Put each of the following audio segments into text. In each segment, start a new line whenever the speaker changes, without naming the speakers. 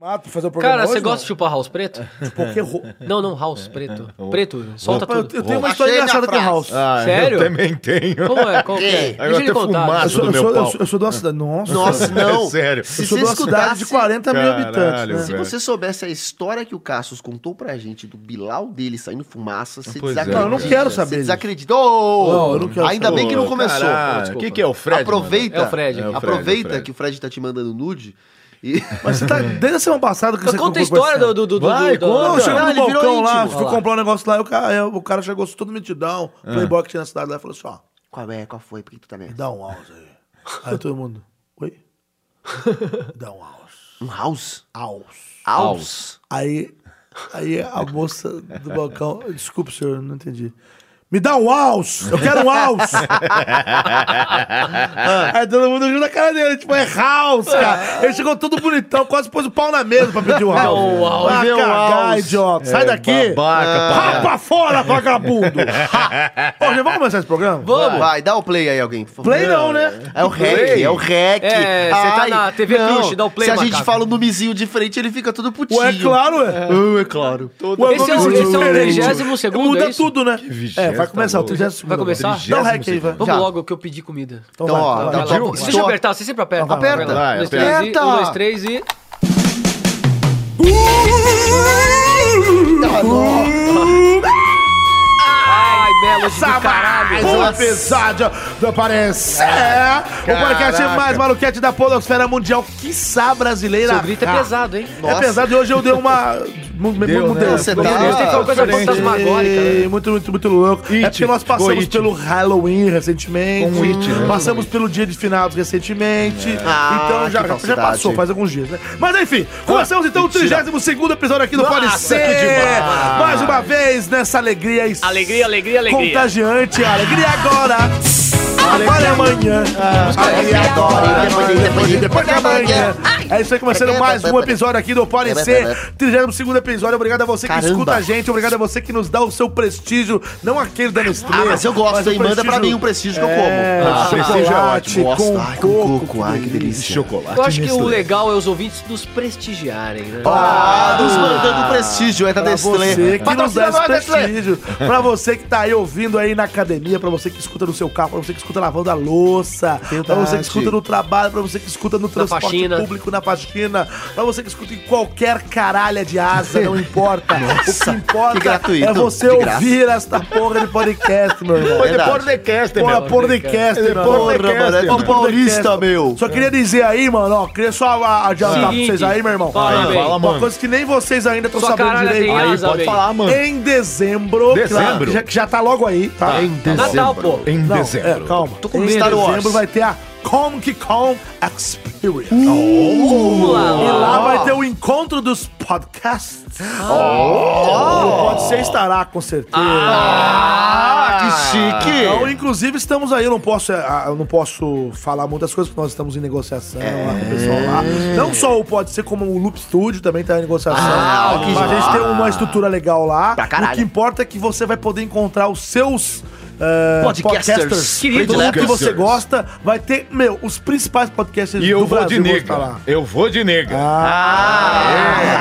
Mato pra fazer o programa
Cara,
hoje,
você
não?
gosta de chupar house preto?
Tipo,
Porque ro-
Não, não, house preto. Preto, solta
Rapaz,
tudo.
eu, eu tenho uma
Achei
história
na
engraçada com o
frase.
House.
Ah,
Sério?
Eu também tenho.
Como é? Qual que é?
Agora
Deixa ele
tem
contar.
eu,
fumaça.
sou,
do
eu,
meu
sou, eu,
pau.
sou, eu sou de uma cidade. Nossa,
Nossa, não.
É Sério.
Se
eu sou
você
de uma cidade
escutasse...
de 40 mil
Caralho,
habitantes. Né?
Se
É.
velho.
você soubesse a história que o Cassius contou pra gente do Bilal dele saindo fumaça, você
Pois é,
desacredita.
Não, eu não
quero saber
Você
disso.
desacredita. Ô,
Não, eu não quero
Ainda
saber.
bem que não
Ô,
começou.
caralho, O
Desculpa.
que, que é o Fred?
aproveita,
mano? É o Fred. É o
Fred, é
aproveita
o Fred.
que o Fred tá te mandando nude. E...
Mas você tá desde a semana passada que você
Conta a
colocou esse
história
tema.
do... do, do, do-
Vai,
do- Ah,
Não,
conta.
eu cheguei
Não,
no
ele virou
balcão lá,
íntimo.
fui
Olha lá.
comprar um negócio lá, o cara, é, o cara chegou todo metidão,
Ah.
playboy que tinha na cidade lá, e falou assim, ó,
Qual é? Qual foi? Por que tu tá nessa?
dá um house aí. Aí todo mundo, oi? Dá um house.
Um house?
House.
House?
Aí, aí a moça do balcão, desculpa senhor, eu não entendi. Me dá um house, eu quero um house. aí todo mundo riu na cara dele, tipo, é house, cara. Ele chegou todo bonitão, quase pôs o pau na mesa pra pedir o house.
um house,
Vai
é um
cagar,
house.
idiota, sai daqui.
Ah,
Vai
Babaca,
pra fora, vagabundo! Ha! Ô, gente, vamos começar esse programa?
Vamos.
Vai, dá o play aí, alguém. por favor.
Play não, né?
É o REC,
Play.
é o REC.
É, você tá
Ai,
na TV
não.
Crush, dá o play,
Se a gente
macaco.
fala um nomezinho diferente, ele fica todo putinho.
Ué, é claro, é.
É, é claro.
Ué,
Esse é o-
vamos
esse é o
diferente.
32º,
Muda
é isso?
tudo, né?
vigésimo,
É, vai começar o
tá
32 segundo.
Vai começar?
Dá um rec aí, vai.
Vamos
Já.
logo que eu pedi comida.
Então,
Então, ó,
vai, vai,
dá
vai.
Já,
Vai lá,
viu?
Você deixa eu apertar, você sempre aperta.
Vai, vai,
Vai lá.
vai,
Um, dois,
aperta.
três e... Um, dois, três e...
Tá
Ai, Melody do caralho. Ah,
Pô, pesada do Parecer. O podcast
Caraca.
mais maluquete da podosfera mundial, quiçá brasileira.
Seu grito é
Ah.
pesado, hein?
É
Nossa.
pesado e hoje eu dei uma... mu- mu-
Deu,
mudei.
né?
Você
Meu
tá-
Deus, tem que ter uma coisa
diferente.
fantasmagórica, né?
É, Muito, muito, muito louco.
It,
é porque nós
ficou
passamos
it.
pelo Halloween recentemente.
Com it, né?
Passamos pelo dia de finados recentemente.
Ah,
então
que
já, já
falsidade.
passou, faz alguns dias, né? Mas enfim, começamos então o 32 º episódio aqui do
Nossa,
Pode
que
Ser.
demais.
Mais uma vez, nessa alegria e
Alegria, alegria, alegria.
Contagiante, alegria agora. Agora é amanhã. Alegria agora. Depois, de- depois, de- depois da
né?
manhã. É isso aí, começando mais um episódio aqui do Pode Ser. 32 episódio. Obrigado a você que
Caramba.
escuta a gente. Obrigado a você que nos dá o seu prestígio. Não aquele da Nestlé.
Ah, mas eu gosto,
o
hein? Manda pra
prestígio-
mim um prestígio que eu
É,
como.
Ah, prestígio é
chocolate
ótimo.
com
Nossa, ai, com
coco.
coco, ai, que delícia.
Chocolate.
Eu acho que o legal é os ouvintes nos prestigiarem, né?
Ah, nos mandando prestígio, é da
Pra você
Nestlé.
que nos dá
Patrocina
esse
nós, Nestlé.
prestígio. Pra você que tá aí ouvindo aí na academia, pra você que escuta no seu carro, pra você que escuta lavando a louça, pra você que escuta no trabalho, pra você que escuta no transporte
faxina.
público, na faxina, pra você que escuta em qualquer caralha de asa, não importa. o que importa
que gratuito,
é você
de graça.
ouvir esta porra de podcast, meu irmão.
Foi de
Verdade.
podcast,
Porra,
meu.
podcast, meu irmão.
Porra, mano, é
Porra,
tudo
podcast.
paulista, meu.
Só queria dizer aí, mano, ó, queria só a- adiantar pra
Seguinte,
vocês aí, meu irmão.
fala,
velho.
uma
Mano.
coisa que nem vocês ainda estão
Sua é
sabendo
caralha
direito.
tem
Aí
asa,
pode
velho.
falar, mano.
Em dezembro,
Dezembro?
claro, que já, que já tá logo aí, tá?
Em dezembro.
Natal, pô.
Em
Não,
dezembro.
é, calma.
Tô com
em
medo.
Star Wars.
Wars.
dezembro vai ter a Comic Con Experience.
Vamos lá,
E
vamos lá.
lá vai ter o encontro dos podcasts. Oh. Pode ser estará, com certeza.
Ah, que chique.
Então, inclusive, estamos aí. Eu não posso, eh, ah, eu não posso falar muitas coisas, porque nós estamos em negociação lá
É.
com o pessoal lá. Não só o Pode Ser, como o Loop Studio também está em negociação.
Ah, que
Mas a gente
joia.
tem uma estrutura legal lá.
Pra caralho.
O que importa é que você vai poder encontrar os seus... eh,
Podcasters. né?
Queridos.
Todo mundo que você
Podcasters.
gosta vai ter, meu, os principais podcasters
E eu
do
vou de
Brasil vão estar
nega.
lá.
Eu vou de nega.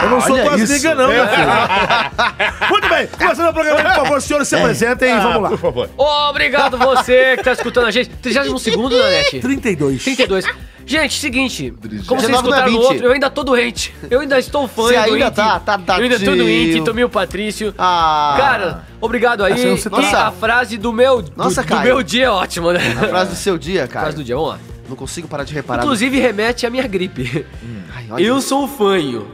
Eu não sou
Ah, Olha
tuas
isso. É.
niggas, não, meu filho. Muito bem, começando o programa, por favor, senhores,
É.
se apresentem e então vamos
Por
Ah.
lá.
favor.
Obrigado você que tá escutando a gente. 32 segundo, né, Net?
32.
32. Gente, seguinte, como vocês
19 da
escutaram no
20.
outro, eu ainda tô doente. Eu ainda estou fã
Você
do
ainda
Inti.
tá- tá- tá
Eu ainda tô
tio.
doente, tomei o Patrício.
Ah. é
Cara, obrigado aí.
Assim, você tá-
E a frase do meu, do,
Nossa,
do
Caio.
meu dia é ótima, né?
A frase do seu dia, cara.
frase do dia, vamos lá.
Não consigo parar de reparar.
Inclusive remete à minha gripe.
Ai, olha
Eu
isso.
sou o fanho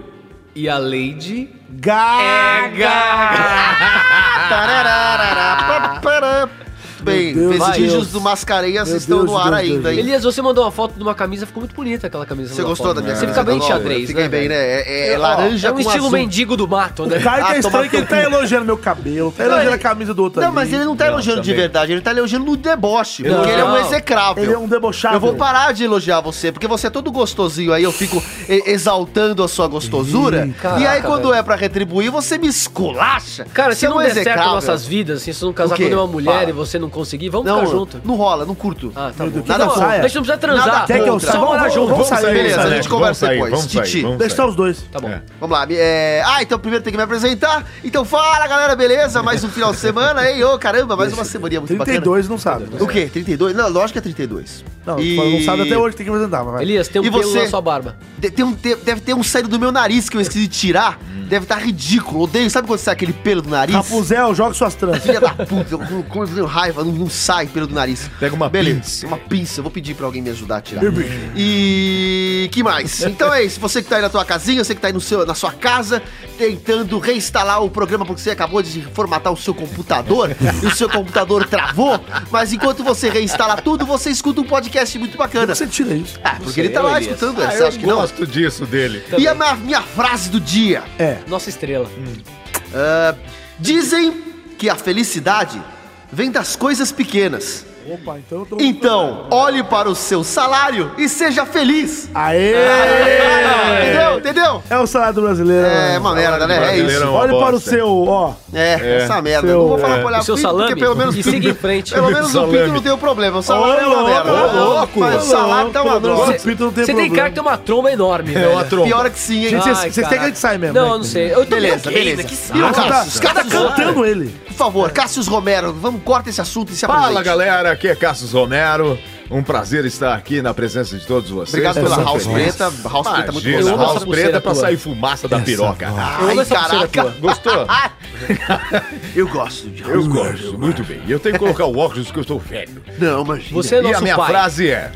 e a Lady
Gaga!
É
Gaga.
Ah, Tararara, pa- pará. Bem,
Meu Deus,
vestígios
vai.
do Mascarenhas
Meu
estão
Deus,
no ar
Deus,
ainda,
Deus.
hein?
Elias, você mandou uma foto de uma camisa, ficou muito bonita aquela camisa.
Você
na
gostou
foto. né?
da minha
Você fica
camisa
bem
nova?
xadrez,
Fiquei
né?
bem,
velho?
né? É, é
Eu- ó,
laranja
É um
com
estilo
azul.
mendigo do mato, né?
O Caio que
Ah,
é
tomar
estranho que ele tá elogiando meu cabelo, tá elogiando a camisa do outro
Não,
ali.
mas ele não tá
Não,
elogiando de
também.
verdade, ele tá elogiando no deboche,
Não.
porque ele é um
Ele é
execrável.
um debochado.
Eu vou parar de elogiar você, porque você é todo gostosinho aí, eu fico e- exaltando a sua gostosura.
Ih,
e aí,
caraca,
quando
velho.
é pra retribuir, você me esculacha.
Cara,
Você
se
é
não
um
der certo
execrável.
nossas vidas, assim, se você não
O
casar
quê?
com nenhuma mulher
Fala.
e você não conseguir, vamos
Não,
ficar junto.
não rola, não curto.
Ah, tá
Meu
bom.
Deus,
Nada
que
contra.
saia.
A gente não precisa transar.
Nada Tá
Quer que eu
Outra.
saia?
Só morar
Vamos-
junto.
Vamos sair.
Beleza,
vamos
a
sair.
gente conversa depois.
Vamos sair,
Titi.
Deixa
vamos sair.
estar os dois.
Tá bom.
É.
Vamos lá. é, Ah, então primeiro tem que me apresentar. Então fala, galera, beleza? Mais um final de semana, hein? Ô, caramba, mais uma semaninha muito é bacana.
32 não sabe.
né?
O quê? 32? Não, lógico que é 32.
Não,
E- é
não sabe até hoje, tem que apresentar. mas vai.
Elias, tem um
E
pelo
você?
na sua barba.
De- tem um te- deve ter um saído do meu nariz que eu esqueci de tirar.
Hum.
Deve estar ridículo. Odeio. Sabe quando sai aquele pelo do nariz?
Rapuzel, joga suas tranças.
Filha da puta, eu com- com eu tenho raiva, não, não sai pelo do nariz.
Pega uma
Beleza,
pinça.
uma pinça. Eu vou pedir pra alguém me ajudar a tirar.
Eu vi.
E que mais? Então é isso. Você que tá aí na tua casinha, você que tá aí no seu, na sua casa, tentando reinstalar o programa porque você acabou de formatar o seu computador e o seu computador travou. Mas enquanto você reinstala tudo, você escuta um podcast muito bacana.
Você tira isso.
Ah, porque ele tá lá escutando,
Ah,
você acha que
eu
não?
gosto disso dele.
E a minha, minha frase do dia.
É.
Nossa estrela.
Hum.
Ah, dizem que a felicidade vem das coisas pequenas.
Opa, então eu tô.
Então, olhe para o seu salário e seja feliz.
Aê!
Entendeu? Entendeu?
É o salário brasileiro.
Ah! É
mano.
uma merda, né? É
Brasileiro
isso.
é uma
Olha para o
bosta.
seu, ó.
É, essa merda.
Seu-
não vou falar pra olhar
O seu
pinto, porque
salame.
pelo menos,
e siga em frente.
pelo menos o
Salame.
pinto não tem um problema. O salário
Ô,
é uma merda.
louco,
Ô,
ô,
louco,
ô,
mas o salário
louco,
tá uma
pelo menos
droga.
o pinto não tem
Você tem
problema.
cara que tem uma tromba enorme,
É uma
velho.
tromba.
Pior que sim, hein?
Gente,
Ai,
vocês vocês querem
caraca.
que ele saia mesmo?
Não,
né?
eu não sei. Eu tô
Beleza,
bem,
beleza.
né? Que
E o
Ah, tá.
Cássio?
Os
Os caras
caras cantando ele.
Por favor, Cássio Romero, vamos corta esse assunto e se
Fala
apresente.
galera, aqui é Cassius Romero. Um prazer estar aqui na presença de todos vocês.
Obrigado pela
Sou
House
feliz.
Preta. House Preta é muito
Imagina,
Eu amo
gostosa.
essa
House
pulseira
Preta pra
tua.
sair fumaça da piroca.
Eu
Ah,
amo
Ai,
essa pulseira
caraca.
tua.
Gostou?
Eu gosto de
Ah, Eu gosto, muito bem. Eu tenho que colocar o óculos que eu sou velho.
Não, imagina.
Você é
e a
nosso
minha
pai. É
frase é: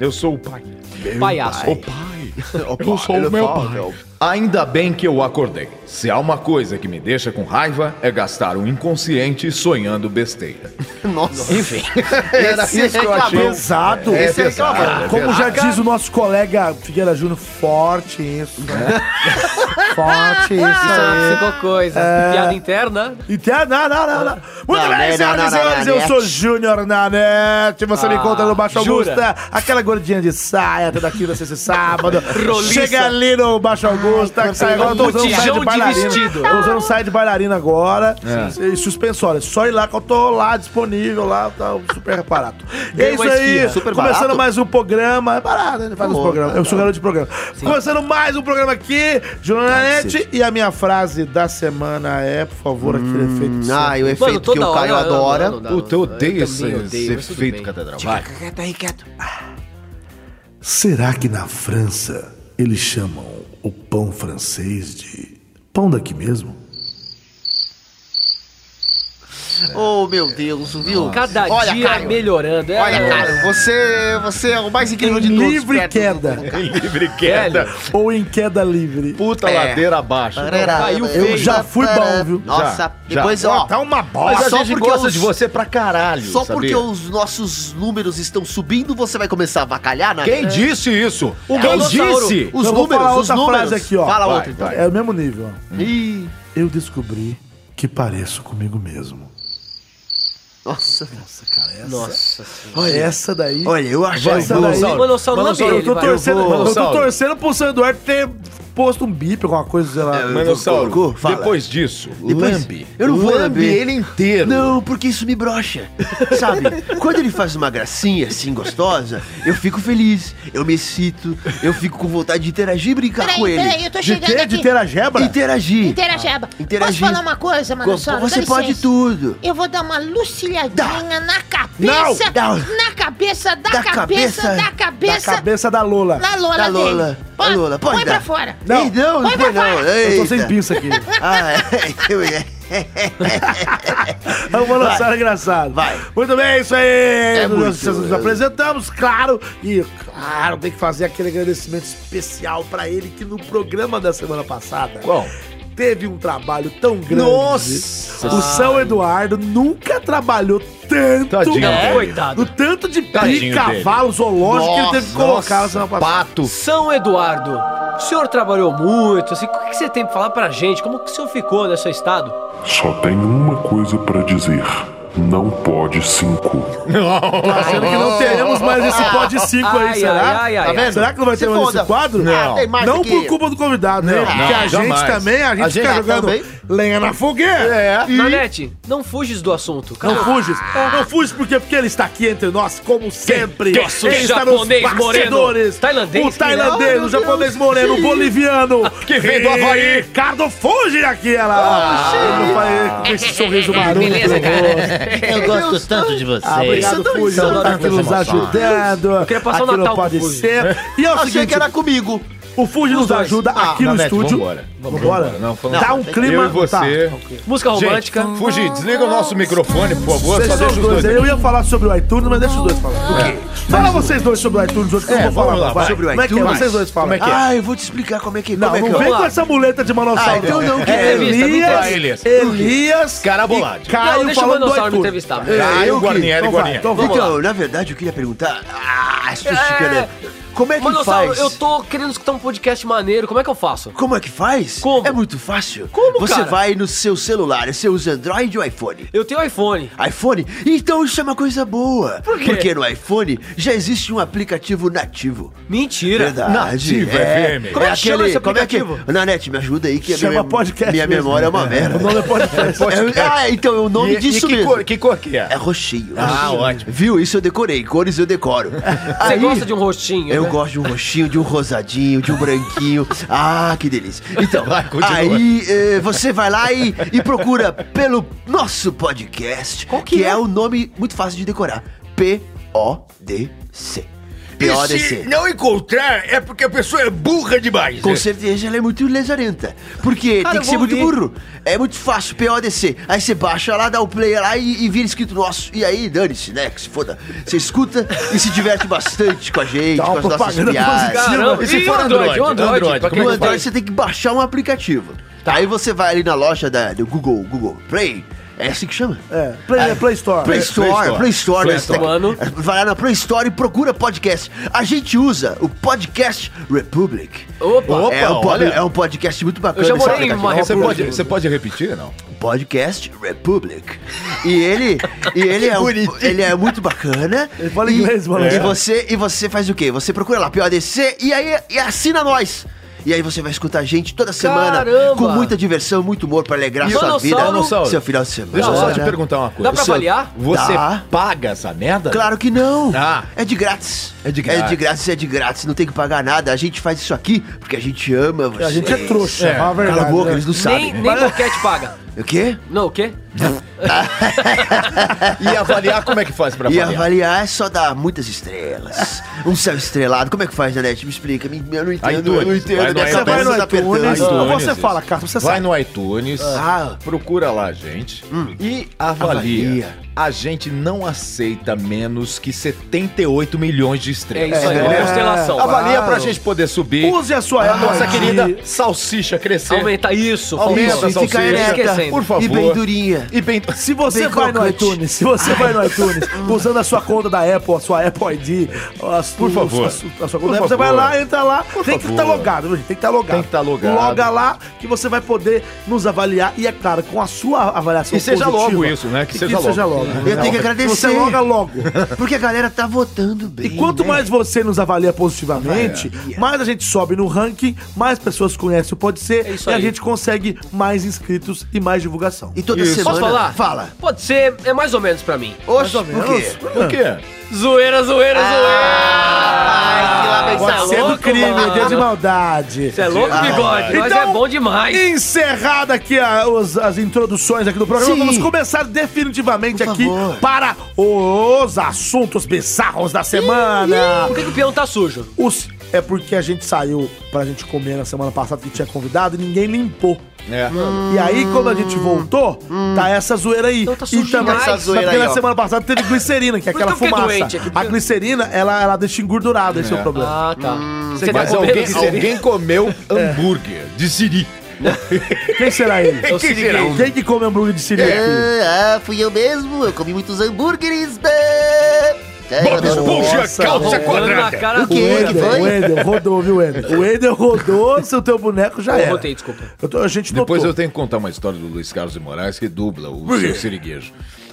Eu sou o pai. Meu
Palhaço.
pai. O pai. Eu sou o meu
é
pai. Ainda bem que eu acordei. Se há uma coisa que me deixa com raiva, é gastar um inconsciente sonhando besteira.
Nossa.
Enfim.
Era
isso que eu achei.
Pesado.
Esse é
pesado,
reclamado.
é
né? Como já
pesado.
diz o nosso colega Figueira Júnior, forte isso. né? forte isso.
É.
Isso
aí.
aí ficou é coisa. Piada interna.
Então, não, não, não, não. Muito
Não,
bem,
não,
senhoras
não,
e
não,
senhores,
não,
eu
não,
sou Júnior Nanete. Você me
Ah,
encontra no Baixo
jura?
Augusta, aquela gordinha de saia, toda quinta, sexta e sábado.
Roliça.
Chega ali no Baixo Augusta, que sai agora.
um
eu Tô usando
botijão
saia de
de
bailarina.
vestido.
Tô usando saia de bailarina agora. E suspensório. É Só ir lá que eu tô lá disponível, lá tá um super barato. E é
Ganhou
isso
a
aí.
esfirra.
Super
Começando
barato?
mais um programa. É barato, ele faz
Tá
os
bom,
programas.
tá
Eu sou garoto de programa. Começando mais um programa aqui, Júnior Nanete. E a minha frase da semana é, por favor, aquele efeito. de som.
Ah, e o efeito que o Caio
não, não,
adora.
não, não, não,
Puta, eu
não,
odeio esse,
também odeio,
esse
mas tudo
efeito
bem.
catedral. Vai.
Será que na França eles chamam o pão francês de pão daqui mesmo?
Oh, meu Deus, viu?
Cada
Olha,
dia
Caio,
melhorando. É,
Olha, cara, você, você é o mais incrível de todos.
livre
perto do-
queda.
Em livre queda.
Ou em queda livre?
Puta
É.
ladeira abaixo.
Caiu
Eu já fui bom, viu?
Nossa,
Já, Tá
depois,
já.
ó. tá
uma
Mas
Olha,
a
só
gente
porque
gosta
os-
de você pra caralho.
Só porque
sabia?
os nossos números estão subindo, você vai começar a vacalhar, né?
Quem disse isso?
O
Quem
Galossauro.
disse?
Então,
Os
Eu vou
números,
falar
os
outra
números.
frase aqui, ó.
Fala
Vai,
outra, então.
vai.
É o mesmo nível, ó.
Ih,
Eu descobri que pareço comigo mesmo.
nossa.
Nossa, cara, essa.
Nossa um senhora.
Olha, essa daí.
Olha, eu achei.
Essa daí-
Manossauro. Manossauro,
um
lambe
eu
ele,
tô
vai.
torcendo,
eu vou-
eu tô
Manossauro.
torcendo pro Sandro Duarte ter posto um bip, alguma coisa, sei lá.
Manossauro,
Goku, fala.
depois disso,
Depois-
lambe.
Eu não vou
lambe
lamber.
ele inteiro.
Não, porque isso me brocha. Sabe? Quando ele faz uma gracinha assim gostosa, eu fico feliz, eu me excito, eu fico com vontade de interagir e brincar
Peraí,
Tá com ele.
peraí, eu tô
De
chegando
quê?
aqui.
De ter a gebra?
Interagir.
Interajeba.
Interagir.
Posso falar uma coisa, mano?
Gosto- Você pode tudo.
Eu vou dar uma lucilhadinha na
Não,
cabeça.
não.
Na cabeça, da,
Da
cabeça,
cabeça.
da
Da
cabeça.
cabeça da Lola.
Na Lola
Da
dele.
Lola. Da
Põe-
Lola, pode
Põe
dar.
pra fora.
Não, não, não
Põe
foi
pra
não.
fora.
Eu tô sem
Eita.
pinça aqui.
Ah, é, eu ia.
É um monossauro engraçado.
Vai.
Muito bem, é isso aí.
muito.
Nós nos apresentamos, claro. E, claro, tem que fazer aquele agradecimento especial pra ele que no programa da semana passada.
Qual?
Teve um trabalho tão grande.
Nossa.
O São Eduardo nunca trabalhou tanto.
Tadinho
É.
dele.
Do
Coitado.
tanto de
Tadinho
pica, cavalo zoológico que ele teve que colocar na semana passada.
pato.
São Eduardo, o senhor trabalhou muito, assim, o que que você tem pra falar pra gente? Como que o senhor ficou nesse estado?
Só tenho uma coisa para dizer. Não pode cinco.
Sendo que não teremos mais esse pó de 5 aí,
Ai,
será?
ai, ai, ai,
Tá vendo?
ai.
Será que não vai
Se
ter mais esse
foda.
quadro?
Não. Ah, tem mais
Não
aqui.
por culpa do convidado, né?
Não,
Porque
não,
a gente
jamais.
também, a gente
A gente
fica jogando
também.
lenha na fogueira.
É.
Nanete, não fuges do assunto.
Não
Cara.
fuges, não fuges porque, porque ele está aqui entre nós, como sempre.
quem sou
ele está
é japonês moreno?
bastidores.
Tailandês,
O
que
tailandês,
legal.
o japonês moreno, o boliviano.
Que vem do Havaí.
Ricardo, fuge daqui, ela. Eu falei com esse sorriso maroto.
Beleza,
no
cara.
rosto.
Eu gosto tanto
Ah,
de vocês.
obrigado, Fuji,
Vocês são
por
doidos,
estar
são
aqui nos
doidos.
ajudando. Eu
queria passar o Natal com o
pode
Fuji.
ser. E é o
Achei
seguinte,
que era comigo.
o Fuji nos
dois.
ajuda
Ah,
aqui no
Nanete,
estúdio.
Vambora.
Vambora?
Não, falando
Tá
Dá um
sério.
clima...
Eu e você.
Música romântica.
Gente, Fuji, desliga o nosso microfone, por favor.
Vocês
só
são os
deixa os
dois.
dois.
aí.
aqui.
Eu ia falar sobre o iTunes, mas deixa os dois falar. Por quê? Fala vocês dois sobre o iTunes hoje, que
É,
eu vou falar.
vamos lá,
papai.
sobre o
Como é que é?
iTunes.
Vocês dois falam.
Como é que é?
Ah, eu vou te explicar como é que
Não,
como é.
não
que
vem
lá.
com essa muleta de
Ah,
manossauro.
então não, que
é
entrevista, não
Elias,
vai,
Elias,
Elias.
Elias,
Carabolade.
e Caio
Não, deixa o
falando do
Manossauro me
iTunes.
entrevistar.
É,
Caio,
eu que-
Guarnieri,
então vai,
Guarnieri.
Então vamos lá.
Então, na verdade, eu ququeria perguntar. Ah, isso
É.
né? Como é que
Manossauro,
faz?
eu tô querendo escutar um podcast maneiro, como é que eu faço?
Como é que faz?
Como?
É muito fácil.
Como,
Você
cara?
vai no seu celular, você usa Android ou iPhone?
Eu tenho iPhone.
iPhone? Então isso é uma coisa boa.
Por quê?
Porque no iPhone já existe um aplicativo nativo.
Mentira.
Verdade.
Nativo FM.
Como é,
Como é que chama
aquele,
esse
como é que...
aplicativo?
Nanete, me ajuda aí que a
Chama
minha,
podcast
minha
mesmo.
memória é uma merda.
O nome é podcast.
É, ah, então é o nome
E- e
disso
que
mesmo.
cor- que cor que é?
É roxinho.
Ah,
roxinho.
ótimo.
Viu? Isso eu decorei. Cores eu decoro.
Você
Aí-
gosta de um rostinho?
eu
né?
gosto de um roxinho, de um rosadinho, de um branquinho. Ah, que delícia. Então,
Vai, continua.
aí eh, você vai lá e, e procura pelo nosso podcast,
Qual que
é?
é
o nome muito fácil de decorar. P-O-D-C. P-O-D-C.
não encontrar, é porque a pessoa é burra demais.
Com certeza ela é muito lazarenta. Porque
Cara,
tem
eu
que
vou
ser muito
ouvir.
burro. É muito fácil, PODC. Aí você baixa lá, dá o play lá e, e vira escrito nosso. E aí, dane-se, né? Que se foda. Você escuta e se diverte bastante com a gente,
Dá
com
uma
as nossas
propaganda
piadas.
positiva.
Caramba,
E se
e
for
o Android,
Android?
o Android,
Android,
pra
como
quem
No
não
é Android
é
é?
faz.
você tem que baixar um aplicativo. Tá, Aí você vai ali na loja da, do Google, Google Play. É assim que chama?
É, Play, é Play Store.
Play Store, Play Store.
Play
né?
Store.
Mano.
Vai lá na Play Store e procura podcast. A gente usa o Podcast Republic.
Opa.
Opa,
é, um pod-
olha.
é um podcast muito bacana.
Eu já
esse
morei em
aplicativo.
uma
Você
República.
pode, você pode repetir, não?
Podcast Republic. E ele, e ele, é, um- ele é muito bacana.
Ele fala
E-
inglês, mano.
E você, e você faz o quê? Você procura lá PODC e aí e assina nós. E aí você vai escutar a gente toda semana
Caramba!
com muita diversão, muito humor pra alegrar sua vida,
Manossauro.
seu final de semana.
Deixa eu só te
Né?
perguntar uma coisa.
Dá pra
Você-
avaliar?
Você
Dá.
paga essa merda?
Claro que não.
Tá.
Ah.
É de grátis.
É de grátis.
É de grátis, é de grátis. Não tem que pagar nada. A gente faz isso aqui porque a gente ama você.
A gente é trouxa,
É,
fala a verdade.
Cala a boca,
né?
eles não sabem.
Nem, nem boquete paga.
O quê?
Não, o quê?
E avaliar, como é que faz pra
E
avaliar?
avaliar é só dar muitas estrelas. um céu estrelado. Como é que faz, Janete? Me explica. Me, eu não entendo. Eu não
iTunes. Vai
entendo
no
dessa
Você vai
iTunes.
dessa
no iTunes,
apertando.
apertando.
você fala, cara, você
Vai
sabe.
no iTunes,
Ah.
procura lá a gente e avalia.
Avalia.
A gente não aceita menos que 78 milhões de
É
estrelas.
isso aí,
entendeu?
é constelação.
Avalia
Claro.
pra gente poder subir.
Use a sua
a nossa
emoji.
querida salsicha crescer.
Aumenta isso.
Aumenta
Paulo.
essa
fica
salsicha.
ereta.
Esquecendo.
Por favor.
E bem durinha.
E bem-
Se você
Bem
vai no
crocante.
iTunes, se você vai no iTunes, usando a sua conta da Apple, a sua Apple ID, a sua,
Por favor.
a sua, a sua
Por
conta da Apple, você
favor.
vai lá, entra lá, tem que
favor.
estar logado, viu, gente? tem que estar logado.
Tem que tá logado.
Loga lá que você vai poder nos avaliar e, é claro, com a sua avaliação
E seja
positiva,
logo isso, né? Que
e
seja logo.
Eu tenho que agradecer.
Você loga logo.
Porque a galera tá votando bem.
E quanto
né?
mais você nos avalia positivamente, mais a gente sobe no ranking, mais pessoas conhecem o Pode Ser
É isso
e a
aí.
gente consegue mais inscritos e mais divulgação.
E toda
Isso.
semana.
Posso falar?
Fala.
Pode ser, é mais ou menos pra mim.
Oxe,
ou
por
menos.
quê?
Por quê?
Zoeira, zoeira,
Ai, que
zoeira.
lá
Pode ser do é crime,
tá mano.
dia de maldade. Então,
Você é louco, bigode? Nós é bom demais.
Encerrada aqui a- os- as introduções aqui do programa,
Sim.
vamos começar definitivamente
Por
aqui
favor.
para os assuntos bizarros da semana.
Por que, que o peão tá sujo?
Os- é porque a gente saiu pra gente comer na semana passada que tinha convidado e ninguém limpou.
É.
E aí, quando a gente voltou, tá essa zoeira aí.
Então tá sujo demais.
Essa zoeira
mas porque
aí,
na
ó.
semana passada teve glicerina, que é
Por isso
aquela
que eu
fumaça.
fiquei doente aqui,
a
porque-
glicerina, ela, ela deixa engordurado, esse é o problema.
Ah, tá. Você
Mas
comendo
alguém,
isso?
alguém comeu hambúrguer de siri.
Quem será ele?
Eu sei
será?
que-
Quem que come hambúrguer de siri
É.
aqui?
Ah, ah, fui eu mesmo. Eu comi muitos hambúrgueres. bé. É, eu
Bob
adoro
Esponja,
nossa, rolando
calça
Olhando Tá na
quadrada.
cara
O quê?
dura,
Que
velho.
foi?
O Ender rodou, viu, Ender? O Ender rodou, seu teu boneco já
Eu
era.
rotei, desculpa.
Eu tô- a gente
Depois
notou.
eu tenho que contar uma história do Luiz Carlos de Moraes que dubla o seu siriguejo.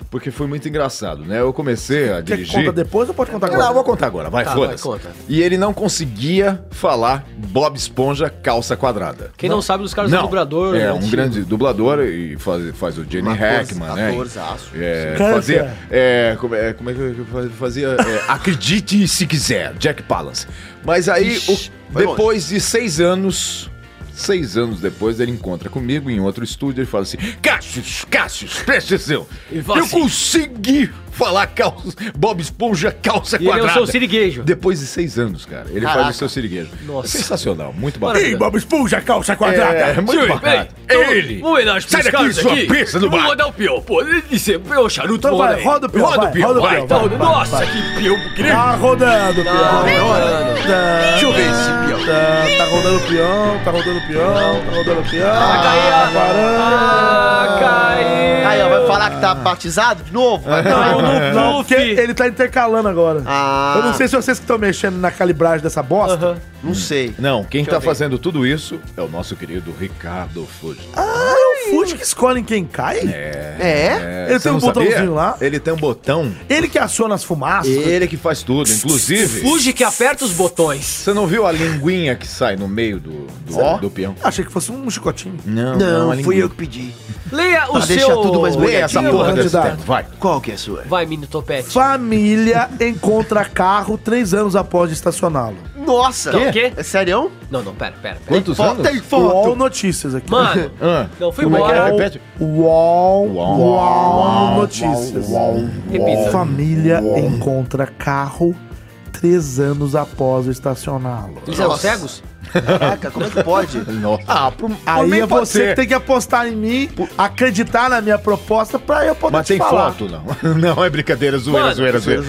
porque foi muito engraçado, né? Eu comecei a
Quer que
dirigir.
conta depois ou pode contar
Não, eu
agora?
vou contar agora, vai,
Tá,
foda-se.
vai, conta.
E ele não conseguia falar Bob Esponja calça quadrada.
Quem é não, sabe, os caras do dublador. né?
É, um
antigo.
grande dublador e faz, faz o Jenny Hackman, né?
atorzaço.
É,
Câncer.
fazia. É, como, é, como é que eu fa- fazia? É, acredite se quiser, Jack Palance. Mas aí, o-
Ixi, foi
depois de seis anos. Seis anos depois, ele encontra comigo em outro estúdio e fala assim: Cassius, Cassius, preste atenção.
Ele fala
eu
assim-
consegui falar calça, Bob Esponja calça
E ele é o
quadrada.
seu sirigueijo.
Depois de seis anos, cara. Ele
Caraca.
faz o seu sirigueijo.
Nossa.
Sensacional, muito
Maravilha.
Ih,
bacana.
Bob Esponja, calça quadrada.
É, é muito
Sim,
bacana.
bem, então,
Ele!
Uma homenagem
Sai
pros
daqui,
caras
sua
aqui.
presa do
Eu
bar.
Vou dar o pior. Pô, ele disse, o charuto
Então
vou
vai,
dar aí.
roda o pior,
Roda
vai,
o pior.
roda o
vai,
pior,
então.
vai, vai,
Nossa,
vai.
que pior
Tá
grande.
rodando,
Tá
peão.
rodando.
Tá,
Deixa eu ver esse pião.
tá, tá rodando peão, tá rodando peão, tá rodando peão. Tá
Vai cair a- Ah, caiu.
Aí, ó, vai falar que tá batizado de novo? Vai
Não,
falar-
não, não, Tá porque
Luffy.
ele tá intercalando agora.
Ah.
Eu não sei se vocês que estão mexendo na calibragem dessa bosta.
Aham.
Não sei.
Não, quem tá fazendo tudo isso é o nosso querido Ricardo Fuji.
É o Fute que escolhe quem cai?
É?
ele tem um botãozinho lá.
Ele tem um botão.
Ele que aciona as fumaças.
Ele que faz tudo, inclusive.
Fuji que aperta os botões.
Você não viu a linguinha que sai no meio do, do,
Ó.
do peão?
Achei que fosse um chicotinho.
Não, é
fui eu que pedi.
Leia o
Pra
seu...
deixar tudo mais
Lê essa
Aqui,
porra
ó,
desse
candidato.
tempo, vai.
Qual que é a sua?
Vai, mini topete.
Família encontra carro três anos após estacioná-lo.
Nossa!
Quê?
É sério?
Não, não, pera, pera, pera.
Quantos
Foto,
anos?
Tem
UOL
foto.
Notícias aqui.
Mano,
Ah,
não, fui
como é que é?
embora.
Repete.
UOL,
Uau,
UOL,
uau,
Notícias.
uau, uau,
Repita.
Família encontra carro três anos após estacioná-lo.
Eles eram
Nossa.
cegos?
Caraca, como é que pode?
Nossa. Ah, pro,
Aí é você que
tem
tem que apostar em mim, acreditar na minha proposta pra eu poder
Mas
te
tem
falar.
foto, não. Não, é brincadeira, zoeira,
Mano,
zoeira, zoeira.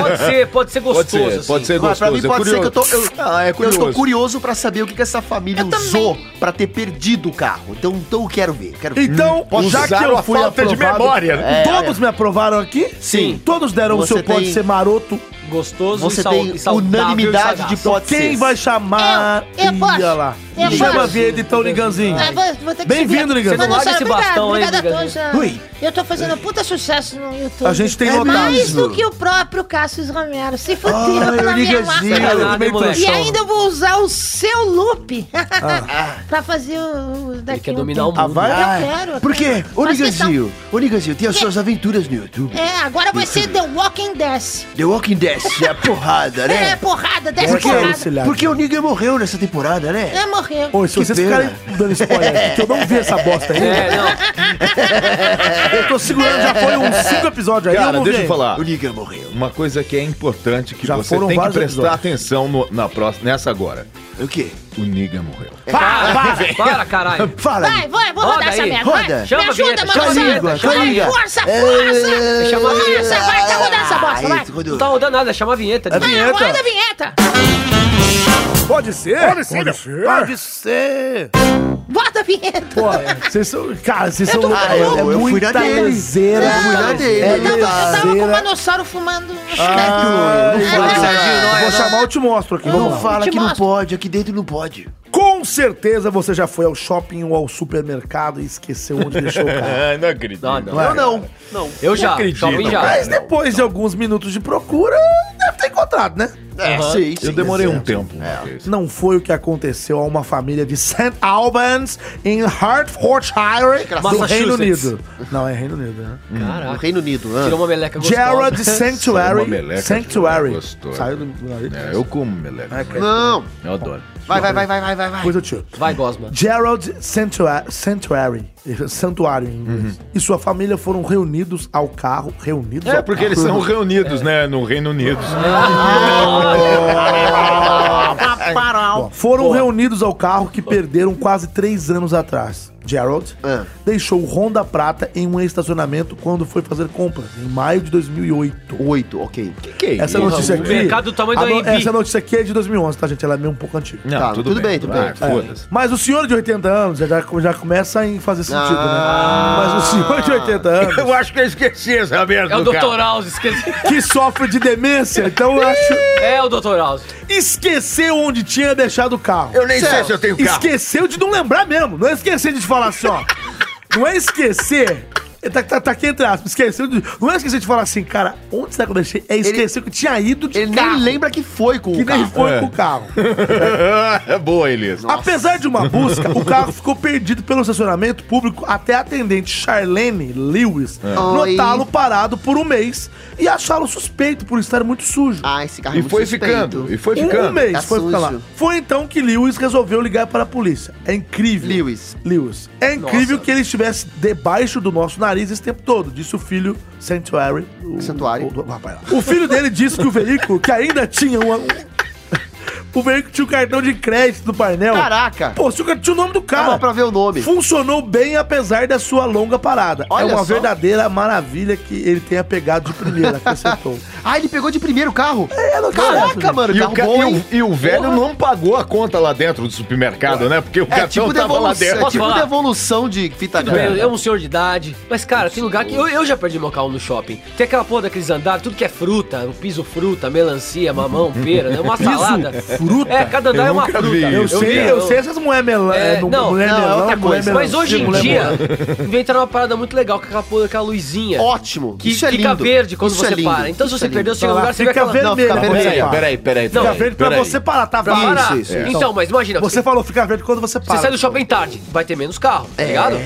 Pode ser, pode ser
Pode
gostoso. assim.
ser, pode ser
Mas Ah, pra
gostoso.
mim
é
pode ser que eu tô.
curioso.
Eu,
Ah, é
eu estou
curioso.
curioso pra saber o que, que essa família
Eu
usou pra ter perdido o carro. Então, então eu quero ver. Quero ver.
Então,
Pode
já
Hum. usar
que eu
a
fui
falta de
aprovado-
memória, né?
É, todos me aprovaram aqui?
Sim.
Todos deram
Você
o seu pode
tem-
ser maroto.
Gostoso
Você
e, sal...
tem
e saudável
unanimidade
e sagaz.
de pode
Quem
ser.
vai chamar?
Eu- eu posso.
Ia lá.
Eu
Chama a
posso.
vinheta então, Liganzinho.
Ah, vou- vou ter que
Bem-vindo,
subir.
Liganzinho.
Mano,
Larga
só-
esse
obrigado,
bastão aí,
obrigado a todos.
Liganzinho.
Já-
Ui.
Eu tô fazendo um puta sucesso no YouTube.
A gente tem
É
notado.
Mais
mesmo?
do que o próprio Cassius Romero. Se fudeu
Ai, o
na minha
Liganzinho,
máscara.
Caralho,
assim, eu também tô
moleque.
E
achando.
ainda eu vou usar o seu loop pra fazer o, o daqui
quer
um
dominar
tempo.
o mundo.
Ah, vai?
Eu quero. eu
Por
quero.
quê? Ô,
Mas então- que tal-
Niganzinho, ô, Niganzinho, tem as suas aventuras no YouTube.
É, agora vai ser The Walking Death.
The Walking Dead, é a porrada,
É,
né?
porrada, desce
Por que
porrada.
esse lá?
Porque o Nigga morreu nessa temporada, né?
É, morreu.
Ô, se
Que
vocês
pena.
ficarem dando spoiler aqui, que eu não vi essa bosta ainda.
É, não.
Eu tô segurando, já foi uns cinco episódios aí.
Cara,
não
deixa
vi.
eu falar.
O Nigga morreu.
Uma coisa que é importante que
Já
você
foram
tem que
vários
prestar
episódios.
atenção no- na próxima, nessa agora.
O quê?
O Niga morreu.
Para, para, para, caralho.
Fala,
Vai, vai, vou
Roda
rodar essa
aí,
merda.
roda.
Vai.
Chama
Me
a vinheta,
ajuda, mano.
chama a
vai.
vinheta, chama a
Vai,
vinheta.
Força,
É,
força.
chama a vinheta.
Força, vai, tá rodando essa
Ah,
bosta, vai. Então-
Não tá rodando nada, chama a vinheta.
É vinheta.
Ah, roda a vinheta.
Pode ser? Pode ser. Pode ser.
Bota a vinheta.
Pô, vocês são. Cara, vocês são.
tô
loucos.
falando.
é
Ah, Eu- eu fui na
muita
dele.
lezeira.
Eu fui na dele.
É
Eu tava, eu tava com o
lezeira.
manossauro fumando. um
Ah, não fala,
Ah,
Serginho, não,
Vou chamar, eu te mostro aqui.
Não
Vamos lá.
Eu
fala
te
que não
mostro.
pode, aqui dentro não pode.
Com certeza você já foi ao shopping ou ao supermercado e esqueceu onde deixou o carro.
Ah, não acredito.
Não, não. é.
Eu não. Não.
Eu já,
acredito,
shopping já.
cara.
Mas depois
então.
de alguns minutos de procura, deve ter encontrado, né?
É,
Aham.
sei,
Eu
sim,
demorei
é
um
certo.
tempo. É.
Não foi o que aconteceu a uma família de St. Albans em Hertfordshire, do
Massachusetts.
Reino Unido. Não, é Reino Unido, né?
No
Caraca,
Reino Unido, né?
tirou uma meleca gostosa.
Gerard
Saiu uma
Sanctuary.
meleca,
Sanctuary.
gostoso.
Saiu do do nariz.
É, eu como meleca.
Ah,
É, cara.
Não.
Eu adoro.
Vai, vai, vai, vai, vai, vai, vai.
Coisa tio.
Vai, Gosma.
Gerald Santua- Sanctuary, eh, santuário em inglês,
Uhum.
e sua família foram reunidos ao carro, reunidos
É
ao
porque
carro.
eles são reunidos, né, no Reino Unido.
Bom, foram reunidos ao carro que perderam quase três anos atrás. Gerald
Ah.
deixou o Honda Prata em um estacionamento quando foi fazer compras, em maio de 2008.
um Oito, ok.
Que que é
Essa
isso?
notícia
o
aqui.
mercado do tamanho
a
da
no-
AMB.
Essa notícia aqui é de 2011, tá, gente? Ela é meio um pouco antiga.
Não,
Tá,
tudo,
tudo
bem,
bem, tudo
vai,
bem.
Foda-se.
Mas o senhor de 80 anos já, já, já começa a fazer sentido, né? Mas o senhor de 80 anos.
Eu acho que eu esqueci essa merda.
É o
do carro.
Dr. House, esqueci.
que sofre de demência, então eu acho.
É o Dr. House.
Esqueceu onde tinha deixado o carro.
Eu nem sei se eu tenho carro.
Esqueceu de não lembrar mesmo. Não é esquecer de te falar assim, ó. Não é esquecer. Tá, tá, tá aqui entre aspas. Esqueceu de. Não é esquecer de falar assim, cara, onde será que eu deixei? É esquecer que eu tinha ido de
Ele
é carro.
nem lembra que foi com
que
o carro.
nem foi
É.
com o carro.
é boa, Elias.
Apesar de uma busca, o carro ficou perdido pelo estacionamento público até a atendente Charlene Lewis
É. Oi.
notá-lo parado por um mês e achá-lo suspeito por estar muito sujo.
Ah, esse carro é
E
muito
foi
suspeito.
ficando, e foi
Um
ficando.
mês
Tá
foi ficar lá.
sujo.
Foi então que Lewis resolveu ligar para a polícia. É incrível.
Lewis.
Lewis. É incrível
Nossa.
que ele estivesse debaixo do nosso nariz esse tempo todo, disse o filho Sanctuary. O,
Santuário.
O, o rapaz lá. O filho dele disse que o veículo, que ainda tinha uma. O veículo tinha o cartão de crédito do painel.
Caraca. Tá
Pô, se o cara tinha o nome do
Dá
cara.
pra ver o nome.
Funcionou bem apesar da sua longa parada.
Olha
é uma
só.
verdadeira maravilha que ele tenha pegado de primeira, acrescentou.
Ah, ele pegou de primeiro o carro.
É, não-
Caraca, mano,
E o,
carro
ca-
Tá bom,
e o-
hein?
e o velho não pagou a conta lá dentro do supermercado, né? Porque o
É
cartão
tipo,
tava lá
devolução,
dentro.
é tipo
falar?
devolução de fita
Tudo bem,
grande.
eu sou um senhor de idade. Mas, cara, tem lugar que. Eu, eu já perdi meu carro no shopping. Tem aquela porra daqueles andares, tudo que é fruta, o piso fruta, melancia, mamão, pera, né? Uma salada.
fruta?
É, cada andar
Eu
é uma
nunca
fruta.
vi
Eu,
isso,
sei,
cara.
eu sei essas mulher melão,
É,
não,
não,
mulher
não, é
melão,
outra
mulher
coisa.
Mas
melancia,
hoje em
mulher
dia,
melão.
inventaram uma parada muito legal, que é aquela porra daquela luzinha.
Ótimo.
que fica verde quando
Isso
você
é lindo.
para. Então, se
Isso
você
é lindo.
perdeu, chega no
Tá lá,
lugar, você vê
fica
aquela...
verde.
Não,
Não, fica
Peraí,
vermelho.
peraí,
peraí,
Fica verde tipo pra você parar, tá?
pra
Pra
parar.
isso, isso.
Então, mas imagina.
Você falou fica verde quando você para.
Você sai do shopping tarde, vai ter menos carro, tá ligado?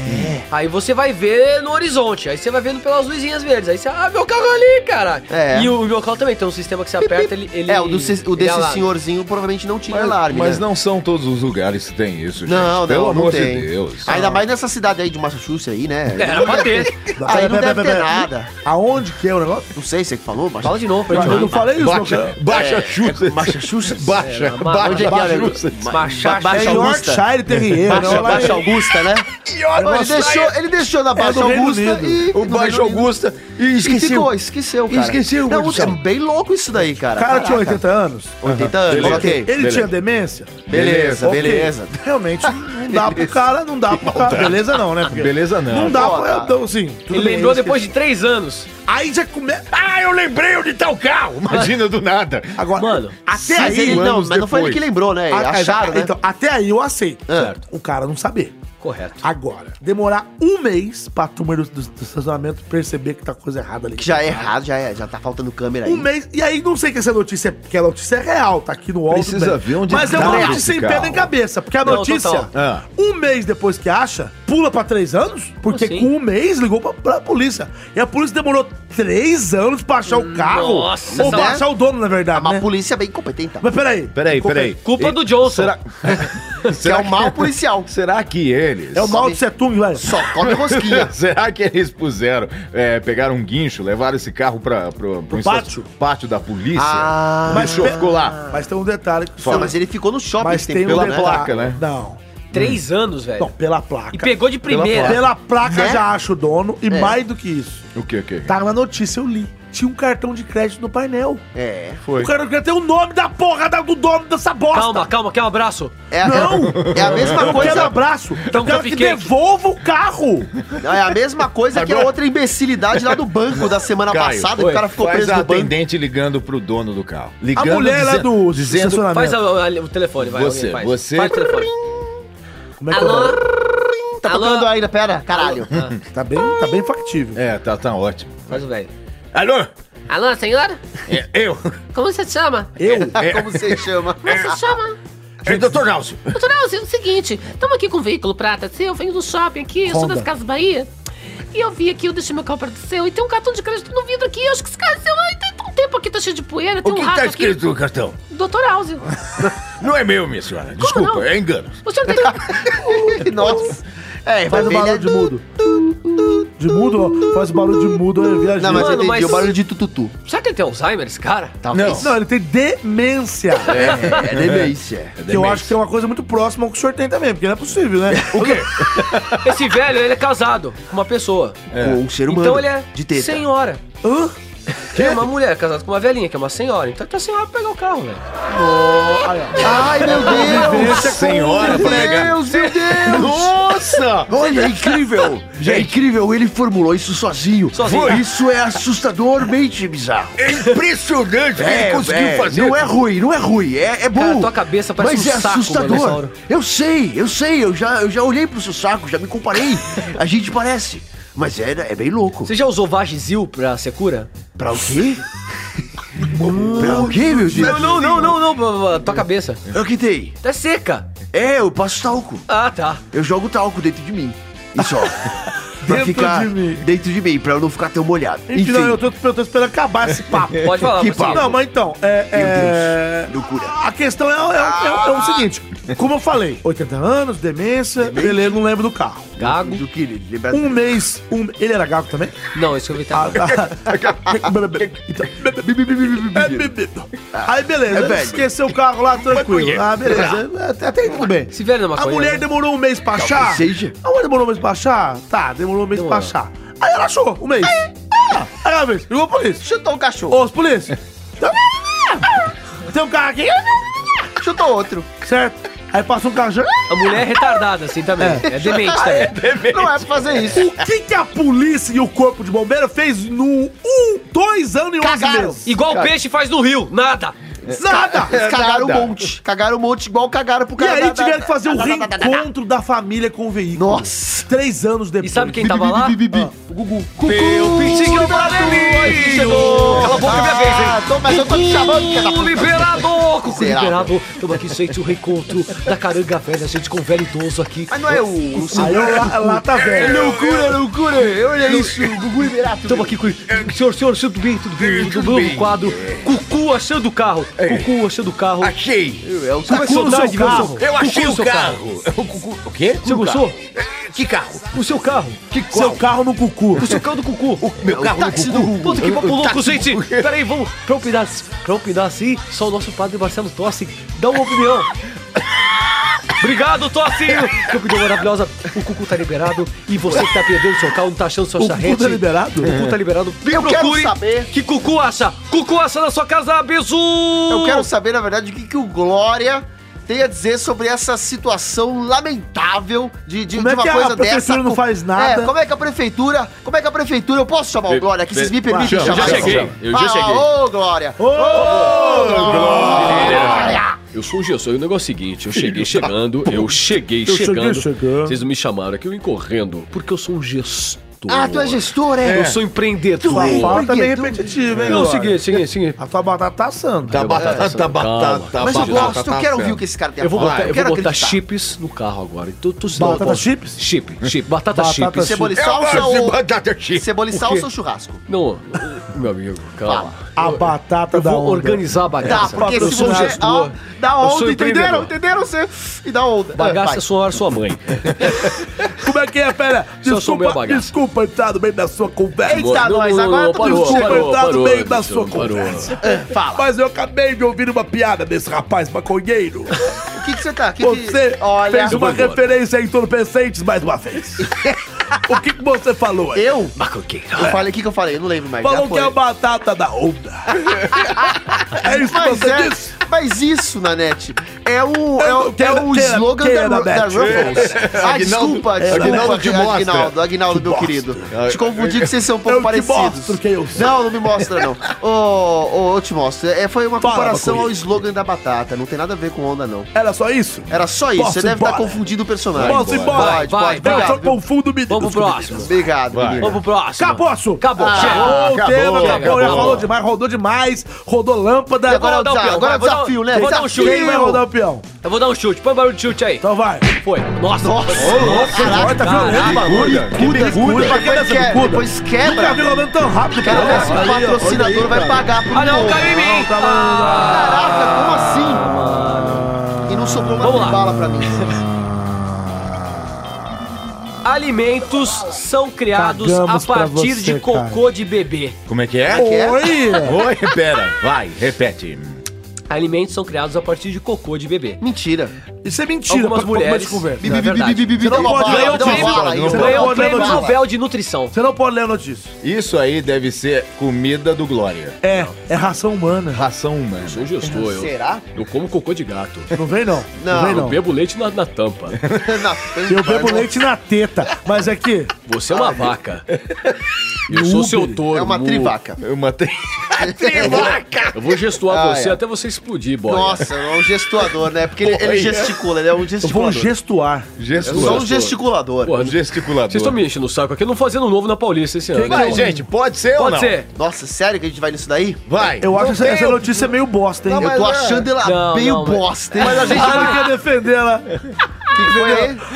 Aí você vai ver no horizonte, aí você vai vendo pelas luzinhas verdes. Aí você, ah, meu carro ali, cara.
É.
E o, o meu carro também tem um sistema que você aperta, ele. ele
É, o, do, ce- o
ele
desse
alarga.
senhorzinho provavelmente não tinha
Mas,
alarme,
mas
né?
não são todos os lugares que tem isso, gente.
Não, não,
Pelo
não
amor
tem.
de Deus. Ah,
Ainda mais nessa cidade aí de Massachusetts aí, né?
É, Era pra ter.
Aí não
Pera, pera,
deve ter
pera, pera.
nada.
Aonde que é o negócio?
Não sei, você que falou,
Fala
Massachusetts.
de novo pra gente.
Eu não
ouvir.
falei isso, meu
Baixa,
cara.
baixa, chuta.
É, Massachusetts?
Baixa,
É, ma- onde
baixa,
é que é,
baixa.
amigo? Baixa-
É
Baixa Augusta.
Yorkshire Terrier.
Baixa,
né? Olha
Baixa
aí.
Augusta, né? Ele
Nossa,
deixou, ele deixou na Baixa
do Reino
Augusta
Unido.
e...
O
do
Baixo
Reino Unido.
Augusta e
E ficou,
esqueceu.
esqueceu, cara.
Esqueceu,
Não, é
Gonçalo.
bem louco isso daí,
O
cara.
cara tinha
Caraca.
80 anos.
80 anos,
Beleza.
ok.
Ele
Beleza.
tinha demência?
Beleza,
Ok.
beleza.
Realmente, não dá pro cara, não dá pro cara. Beleza não, né? Porque
Beleza não.
Não dá
Pô,
pra...
cara.
Então, assim... tudo
Ele
bem,
lembrou
eu
depois de
esqueci.
três anos.
Aí já começa...
Ah, eu lembrei onde tá o carro. Imagina do nada.
Agora,
Mano,
até
Mas
aí...
ele, não,
anos
mas não foi ele
depois.
que lembrou, né?
Ah,
Acharam,
ah,
né?
Então, até aí eu aceito.
Ah.
Certo. O cara não saber.
Correto.
Agora, demorar um mês pra turma do, do- do estacionamento perceber que tá coisa errada ali.
Que já é errado, já é, já tá faltando câmera aí.
Um mês. E aí, não sei que essa notícia é. Porque a notícia é real, tá aqui no UOL.
Precisa
tudo bem.
ver onde
Mas é
tava
um leite
esse
sem
carro.
pé nem cabeça. Porque a
Não,
notícia,
total.
Ah.
um mês depois que acha, pula pra três anos. Porque
Como assim?
com um mês ligou pra, pra polícia. E a polícia demorou três anos pra achar o carro.
Nossa,
ou
essa-
pra achar o dono, na
Ah,
verdade.
mas
né?
a polícia é bem competente. tá?
Mas peraí.
Peraí, peraí.
Culpa
E-
do Johnson.
Será,
Que é
será
o mal policial.
Será que eles...
É o mal de Setung, velho.
Só come rosquinha.
Será que eles puseram, é, pegaram um guincho, levaram esse carro pra, pro, pro insta-
pátio?
pátio da polícia?
Ah.
o bicho
Mas-
ficou lá.
Mas tem um detalhe que
Não, mas ele ficou no shopping
Mas
esse
tem um
pela
detalhe-
placa, né?
Não.
Três anos, velho.
Não, pela placa.
E pegou de primeira.
Pela placa
Né?
já acha o dono. E
É.
mais do que isso.
O que, o que?
Tá na notícia, eu li. Tinha um cartão de crédito no painel.
É.
Foi.
O cara quer ter o nome da porra da- do dono dessa bosta.
Calma, calma, quer um abraço?
É a,
Não!
É a mesma
Eu quero
coisa.
abraço.
Então
eu quero que
fiquei aqui.
devolva o carro.
É a mesma coisa que a
Agora-
outra imbecilidade lá do banco da semana
Caio,
foi.
passada, que Tá o cara ficou
Faz
preso
a
no banco.
atendente ligando pro dono do carro.
A
Ligando,
mulher lá
dizen-
do
dizendo
estacionamento.
Faz a- a- o telefone, vai.
Você,
alguém faz.
você-
Faz o telefone.
Como é que é o nome?
Tá
Alô?
tocando ainda, pera. Caralho.
Tá bem, tá bem factível.
É, tá, tá ótimo.
Faz o velho.
Alô?
Alô, senhora?
É, eu.
Como você se chama?
Eu? É.
Como você chama?
Como você se chama?
É, doutor Nalcio.
Doutor Alce, é o seguinte, estamos aqui com um veículo prata seu, venho do shopping aqui, eu sou
Honda.
das Casas Bahia. E eu vi aqui, eu deixei meu carro perto do seu, e tem um cartão de crédito no vidro aqui, eu acho que esse carro é seu, ai, tem um tempo aqui, tá cheio de poeira, tem
O que
um
que
rato
tá
aqui.
escrito no cartão?
Doutor Alce,
Não é meu, minha senhora. Desculpa,
não?
é engano.
o senhor tem...
Nossa. É,
Faz o
vermelho
barulho
é
de
tu-
mudo. De mudo, ó. Faz o barulho de mudo, eu viajei.
Não, mas eu
Mano,
entendi.
mas-
O barulho de tututu.
Será que ele tem Alzheimer, esse cara?
Tá.
Talvez.
Não, ele tem demência.
É, é demência.
Que eu acho que é uma coisa muito próxima ao que o senhor tem também, porque não é possível, né?
O quê?
Esse velho, ele é casado com uma pessoa.
É.
Com um ser humano.
Então ele é
De teta.
senhora.
Hã?
É uma mulher casada com uma velhinha, que é uma senhora. Então que a senhora vai pegar o carro, velho.
Ai, meu Deus.
Senhora,
Meu
prega.
Deus, meu Deus.
Nossa!
Olha, é incrível! É incrível, ele formulou isso sozinho.
Sozinho.
Foi. Isso é assustadormente bizarrro.
É impressionante o que ele conseguiu fazer.
Não é ruim, não é ruim, é, é bom.
Cara, tua cabeça parece
Mas
um
é
saco,
assustador.
Manossauro.
eu sei, eu sei, eu já, eu já olhei pro seu saco, já me comparei. A gente parece. Mas é, é bem louco.
Você já usou Vagizil pra secura?
Pra o quê? pra o quê, meu Deus?
Não, não, não, não, não, pra- pra tua cabeça.
Eu que tem.
Tá seca.
É, eu passo talco.
Ah, tá.
Eu jogo talco dentro de mim. E só. pra
Dentro
ficar
de mim.
dentro de mim, pra eu não ficar tão molhado.
Enfim, não, eu tô, eu tô esperando acabar esse papo.
Pode falar,
Que
Marcelo.
papo.
Não, mas então, é. é-
Deus, loucura.
A questão é, é- é-
Ah.
é o seguinte: como eu falei, 80 anos, demência, beleza, não lembro do carro.
Gago.
Do que ele lembra-
Um mês. Um, ele era gago também?
Não, isso que eu vi
Ah,
tá. Ah,
Então, É Aí beleza,
É velho.
esqueceu o carro lá tranquilo. Ah, beleza. é, Até, até aí tudo bem.
Se verde é uma
A
coisa.
mulher
né?
demorou um mês pra achar.
seja.
A mulher demorou um mês pra achar? Tá, demorou um mês pra
Demorou. achar.
achar. Aí ela achou, um mês. Ah, Aí ela fez, ligou a polícia.
Chutou um cachorro,
Ô, os polícia.
Ah,
Tem um carro aqui.
chutou outro.
Certo. Aí passa um carro.
Ah.
A mulher é retardada, assim também. É, demente também.
Não Ah, é pra fazer isso.
O que, que a polícia e o corpo de bombeiro fez no um, dois anos e onze
Cagaram. É.
meses?
Igual o peixe faz no rio, nada.
Nada!
Eles cagaram
nada.
um monte. Cagaram um monte, igual cagaram pro
E
cara.
aí
da-
tiveram
da-
que fazer o
da- da- da- da- da-
reencontro da família com o veículo.
Nossa.
Três anos
E
depois.
sabe quem tava lá?
O Gugu.
Meu
é
pintinho amarelinho chegou. Cala a boca, minha vez, hein?
Ah, tô, mas eu tô te chamando, filha da
Cucu
puta.
liberador, cucu
Será?
liberador. Tamo aqui, gente, o reencontro da caranga velha, gente, com o velho idoso aqui.
Mas não é o...
Aí eu lá, lá tá velho.
Loucura, loucura. Olha isso, o Gugu Liberato.
Estamos aqui com o senhor, senhor, tudo bem, tudo bem, do novo quadro, Cucu achando o carro, Cucu achando o carro,
Achei!
É o
começou
no seu
tarde,
carro.
viu, seu-
Eu
Cucu
achei
no
o
seu
carro! O, cucu- o quê?
Você gostou?
Que carro?
O seu carro,
Que
Seu carro no cucu.
o seu carro do Cucu.
Meu carro no
táxi
cucu?
do Gugu.
Puta que papo
Eu- eu-
louco,
táxi
gente!
do Gugu.
Peraí, vamos, pra opinar, pra opinar assim, só o nosso padre Marcelo Tossi dá uma opinião. Obrigado, Tossinho! Que opinião maravilhosa. O Cucu tá liberado e você que tá perdendo seu carro, não tá achando sua
O
charrete.
cucu tá liberado?
O Cucu tá liberado. Me
É. Eu quero
procure
saber.
que Cucu acha. Cucu acha na sua casa, Bisu!
Eu quero saber, na verdade, o que, que o Glória tem a dizer sobre essa situação lamentável de, de,
Como
de
é que a prefeitura
com-
não faz nada?
É, como é que a prefeitura. Como é que a prefeitura. Eu posso chamar o Glória aqui? Vocês me permitem
Chama, eu
chamar
já
ele?
cheguei,
eu já
Fala,
cheguei.
Ô, Glória!
Eu sou o Gerson, e o negócio é o seguinte, eu cheguei chegando, eu cheguei
Eu cheguei
chegando,
chegando.
vocês não me chamaram aqui, eu vim correndo, porque eu sou um gestor.
Ah, tu é gestor, é?
Eu sou empreendedor.
Tu é-
Fala, tá meio
Porque-
repetitivo, hein?
Não, é
Glória?
seguinte, seguinte, seguinte.
A tua batata tá assando.
Tá batata, tá batata, tá
Mas eu
batata,
gosto,
tá
eu quero ouvir
certo.
o que esse cara tem a
Eu vou
falar,
botar, eu vou
quero
botar
acreditar.
chips no carro agora. Tô, tô, sinal,
Batata
eu posso-
chips?
Chip, chip. Batata,
Batata
chips.
Cebola e
Eu
salsa
gosto É de
ou.
batata chips.
Cebola e
O
salsa
quê?
ou churrasco?
Não, meu amigo, calma.
A batata
Eu
da
vou
onda.
organizar a
Tá,
bagaça.
porque se
Patrocinar
você.
as
Ah,
duas.
dá
um Eu sou
onda, entenderam?
empreendedor.
Entenderam você? E dá onda.
Bagaça
Vai.
é sua hora, sua mãe.
Como é que é, pera?
eu sou meio
Desculpa,
bagaço.
desculpa entrar no meio da sua conversa.
Eita, nós, agora eu tô
parou,
discutindo.
parou,
Tá no
parou,
meio da
Gerson,
sua
parou.
conversa.
Ah, Fala.
Mas eu acabei de ouvir uma piada desse rapaz maconheiro.
O que que você tá? Que que-
Você
Olha,
fez uma
Eu vou embora.
referência a entorpecentes mais uma vez. o que, que você falou aí?
Eu?
Macoqueiro.
Eu falei, o que que eu falei? Eu não lembro mais.
Falou
já
que é a
foi.
batata da onda. é isso que
Mas
você
é,
disse?
mas isso, Nanete, é o, é, o-
que
é
era-
o
que era-
slogan
que
da,
era,
Ru- da
Beth?
É.
Ruffles. Ah,
é
desculpa, desculpa,
Aguinaldo te mostra.
Aguinaldo, Aguinaldo, meu querido. Te confundi que vocês são um pouco
Eu te
parecidos.
mostro quem eu sou.
Não, não me mostra, não. Ô, ô, eu te mostro. É, foi uma
Fala,
comparação ao
Macuí.
slogan da batata, não tem nada a ver com onda, não.
Era só isso?
Era só isso,
Posso
você
ir
deve estar
embora?
confundindo o personagem.
Posso ir
Pode,
embora?
pode,
Vai, vai,
pode.
Eu só
Obrigado,
confundo meninas.
Vamos pro
comigo.
próximo.
Obrigado,
Vai.
menino.
Vamos pro próximo.
Acabou, Su.
Acabou.
Ah,
chega.
Acabou o tema, acabou.
acabou.
Já falou demais, rodou demais, rodou lâmpada.
E agora é
Vou
o
dar um
desafio,
peão,
agora é
vai, vou dar
o
um-
desafio, né?
vou dar um
Desafio.
chute.
Quem vai rodar o peão?
Eu vou dar um chute. Põe barulho de chute aí.
Então vai.
Foi. Nossa.
Nossa,
Agora tá violento o bagulho.
Cuda,
bicuda. Pra que
depois,
dessa
quebra,
bicuda?
depois
Nunca
quebra.
vi rodando tão rápido.
Quero ver
cara.
se o
Aí, ó,
patrocinador vai pagar pro
Ah, não,
povo.
caiu em mim.
tá bom.
Ah.
Caraca, como
Ah,
assim? E não sobrou uma
Vamos lá.
bala pra mim.
Alimentos são criados
Cagamos
a
pra
partir
você,
de cocô de bebê.
Como é que é?
Oi!
Oi, pera, vai, repete.
Alimentos são criados a partir de cocô de bebê.
Mentira.
Isso é mentira, pra-
Algumas
pra começo
mulheres.
de conversa.
Não, é verdade.
Você não
pode
ganhou
ganhar
o
o
prêmio.
Você
prêmio.
Ganhou
pode
o prêmio
levantar.
Nobel de Nutrição.
Você não pode ler a notícia.
Isso aí deve ser comida do Glória.
É, é ração humana.
Ração humana.
Sou gestor, eu,
Será?
eu como cocô de gato,
Não vem não.
Não.
vem
eu
não.
bebo leite na, na tampa,
Na
Eu
tampa,
bebo
não.
leite na teta, mas é que
você é uma vaca. Eu sou seu touro.
É uma
mu.
trivaca.
Uma tri...
Eu vou gestuar
Ah,
você
é.
até você explodir, boy.
Nossa, é um gestuador, né? Porque ele, ele gesticula, ele é
Eu
um
vou
gesticulador.
gestuar.
Eu sou um
Gestuador.
gesticulador.
Porra,
Um Gesticulador.
Vocês estão me enchendo o saco aqui. Eu não vou fazer ano novo na Paulista esse ano.
Vai, gente, pode ser ou
Pode
não?
ser.
Nossa, sério que a gente vai nisso daí?
Vai.
Eu acho
Não
essa,
tem
essa
outro.
notícia meio bosta, hein?
Não,
Eu
Eu
mas
tô
é.
achando ela
Não,
meio
não, mas-
bosta, hein? Mas a gente
não quer defender ela.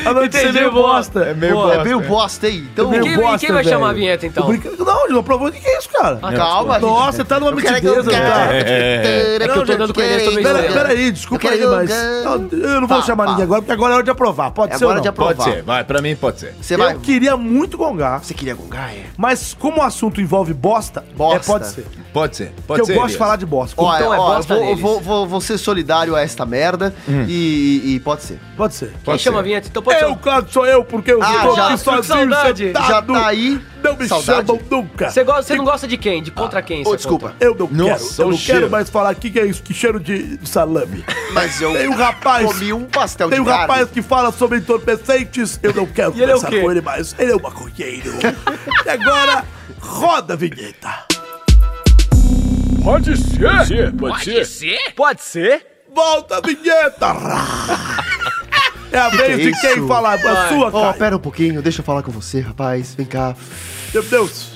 A notícia é
Entendi,
meio
boa.
bosta.
É meio
É
bosta.
meio bosta, hein? Então,
meio
Quem,
bosta,
quem vai chamar a
velho.
vinheta, então? Ah,
Tô brincando. Não, Diogo, pelo amor de que é isso, cara?
calma.
Nossa, você tá numa mentideza, cara.
É
que eu Tá, tô dando credência também,
Pera,
É.
pera aí, desculpa
Eu
aí,
quero
mas.
ganhar.
Eu eu não vou
Pá,
chamar
pá.
ninguém agora, porque agora é hora de aprovar. Pode
É
ser ou
agora
não?
de
Pode
aprovar.
ser, vai, pra mim pode ser.
Você vai...
Eu queria muito gongar,
Você queria gongar, é?
mas como o assunto envolve bosta,
Bosta.
é pode ser.
Pode ser, pode
Porque eu
ser.
gosto de
Elias.
falar de bosta.
Ó,
Então
é,
é
ó,
bosta
vou,
deles.
vou, vou, vou ser solidário a esta merda e, e pode ser.
Pode ser.
Quem
Pode
chama a
ser.
vinheta, então pode
eu,
ser.
cara, sou eu, porque eu
Ah,
sou
já-
aqui
que
saudade.
sentado.
Já tá aí.
Não me
saudade.
chamam nunca.
Você, gosta, você não gosta de quem? De contra quem?
Ah, Ô,
você
desculpa.
Eu não
Nossa,
quero. Eu
o
não
cheiro.
quero mais falar aqui que é isso, que cheiro de salame.
Mas eu
Tem um rapaz-
comi um pastel
Tem um
de carne.
rapaz que fala sobre entorpecentes. Eu não quero
E ele é o
conversar
quê?
com ele mais. Ele é um maconheiro. e agora, roda a vinheta.
Pode ser. Pode ser, pode ser.
conta? Pode ser?
Volta a vinheta. É a vez de quem
isso?
falar. A sua,
Ó,
cara.
pera um pouquinho, deixa eu falar com você, rapaz. Vem cá.
Meu Deus.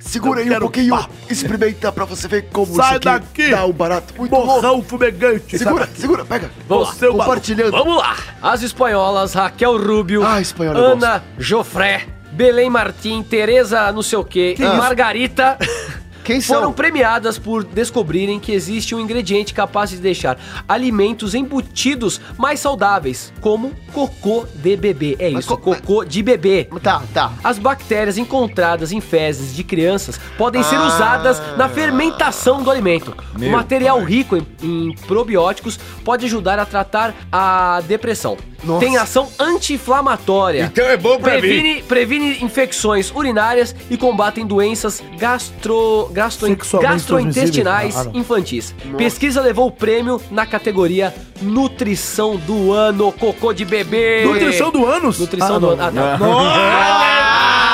Segura
Eu
aí um
quero
pouquinho,
papo.
experimenta pra você ver como
Sai
isso aqui
daqui.
dá um barato muito louco.
Morrão fumegante.
Segura, segura, pega.
Vamos lá.
Você, o maluco.
Compartilhando.
Vamos lá! As espanholas Raquel Rubio,
Ah, espanhola eu
Ana Jofré, Belém Martim, Tereza não sei o quê, e
isso?
Margarita
Quem
foram
são?
premiadas por descobrirem que existe um ingrediente capaz de deixar alimentos embutidos mais saudáveis, como cocô de bebê. É
Mas
isso,
co-
cocô de bebê.
Tá, tá.
As bactérias encontradas em fezes de crianças podem ser
Ah.
usadas na fermentação do alimento.
Meu
o material
pai.
rico em, em probióticos pode ajudar a tratar a depressão.
Nossa.
Tem ação anti-inflamatória.
Então é bom pra mim.
Previne, previne infecções urinárias e combatem doenças gastro, gastro-
Sexualmente
gastrointestinais
transmissíveis. Ah, não.
infantis. Pesquisa levou o prêmio na categoria Nutrição do Ano, cocô de bebê.
Nutrição do ânus?
Nutrição
Ah,
do
não.
ano. Ah, tá.
Ah!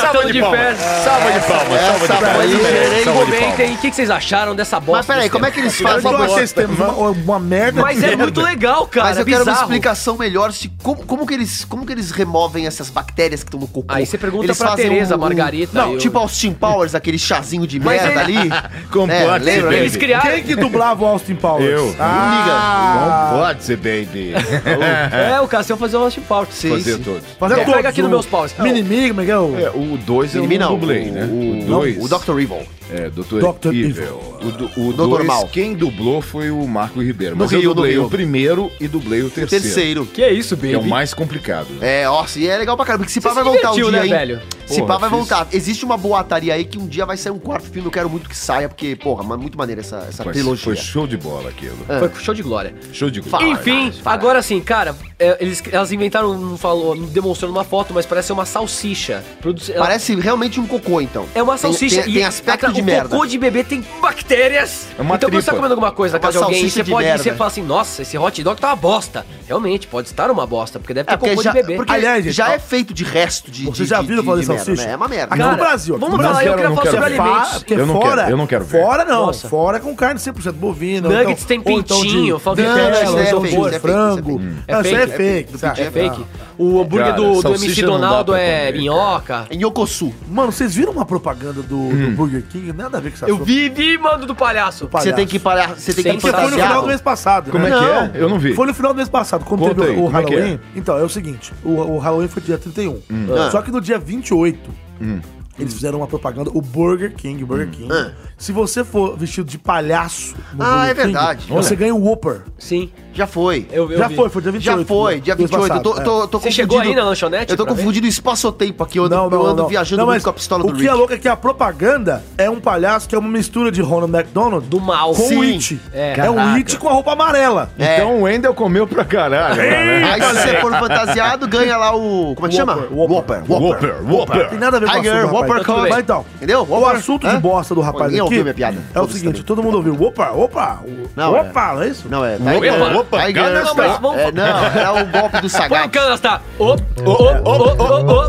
Salva de pé.
Salva de palmas, salva de
Essa
palmas.
Mas
Aí,
gerei,
Salva de palmas.
comentem o que que vocês acharam dessa bosta.
Mas peraí,
desse
como é
tema.
que eles
Eu
fazem
não achei
bosta?
esse tema uma, uma merda.
Mas é muito legal, cara.
Mas eu quero uma
bizarro.
explicação melhor se como, como que eles como que eles removem essas bactérias que estão no cocô.
Aí você pergunta
eles
pra
fazem um,
Tereza, Margarita,
Não,
eu-
tipo Austin Powers, aquele chazinho de
Mas
merda
ele-
ali. É,
Comporte-se,
lembra?
baby.
Eles criaram.
Quem que dublava o Austin Powers?
Eu.
Ah,
Comporte-se, baby.
É, o Cassião fazer um Austin Power.
Sim,
Fazer
sim.
todos.
Fazer
Não,
todos,
pega aqui
o
nos meus paus.
Minimigo, como é que é o-
É, o 2 eu
Inimigo
não
não,
dublei,
o-
né?
o-
O 2.
O Dr. Evil.
É, Dr.
Dr.
Evil.
Evil.
O, do, o
No
dois,
normal.
quem dublou foi o Marco Ribeiro.
No
Mas
Rio,
eu
no
dublei
Rio.
o primeiro e dublei o terceiro.
Terceiro.
Que é isso, baby?
Que é o mais complicado.
É, nossa, e é legal pra caramba, porque se pá
se
vai voltar um
divertiu,
dia,
né,
hein?
velho?
Se
Porra,
pá vai
fiz.
voltar. Existe uma boataria aí que um dia vai sair um quarto filme, eu quero muito que saia, porque, porra, mas muito maneira essa, essa
Mas
Tá trilogia. Ah,
foi show de bola aquilo.
Foi show de glória.
Show de
Fala.
bola.
Enfim,
fala.
agora sim, cara, é, eles, elas inventaram, não falou, não demonstrou numa foto, mas parece ser uma salsicha. Produz- ela-
Parece realmente um cocô, então.
É uma
Tem-
salsicha
Tem, tem aspecto
a-
de
o
merda.
cocô de bebê tem bactérias.
É uma
então quando você tá
tripa.
comendo alguma coisa na
É
casa de
uma
alguém,
salsicha
você
de
pode
merda.
você fala assim, nossa, esse hot dog tá uma bosta. Realmente, pode estar uma bosta, porque deve ter
É porque
cocô
já,
de bebê.
porque
Aliás, gente,
já
ó,
é feito de resto de.
Vocês
de-
já
de-
viram
de-
falar
de
de
merda,
salsicha?
né? É uma merda.
Aqui um no Brasil, aqui
Vamos
no
pra lá,
Brasil.
eu queria
Não
falar
quero,
sobre
não quero.
alimentos.
Porque
Eu não
fora,
quero, eu não quero ver.
Fora não,
Nossa.
fora é com carne 100% bovina. ou
Nuggets tem
ou então de
pintinho,
Não, não, isso
vitela,
né,
é
ou
fake,
então
isso é
de
fake, isso é
frango.
fake.
É
Não, Isso aí é
fake,
fake, sabe?
É fake. O hambúrguer
Cara,
do, do MC
salsicha não dá
Donaldo
pra
é
comer, cara.
minhoca.
Em Yokosu.
Mano, vocês viram uma propaganda do, do
Uhum.
Burger King? Nada a ver com essa
Eu vi, vi, mando do palhaço.
palhaço.
Você tem que parar. Você tem
Sim,
que
Porque foi no
fantasiado.
final do mês passado.
Como
né?
é que é? Eu não vi.
Foi no final do mês passado, quando
Conta
teve
aí,
o, o
como é que é?
Halloween. Então, é o seguinte: o, o Halloween foi dia 31.
Ah.
Só que no dia 28, eles fizeram uma propaganda, o Burger King, o Burger King.
Ah.
Se você for vestido de palhaço no
Ah,
Burger
é verdade.
King, você ganha o Whopper.
Sim,
Já foi.
eu, eu
Já
vi.
foi, foi dia 28.
Já foi, dia
né? mês
28. Eu tô,
passado, é.
tô, tô
Você chegou aí
confundindo-
na lanchonete
Eu tô
pra ver?
confundindo espaço-tempo aqui. Eu ando,
Não, não,
eu ando
não.
viajando
Não,
muito
mas
com a pistola
o
do
que
Rick.
é louco é que a propaganda é um palhaço que é uma mistura de Ronald McDonald
Do mal.
com
Sim.
o It.
É.
É, um
Caraca.
It com a roupa amarela.
É.
Então o Wendel comeu pra caralho. né? cara.
Aí se você for fantasiado, ganha lá o. Como é que chama?
Whopper.
Whopper.
Whopper, Whopper.
Tem nada a ver com o
Tiger,
assunto, rapaz.
Whopper
Tá tudo
Cup.
bem. Mas então,
Entendeu?
o
Whopper.
assunto
Hã?
de bosta do rapaz
Ninguém
aqui
ouviu minha piada.
é o
Todos
seguinte,
também.
todo mundo ouviu, opa, opa,
Não,
opa, é isso?
Não, é.
Whopper,
Tiger.
Whopper,
Tiger.
Gunners,
mas vamos-
É, não, era o golpe do
Põe
Sagat.
É, é.
canasta! Opa, opa, opa,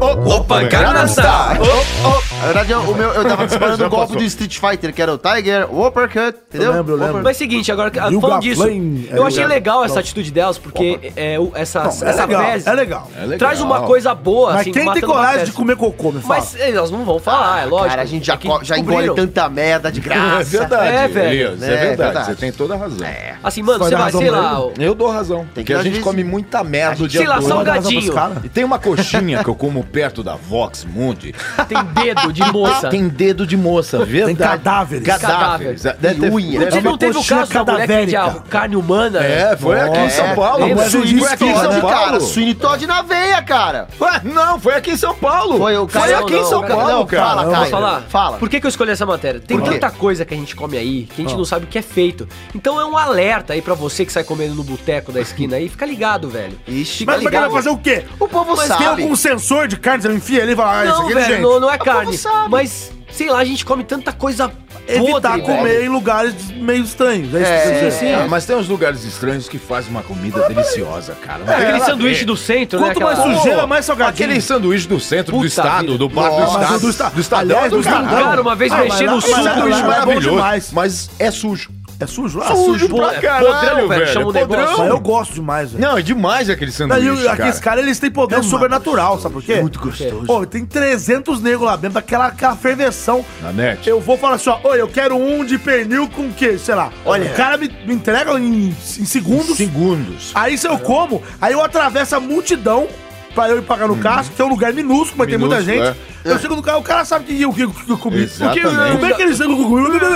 opa, opa, canasta! Opa,
Na verdade, eu, o meu, eu tava disparando o golpe do Street Fighter, que era o Tiger, o Uppercut, entendeu?
lembro, eu lembro.
Mas seguinte, agora que-
Yuga
falando disso,
Flame, é
eu achei
Yuga-
legal essa atitude delas, porque é, o- essa,
Não,
essa
é legal,
vez
é legal.
É legal.
traz uma coisa boa,
Mas
assim,
quem tem
matando uma
coragem
tese.
de comer cocô, me fala?
Mas elas não vão falar, é lógico.
Ah, Cara, a gente já,
É que
co- já engole
descobriram.
tanta merda de graça.
É verdade,
É, velho.
Elias, é,
É,
verdade.
verdade. É.
Você tem toda a razão.
Assim, mano,
Vai
você
dar
vai,
razão
sei
pra
lá, o-
Eu dou razão.
Tem que
porque a
dar
gente
juízo.
come muita merda o dia
sei lá,
todo.
Vai dar razão
salgadinho.
pros caras?
E tem uma coxinha que eu como perto da Vox Mundi.
tem dedo de moça.
Tem dedo de moça, verdade.
cadáveres.
Cadáveres. Deve ter,
unha.
deve-
Inclusive, não teve o
coxinha
caso da mulher que
cadavérica.
tinha carne humana.
É, foi aqui em São Paulo.
lembra?
Foi
Suíço,
aqui em
Todd,
São
cara.
Paulo.
Sweeney Todd na veia, cara.
Ué, Não, foi aqui em São Paulo.
Foi o
Foi
cara-
aqui em
não,
São
não,
Paulo,
não,
cara.
fala,
Não,
cara.
Posso falar?
Fala.
Por que, que eu escolhi essa matéria? Tem
Por quê?
tanta coisa que a gente come aí que a gente não sabe o que é feito. Então é um alerta aí pra você que sai comendo no boteco da esquina aí. Fica ligado, velho.
Ixi, tá
Mas como é que
ligado?
vai fazer o quê?
O povo
Mas tem
sabe.
algum sensor de carne, você enfia ali e fala, ah, isso
Não,
aqui é
velho,
gente.
não, não é carne.
povo sabe.
Mas, sei lá, a gente come tanta coisa
Evitar
podre,
comer
velho.
em lugares meio estranhos. É, isso que você
É,
quer dizer.
sim.
Ah, mas tem uns lugares estranhos que fazem uma comida deliciosa, é, cara. é.
Aquele sanduíche do centro,
Quanto
né?
mais
aquela-
sujeira, mais salgadinho.
Aquele sanduíche do centro do
Puta
estado,
vida.
do bar do
Nossa,
estado.
do esta-
do estadão
Aliás,
do
do
caralho.
estadão.
Cara, uma vez
Ah, mas
mexendo
lá-
o
mas
suco
lá-
do
lá-
sanduíche
é bom
maravilhoso,
demais.
mas é sujo.
É sujo lá?
Sujo
pra
pra
caralho,
caralho,
é velho,
velho.
chama o negócio.
Mas
podrão.
eu gosto demais, velho.
Não, é demais aquele
Não, e
sanduíche,
aqui,
cara.
esses caras, eles têm poder sobrenatural, sabe por quê?
Muito gostoso.
Pô, tem 300 negros lá dentro, aquela, aquela ferveção.
Na net.
Eu vou falar assim, ó, oi, eu quero um de pernil com queijo, sei lá. Olha, o cara me, me entrega em, em
um
segundos,
Segundos.
aí se eu como, aí eu atravesso a multidão pra eu ir pagar no caixa, que é um lugar minúsculo, mas tem muita gente.
Minúsculo,
Eu chego no carro, o cara sabe o que, o que, o que eu comi.
Exatamente.
O que- Como é que eles chegam com comida?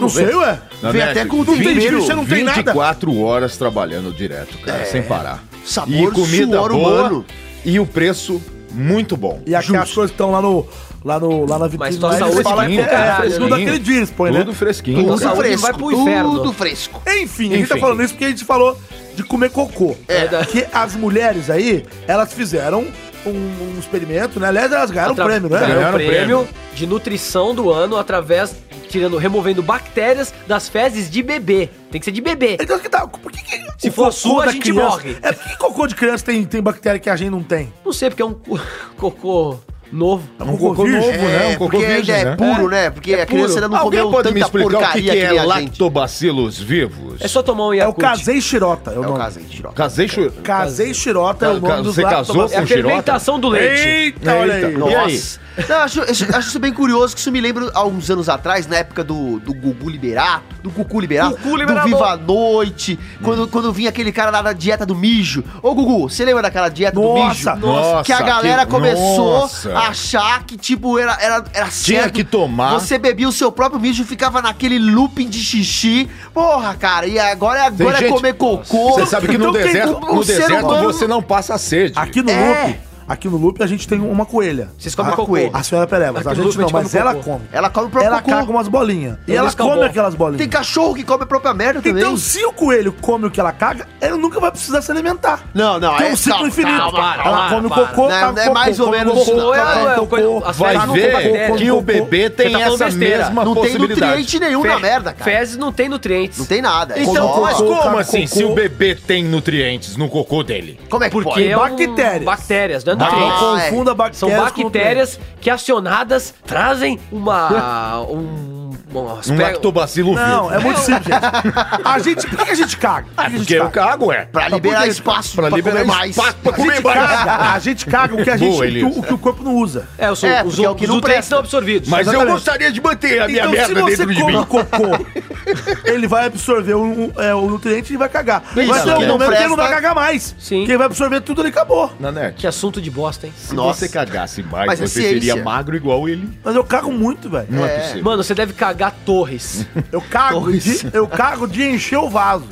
Não sei, ué.
Na
Vem
net,
até com-
não tem
primeiro,
justiça, não tem nada.
24 horas trabalhando direto, cara, sem parar.
É, Sabor,
e comida
suor
boa
humano.
e o preço muito bom.
E aqui as coisas que estão lá no. Lá, no, lá na vitrine.
Mas tua
lá, eles
saúde
falam
vai
que
pro caralho,
é, segundo
né?
aquele dia, eles põem, né?
Tudo fresquinho.
Tudo
cara.
saúde vai pro inferno.
Tudo fresco.
Enfim, a gente tá
Enfim.
falando isso porque a gente falou de comer cocô.
É.
Que as mulheres aí, elas fizeram um, um experimento, né? Aliás, elas ganharam um
Atra-
prêmio, né?
ganharam
Ganharam
o prêmio, de nutrição do ano através tirando, removendo bactérias das fezes de bebê. Tem que ser de bebê.
Então, que tá, por que, que
Se
o
for
cocô
sua, a
da
gente
criança-
morre.
É porque cocô de criança tem, tem bactéria que a gente não tem.
Não sei porque é um co- cocô novo.
É
Um cocô
virgem.
novo,
É.
né? Um cocô
porque
virgem,
ainda é
né?
puro, né? Porque a criança ainda não
Alguém
comeu
pode me
tanta
explicar o que,
porcaria
que
que,
é
nem a gente.
lactobacilos vivos?
É só tomar um
É o
Yakult.
Casei Chirota. É o
É o
nome.
caso aí, Tiro.
Casei chu...
Casei Chirota é o
Ca- ca-
nome dos
você casou
lactobacilos.
É a
com chirota?
fermentação do leite.
Eita, olha aí.
Eita, E aí?
Não, acho, acho, acho isso bem curioso, que isso me lembra há uns anos atrás, na época do, do Gugu Liberato, do Cucu Liberato,
Cucu Liberato.
do Viva a Noite, quando, quando vinha aquele cara lá da dieta do mijo. Ô, Gugu, você lembra daquela dieta do
Nossa,
mijo?
nossa,
que a galera
que-
começou
nossa.
a achar que, tipo, era, era, era
Tinha que tomar.
Você bebia o seu próprio mijo e ficava naquele looping de xixi. Porra, cara, e agora,
Tem
agora é
gente-
comer cocô.
Você sabe que no
Então tem
deserto,
um- um
no
ser
deserto
humano-
você não passa sede.
Aqui no
É.
loop, aqui no loop a gente tem uma coelha.
Vocês comem
a,
cocô.
A senhora Perevas.
Aqui
A
no
gente
loop a
não,
gente come
mas ela
cocô.
come.
Ela come o próprio
Ela
cocô.
caga umas bolinhas. E
Eu
ela
disse acabou.
come aquelas bolinhas.
é um Tem cachorro que come a própria merda também.
Então, se o coelho come o que ela caga, ela nunca vai precisar se alimentar.
Não, não,
Tem
é-
um ciclo
calma,
infinito.
calma,
calma,
ela
calma,
come o
para.
cocô,
Não,
caga
é
o cocô,
mais ou
come o
menos
cocô,
isso, não.
caga
É,
o
é,
cocô,
coisa- as
Vai
tá
Não tem
ver
bactéria,
que
tem
o
cocô.
bebê tem
Você tá falando
essa
besteira.
mesma
não tem
possibilidade.
nutriente né? nenhum na merda, cara.
Fezes não tem nutrientes.
Não tem nada. É
Então,
Cocô,
mas
cocô,
como
cocô.
assim se o bebê tem nutrientes no cocô dele?
como é que
Porque
pode?
é um-
Bactérias.
Bactérias, não é
Não,
nutrientes.
tá- não confunda bactérias
São
com
bactérias que acionadas trazem uma... um... uma-
Um lactobacilo
nutrientes. Não, é
vivo.
muito simples, gente. A gente, por que que a gente caga? Por que a gente
Porque eu cago, é.
Pra liberar espaço,
Pra liberar
comer mais.
espaço pra
A gente
é
comer mais.
caga, a gente caga o que a gente,
Boa,
o que o-
Elias.
o que o corpo não usa.
É, os,
É,
os,
porque é o que
os
não
nutrientes
presta.
não absorvidos.
Mas eu
Exatamente.
gostaria de manter a minha
Então, se
merda
você
dentro de
come
mim.
cocô, ele vai absorver o, o- é, o nutriente e vai cagar. Mas
isso
tem um
que não
momento que ele não vai
presta.
cagar mais.
Sim.
Quem vai absorver tudo, ele acabou.
Nanete,
Que assunto de bosta, hein?
é tipo, se
Nossa.
você cagasse mais,
Mas é
você seria
ciência.
magro igual ele.
Mas eu cago muito, velho.
Não é, possível.
Mano, você deve cagar torres.
Eu cago, de, eu cago de encher o vaso.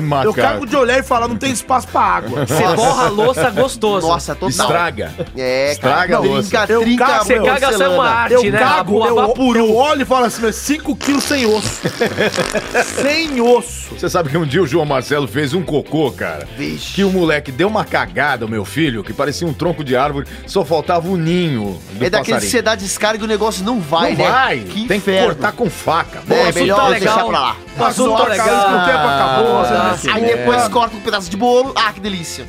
Macaco.
Eu cago de olhar e falar, não tem espaço pra água.
Você borra a louça gostoso.
Nossa, total.
Estraga.
É,
Estraga a
cara.
louça.
Trinca,
Eu
trinca,
cago,
Você
meu,
caga essa
porcelana.
é uma arte,
Eu
né?
cago,
a,
eu,
a vapuru.
eu olho e falo assim, 5 quilos sem osso. sem osso.
Você sabe que um dia o João Marcelo fez um cocô, cara.
Vixe.
Que o moleque deu uma cagada ao meu filho, que parecia um tronco de árvore, só faltava o ninho do
É daquele que
passarinho.
você dá descarga e o negócio não vai,
não
né?
vai.
Que
Tem que
inferno.
cortar com faca.
É,
Bom,
assunto tá
melhor
legal.
deixar pra lá.
Passou
Passou
tá
tão
a casa que o
legal.
tempo acabou.
Ah,
você não
Aí
percebeu.
depois corta um pedaço de bolo. Ah, que delícia.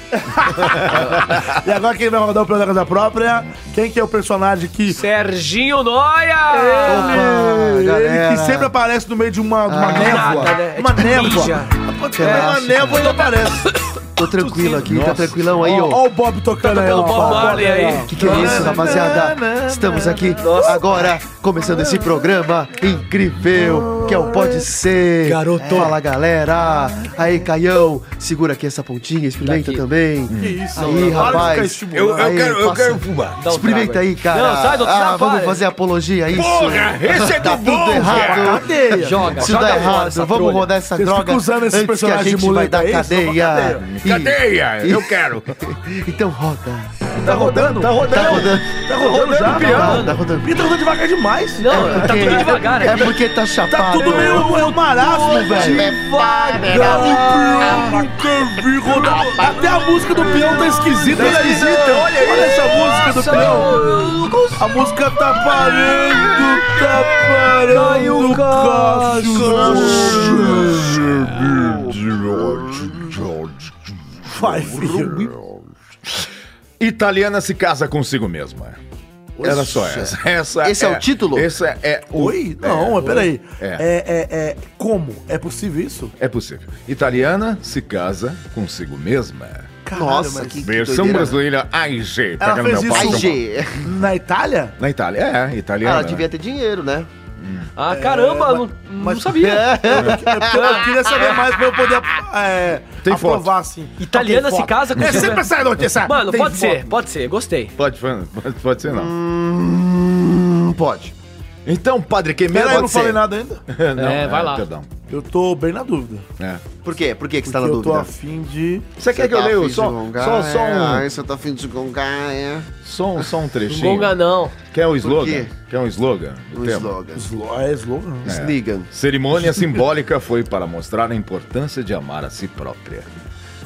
E agora quem vai rodar o pela casa própria? Quem que é o personagem que...
Serginho
É.
Noia!
Ele,
galera.
ele que sempre aparece no meio de uma, de uma névoa.
nada, né? É
Uma
tipo
névoa.
ninja.
É uma
Relaxa.
névoa ele aparece.
Tô tranquilo aqui, tá tranquilão aí,
Ó,
ó.
ó o Bob tocando aí, ó.
Pelo Bob
Ó,
Marley aí.
Que que é isso, rapaziada? Estamos aqui agora, começando esse programa incrível, que é o Pode Ser.
Garoto.
Fala, galera. Aí, Caião, segura aqui essa pontinha, experimenta
Daqui.
também. Que
isso,
Aí,
mano. Para de ficar
rapaz.
estimulando. Eu- eu
quero, eu quero fumar.
Dá um
Experimenta
trago
aí, cara.
Não, sai do
Ah,
trabalho.
vamos fazer apologia a isso. Porra, esse é do bom, errado.
Cadeia.
Joga,
Isso
joga
dá
fora
errado,
essa
vamos
trolha.
rodar essa
Vocês
droga
ficam usando esse
antes que a
personagem
gente
de
vai
moleque
dar
aí, só pra
cadeia. E-
Cadeia, eu quero.
Então roda.
Tá rodando? Tá rodando.
Tá rodando.
Tá rodando já?
Tá, tá rodando.
Ih, tá rodando devagar demais.
Não, tá
Porque-
tudo devagar
É
aqui.
porque tá chapado.
Tá tudo meio é um marasmo, velho. Devagar. Nunca vi rodar. Até a música do peão tá esquisita. Tá esquisita, olha aí. Olha essa música do peão. A música tá parando, tá parando o Cássio. Vai, filho.
Italiana se casa consigo mesma. Era só essa. essa
Esse é o título?
Esse é o.
Oi? Não, mas peraí. É.
É.
É, é, como? É possível isso?
É possível. Italiana se casa consigo mesma.
Nossa, que, que
Versão
doideira.
brasileira AIG. Pega no
fez
meu pau,
isso.
São Paulo.
AIG.
Na Itália?
Na Itália. É, italiana.
Ah, Ela devia ter dinheiro, né?
Ah, caramba, não, não sabia.
Eu, eu queria saber mais pra eu poder é,
Tem foto.
aprovar, assim.
Italiana
Tem
se
foto.
casa com
É sempre
seu-
essa notícia.
Mano,
Tem
pode
foto.
ser, pode ser, gostei.
né? Pode, pode, pode ser, não.
Não pode.
Então, padre, que mesmo
Pera aí, eu não
pode ser?
falei nada ainda.
Não,
É, vai lá.
Perdão.
Eu tô bem na dúvida.
É.
Por quê? Por que, que você tá na
porque eu tô
dúvida?
afim de.
Você quer que eu
tá
leia o- só, só, só, um,
Você tá afim de gongar, é?
só, um, só um trechinho?
Gonga não.
né?
Quer um
quê?
slogan? Quer um slogan? O
O
tema.
slogan.
Slo- É slogan.
É.
Sligan.
Cerimônia simbólica foi para mostrar a importância de amar a si própria.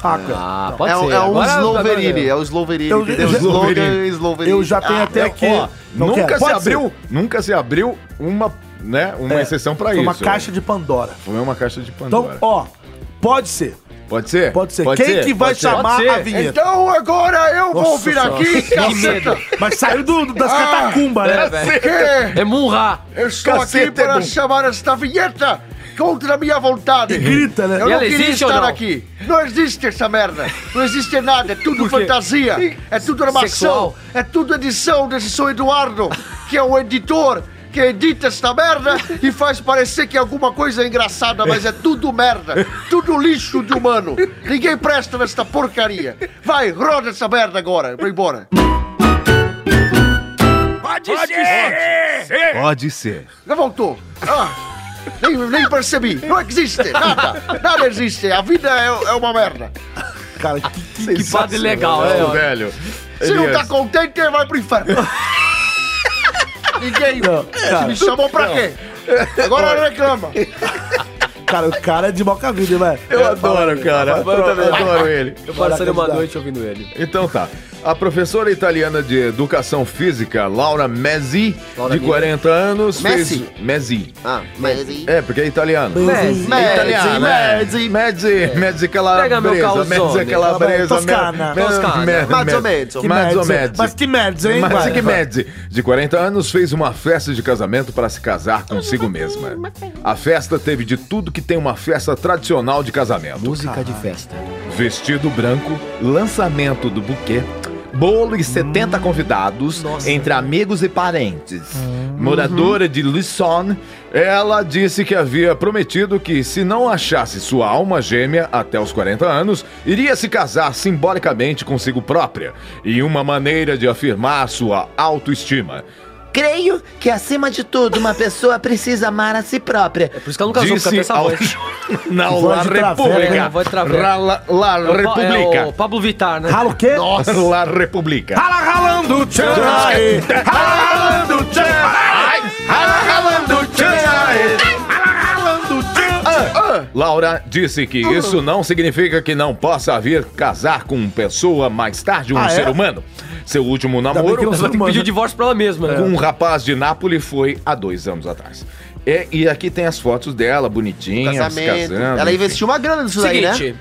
Ah, cara.
Ah, pode
É,
ser.
um- é um
Agora-
Sloverini,
agora-
é o Sloverini,
Eu-
entendeu?
eu já-
Slogan Ah, Sloverini.
Eu já tenho até
É,
aqui.
ó,
Não
nunca
quero.
se
Pode ser.
abriu, nunca se abriu uma, né, uma
É,
exceção para
Foi
isso.
uma caixa de Pandora.
Foi uma caixa de
Então,
Pandora.
ó, pode ser.
pode ser?
Pode ser. Quem que vai
Pode ser?
chamar
Pode ser.
a vinheta?
Então agora eu
Nossa senhora.
Que medo.
Mas saiu do, das catacumbas, né?
É, velho. É murra.
Eu estou
aqui
é
para chamar esta vinheta contra a minha vontade.
E grita,
Eu
né?
E
não
ela
queria
existe ou
estar
não?
aqui. Não existe essa merda. Não existe nada. É tudo
quê?
fantasia. É tudo armação.
Sexual.
É tudo edição desse São Eduardo, que é o editor que edita esta merda e faz parecer que é alguma coisa engraçada, mas é tudo merda. Tudo lixo de humano. Ninguém presta nesta porcaria. Vai, roda essa merda agora. Vai embora.
Pode ser.
Já voltou. Ah, nem, nem percebi. Não existe nada. Nada existe. A vida é, é uma merda.
Cara, que-
Que padre legal, é.
Não,
ó.
velho.
Se não tá
Elias,
contente, vai pro inferno. Ninguém me chamou pra quê? Agora reclama.
cara, o cara é de boca vida, hein, velho.
Eu adoro, cara. Eu adoro ele.
Eu passei uma
Maravilha.
noite ouvindo ele.
Então tá. A professora italiana de educação física, Laura Mezzi,
Laura
de
Mezzi.
40 anos,
Messi?
fez. Mezzi.
Ah, mas... né? aí-
É, porque é italiano.
Messi.
É
Mezzi,
italiano, é.
Mezzi.
Mezzi, Mezzi
Pega meu
calabresa,
calzone.
Mezzi calabresa,
Toscana.
Me- me-
Toscana.
me-
Mais ou menos.
Que
Mais ou
merda, hein?
menos.
Mas que merda, hein?
Mas
vai?
que Mezzi, de 40 anos, fez uma festa de casamento para se casar consigo mesma. A festa teve de tudo que tem uma festa tradicional de casamento.
Música de festa.
Vestido branco, lançamento do buquê, bolo e 70 convidados, entre amigos e parentes. Moradora de Lisson, ela disse que havia prometido que, se não achasse sua alma gêmea até os 40 anos, iria se casar simbolicamente consigo própria, e uma maneira de afirmar sua autoestima.
Creio que, acima de tudo, uma pessoa precisa amar a si própria.
É por isso que ela nunca casou, porque ela tem
disse
essa
ao
voz.
jornal La
Voz de travessa,
né?
República.
Voz de travessa.
Ra- La, La
É o Pa- É o
República.
Pablo Vittar, né?
Rala o quê?
La República.
Rala ralando tcharai, rala ralando tcharai, rala ralando tcharai, rala ralando Ah. tcharai.
Ah, Laura disse que isso não significa que não possa vir casar com pessoa mais tarde, um
Ah, é?
ser humano. Seu último
bem que
namoro um
não né?
Ela né? vai ter que
Mano.
É.
pedir o divórcio pra ela mesma,
com
né?
um rapaz de Nápoles foi há dois anos atrás. É, e aqui tem as fotos dela, bonitinha, se
Casamento.
casando,
Ela
enfim.
investiu uma grana nisso daí, né?
Seguinte,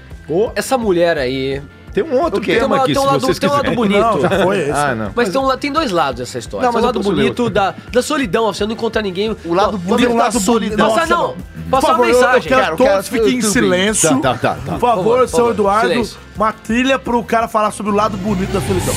Essa mulher aí.
Tem um outro
tem
tema
uma-
aqui,
tem um
se
lado,
vocês
tem um lado
quiserem.
bonito.
Não, já foi esse. Ah, não.
Mas, tem, um la- tem dois lados essa história.
Não,
Tem
mas
um
eu
lado
posso ler
bonito da, da solidão, assim, eu não encontrar ninguém. O lado
bonito da solidão.
Passar, não.
Nossa, não.
Passar
Por
uma
favor, eu-
mensagem.
Eu quero que todos fiquem em silêncio. Por favor, seu Eduardo,
silêncio.
uma trilha pro cara falar sobre o lado bonito da solidão.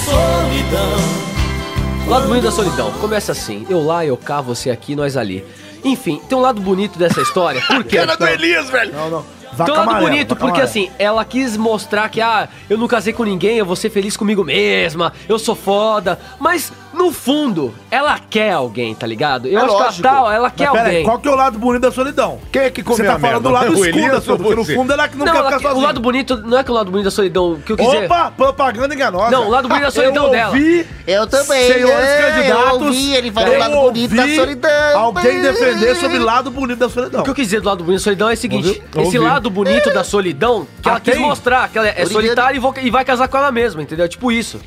O lado bonito da solidão. Começa assim. Eu lá, eu cá, você aqui, nós ali. Enfim, tem um lado bonito dessa história. Por quê?
Cara do Elias, velho.
Não, não.
Tem um lado
amarela,
bonito,
vaca
porque
amarela.
assim, ela quis mostrar que, ah, eu não casei com ninguém, eu vou ser feliz comigo mesma, eu sou foda. Mas, no fundo, ela quer alguém, tá ligado? Eu
É
acho
lógico.
que ela tá, ela quer
Mas pera aí,
alguém.
qual que é o lado bonito da solidão?
Quem é que
Você tá falando do lado escuro da solidão, porque no fundo ela que não, quer ficar
O
sozinha.
lado bonito, não é que o lado bonito da solidão, o que eu quis dizer.
Opa, propaganda enganosa.
Não, o lado bonito da solidão
eu
dela.
Ouvi
Eu
também,
Senhores
é, eu
candidatos,
ouvi ele falando
eu
lado bonito da
ouvi
solidão.
Alguém defender sobre o lado bonito da solidão.
O que eu quis dizer do lado bonito da solidão é o seguinte:
Ouviu? Ouvi.
esse lado bonito da solidão que ela
Ah,
quis
tem?
mostrar, que ela é
Obrigado.
solitária e, vo- e vai casar com ela mesma, entendeu? É Tipo isso.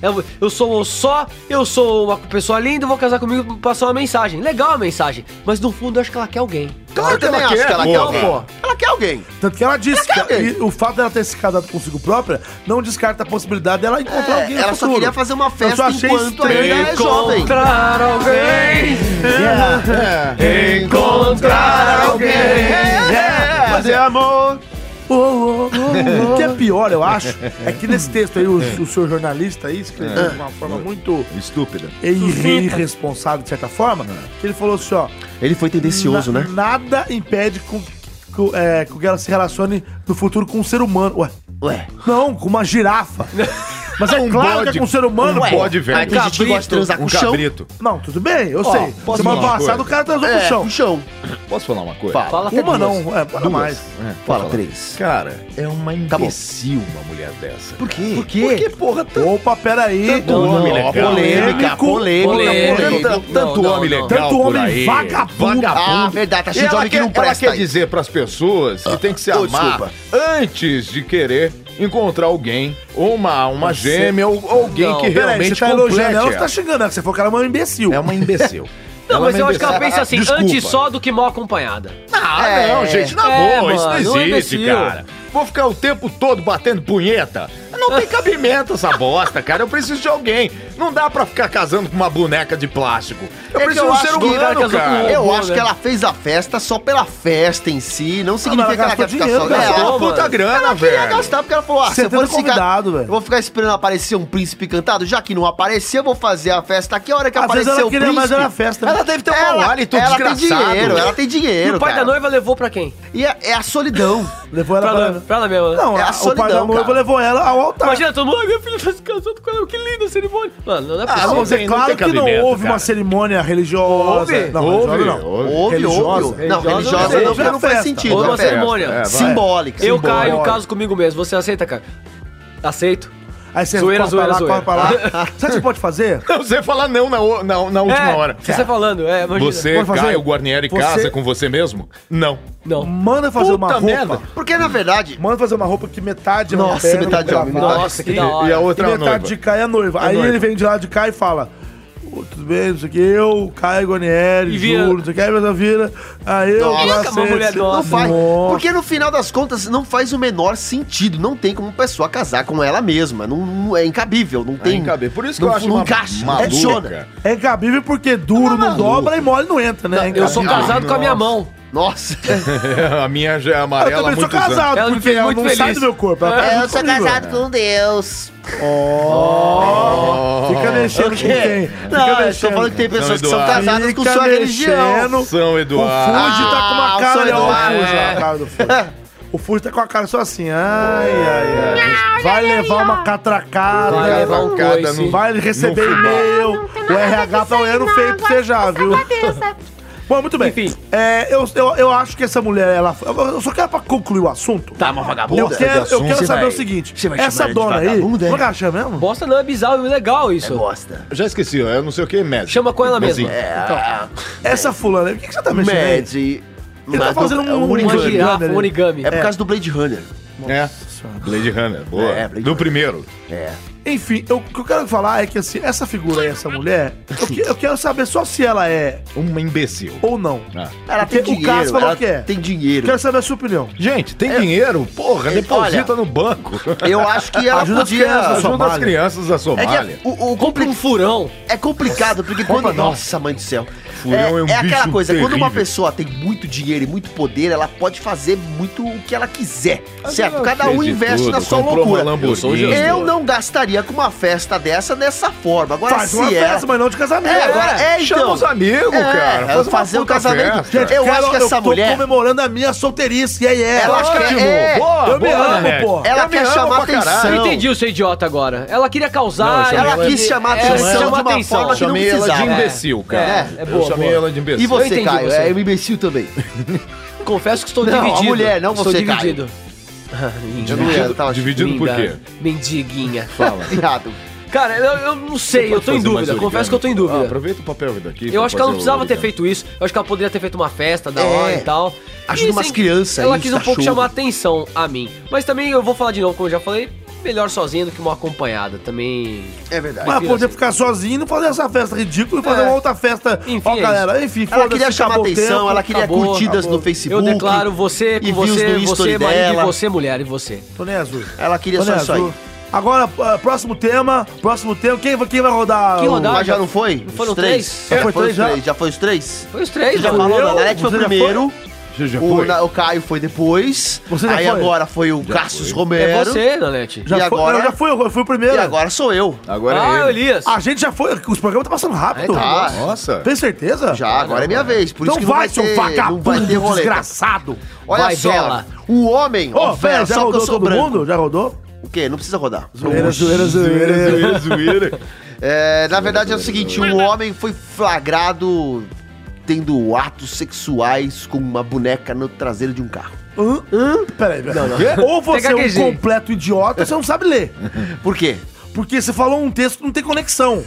Eu, eu sou um só, eu sou uma pessoa linda, vou casar comigo pra passar uma mensagem. Legal a mensagem, mas no fundo eu acho que ela quer alguém.
Claro Eu que também ela acho quer, que ela quer porra. alguém. Ela quer alguém.
Tanto que ela disse que e o fato dela ter se casado consigo própria não descarta a possibilidade dela encontrar
É,
alguém. no
ela só
futuro.
queria fazer uma
Eu
festa
só achei
enquanto ainda
estranho.
é jovem.
Encontrar alguém.
É.
Encontrar
alguém. É. Fazer amor. O que é pior, eu acho, é que nesse texto aí, o, o seu jornalista aí escreveu
Ah.
É.
de uma forma muito
Estúpida.
e irresponsável, de certa forma,
É.
que ele falou assim, ó...
Ele foi tendencioso, né?
Nada impede com, com, é, com que ela se relacione no futuro com um ser humano. Ué? Ué? Não, com uma girafa. Mas é claro que é
bode.
com um ser humano,
Um
pô.
bode, velho. Aí tem gente que gosta de transar com
um
o chão.
cabrito. Não, tudo bem, eu
Ó,
sei.
posso
Semana
falar uma
passada o
coisa?
cara transou
É,
com o chão.
com o
chão.
Posso falar uma coisa?
Fala. Fala até
Uma
duas.
não, é, para
Duas.
mais.
É, pode
Fala
falar.
três.
Cara, é uma
Tá
imbecil uma mulher dessa. Por
quê?
Por quê?
É
Porque, porra, tá...
Opa, peraí.
Tanto
Não,
homem
não,
legal.
polêmica, polêmica, polêmica.
Tanto, tanto
Não,
homem
não,
legal
não. Tanto
por
homem
aí.
vagabundo.
Ah, verdade, tá
E
cheio de
ela
homem que
quer-
não presta
Ela quer
aí.
dizer pras pessoas que tem que se
Oh,
amar antes de querer encontrar alguém, uma, uma
Você-
gêmea ou alguém
Não,
que
peraí,
realmente
Você tá elogiando ela,
complete um-
você tá xingando ela. Você falou que ela é uma imbecil. É
uma imbecil.
Não,
Ela
mas
é
eu acho que ela
imbecil.
pensa assim,
Desculpa.
antes só do que mal acompanhada.
Ah,
É.
não, gente, na
É,
boa,
mano,
isso
não
não
é
existe,
imbecil.
cara. Vou ficar o tempo todo batendo punheta. Não tem cabimento essa bosta, cara. Eu preciso de alguém. Não dá pra ficar casando com uma boneca de plástico. Eu
É que
preciso de um ser
acho que-
humano, cara.
Eu acho que ela fez a festa só pela festa em si. Não significa
mas
que ela
ela
quer
gastou
ficar
dinheiro,
só. É,
gastou uma
mano.
puta grana,
ela queria
velho.
gastar porque ela falou: ah,
Você
se eu
tendo
for ficar-
convidado, velho.
Eu vou ficar esperando aparecer um príncipe cantado. Já que não apareceu, eu vou fazer a festa aqui. A hora que
Às vezes
aparecer
ela
o
queria
príncipe.
mais era festa, né?
Ela deve ter um
Ela-
mau hálito
ela tem
desgraçado. Um
dinheiro,
Ela tem dinheiro.
E o pai
cara.
da noiva levou pra quem?
E a- é a solidão.
Levou ela
pra, pra, ela mesma. né?
É
Não, a- o pai da noiva levou ela ao altar.
Imagina todo mundo, "Ai, minha filha tá se casando com ela, que linda a cerimônia. Mano, não é
Ah,
possível.
mas é claro que não houve uma cerimônia religiosa.
Houve,
não,
houve,
religiosa não.
houve. Houve,
Religiosa.
houve. Não, religiosa não, porque não faz sentido,
Houve
uma
uma
festa.
cerimônia.
É, vai. Simbólica,
Eu
simbólica.
caio, caso comigo mesmo. Você aceita, cara? Aceito.
Aí você corta lá, corta pra lá. Sabe o que você pode fazer?
Não, você fala não na, o- na, na última
é,
hora.
Você tá falando, é, imagina.
Você,
Pode fazer?
Caio Guarnieri,
Você-
casa com você mesmo? Não.
Não.
Manda fazer uma roupa.
Porque, na verdade...
Manda fazer uma roupa que metade é
Nossa,
perna,
metade é
outra
uma-
vai.
Nossa, que da hora.
E a outra
E
é a
metade
noiva.
de
cá é a noiva. Aí ele vem de lá de cá e fala... "Ô, Tudo bem, não sei o que, eu, Caio Guarnieri,
E vira.
Júlio, não sei o que, aí você vira, aí eu,
Nossa,
Placete,
Não faz.
Nossa.
Porque no final das contas não faz o menor sentido. Não tem como pessoa casar com ela mesma. Não, não- é incabível. Não tem.
incabível. Por isso que
não,
eu acho
não
uma
encaixa. Não
maluca.
funciona.
É incabível porque duro não dobra e mole não entra, né? É
eu sou
incabível.
casado com a minha mão.
É
Nossa.
a minha já é
Eu
amarela há
também sou
muitos anos.
casado, porque ela não sai do meu corpo. ela tá
eu
junto
sou
comigo.
né?
casado com Deus.
Oh.
Ó, Fica mexendo com quem? Fica
Não, eu tô
mexendo.
falando que tem pessoas que são
Eduardo.
casadas com
Fica
sua religião.
mexendo.
São Eduardo.
O Fuji tá com uma
Ah,
cara,
sou
olha ó, o
Eduardo,
Fuji lá,
é.
a cara do Fuji. O Fuji tá com a cara só assim, ai, ai, ai. Vai levar uma catracada.
Vai levar um coice.
Vai receber e-mail. O RH tá olhando feio pra você já, viu? Bom, muito bem. Enfim. eu, eu, eu acho que essa mulher, ela. Eu só quero pra concluir o assunto.
Tá, uma vagabunda.
Eu quero,
Assunto,
eu quero
você
saber
vai-
o seguinte:
você vai chamar
essa
de
dona aí.
vagabunda, é?
Como é que ela chama mesmo?
Bosta não é bizarro, é legal isso.
bosta. Tá
Já esqueci, é não sei o que, médico.
Chama com ela
Mezinho.
mesma. É.
Essa fulana, o que, que você tá mexendo?
Mede.
Ele tá fazendo um,
é um É
origami.
origami.
origami.
É por causa do Blade Runner.
É. Blade Runner, boa.
É,
Do primeiro.
É. Enfim, eu- o que eu quero falar é que assim, essa figura aí, essa mulher, eu, que- eu quero saber só se ela é.
Uma imbecil. Ah.
Ou não.
Ela tem
Porque o
dinheiro,
Cássio falou
ela
que é.
tem dinheiro.
Quero saber a sua opinião.
Gente, tem dinheiro? Porra,
é,
deposita
olha,
no banco.
eu acho que ela
ajuda
podia-
As crianças, da
ajuda as
Somália. crianças da
É que
Somália.
é- o, o compli... um
furão.
É complicado, porque quando.
Compra não.
nossa, mãe do céu.
Furão é um bicho
aquela coisa, quando uma
terrível.
pessoa tem muito dinheiro e muito poder, ela pode fazer muito o que ela quiser.
Mas
certo?
ela
Cada
fez
um
de
investe
tudo,
na sua
comprou uma
loucura.
Lamborghini.
Eu, sou eu não gastaria com uma festa dessa dessa forma. Agora
Faz
se
uma
é.
festa, mas não de casamento.
É, agora é, então.
Chama os amigos, cara.
É, é,
Faz uma
um
fazer o
puta
casamento.
festa.
é,
Eu
Cara,
acho que essa
tô
mulher.
comemorando a minha solteirice, é, é.
Ela acho que ela-
Ótimo.
é.
Boa,
Eu me
boa,
amo,
Nanete.
pô.
Ela
Eu me
quer
amo
chamar
pra caralho.
Eu
atenção.
entendi o seu idiota agora. Ela queria
Não,
causar.
isso é
Ela quis chamar
é,
atenção
chamou
de uma
atenção.
forma que não
Chamei ela de
precisava.
imbecil, cara.
né? É, é boa,
eu chamei
boa.
ela de imbecil.
E
Eu
você,
entendi
Caio?
você.
É um imbecil também.
Confesso que estou
Não, a
dividido.
mulher, não
estou
você, Caio.
dividido.
Eu não ia, tava
Dividido por quê?
Mendiguinha.
Fala.
errado.
Cara, eu, eu não sei, eu tô em
Fazer mais
dúvida.
origami.
Confesso que eu tô em
Ah,
dúvida.
aproveita o papel daqui.
eu acho que ela não precisava ter
feito
feito isso. Eu acho que ela poderia ter feito uma festa da
É.
hora e tal.
Ajuda
E,
umas
assim,
crianças aí,
Ela quis um
tá
pouco
show.
chamar atenção a mim. Mas também eu vou falar de novo, como eu já falei, melhor sozinha do que mal acompanhada. Também.
É verdade.
Mas poder ficar sozinho e não fazer essa festa ridícula e fazer
É.
uma outra festa.
Enfim,
Ó,
é
galera, enfim,
Ela
foda-se,
queria chamar
acabou o
atenção,
tempo.
ela queria
acabou,
curtidas
acabou.
no Facebook.
Eu declaro você
e
com
views
você,
no story
você, marido e
dela.
você, mulher, e você.
Tô nem azul.
Ela queria
Tô
só
nem
isso aí.
azul. Agora, ah, próximo tema, próximo tema. Quem, quem vai rodar?
Quem
o-
rodar?
Mas já não foi? Não
foram
três? Já
Já
foi
foi
três,
os
já?
três? Já foi os três?
Foi os três,
Você já
né?
falou,
eu?
a Nanete foi
Você já
primeiro,
Você já
o,
foi?
na- o Caio foi depois,
Você já
aí
foi?
agora foi o Cassius Romero,
É você, Nanete.
Já
E
foi,
agora?
Não, já fui, eu fui o primeiro.
e agora sou eu.
Agora
ah,
é ele.
Elias.
A gente já foi. Os programas tá passando rápido.
tá.
Nossa.
Tem certeza?
Já, agora é minha vez, por
então
isso que
vai,
não
seu
vai um ter, não vai
vagabundo
ter rolê.
desgraçado.
Olha
Vai,
só,
Bela.
o homem,
Ô,
ó,
velho, já
Bela, só que eu
rodou
sou
todo
branco.
mundo? Já rodou?
O quê? Não precisa rodar.
Zoeira, zoeira,
Zoeira,
zoeira.
zoeira, zoeira.
É, na verdade é o seguinte, um homem foi flagrado tendo atos sexuais com uma boneca no traseiro de um carro.
Hã? Hã? Peraí, peraí. Ou você é um
gaguejei.
completo idiota ou você não sabe ler.
Por quê?
Porque você falou um texto que não tem conexão.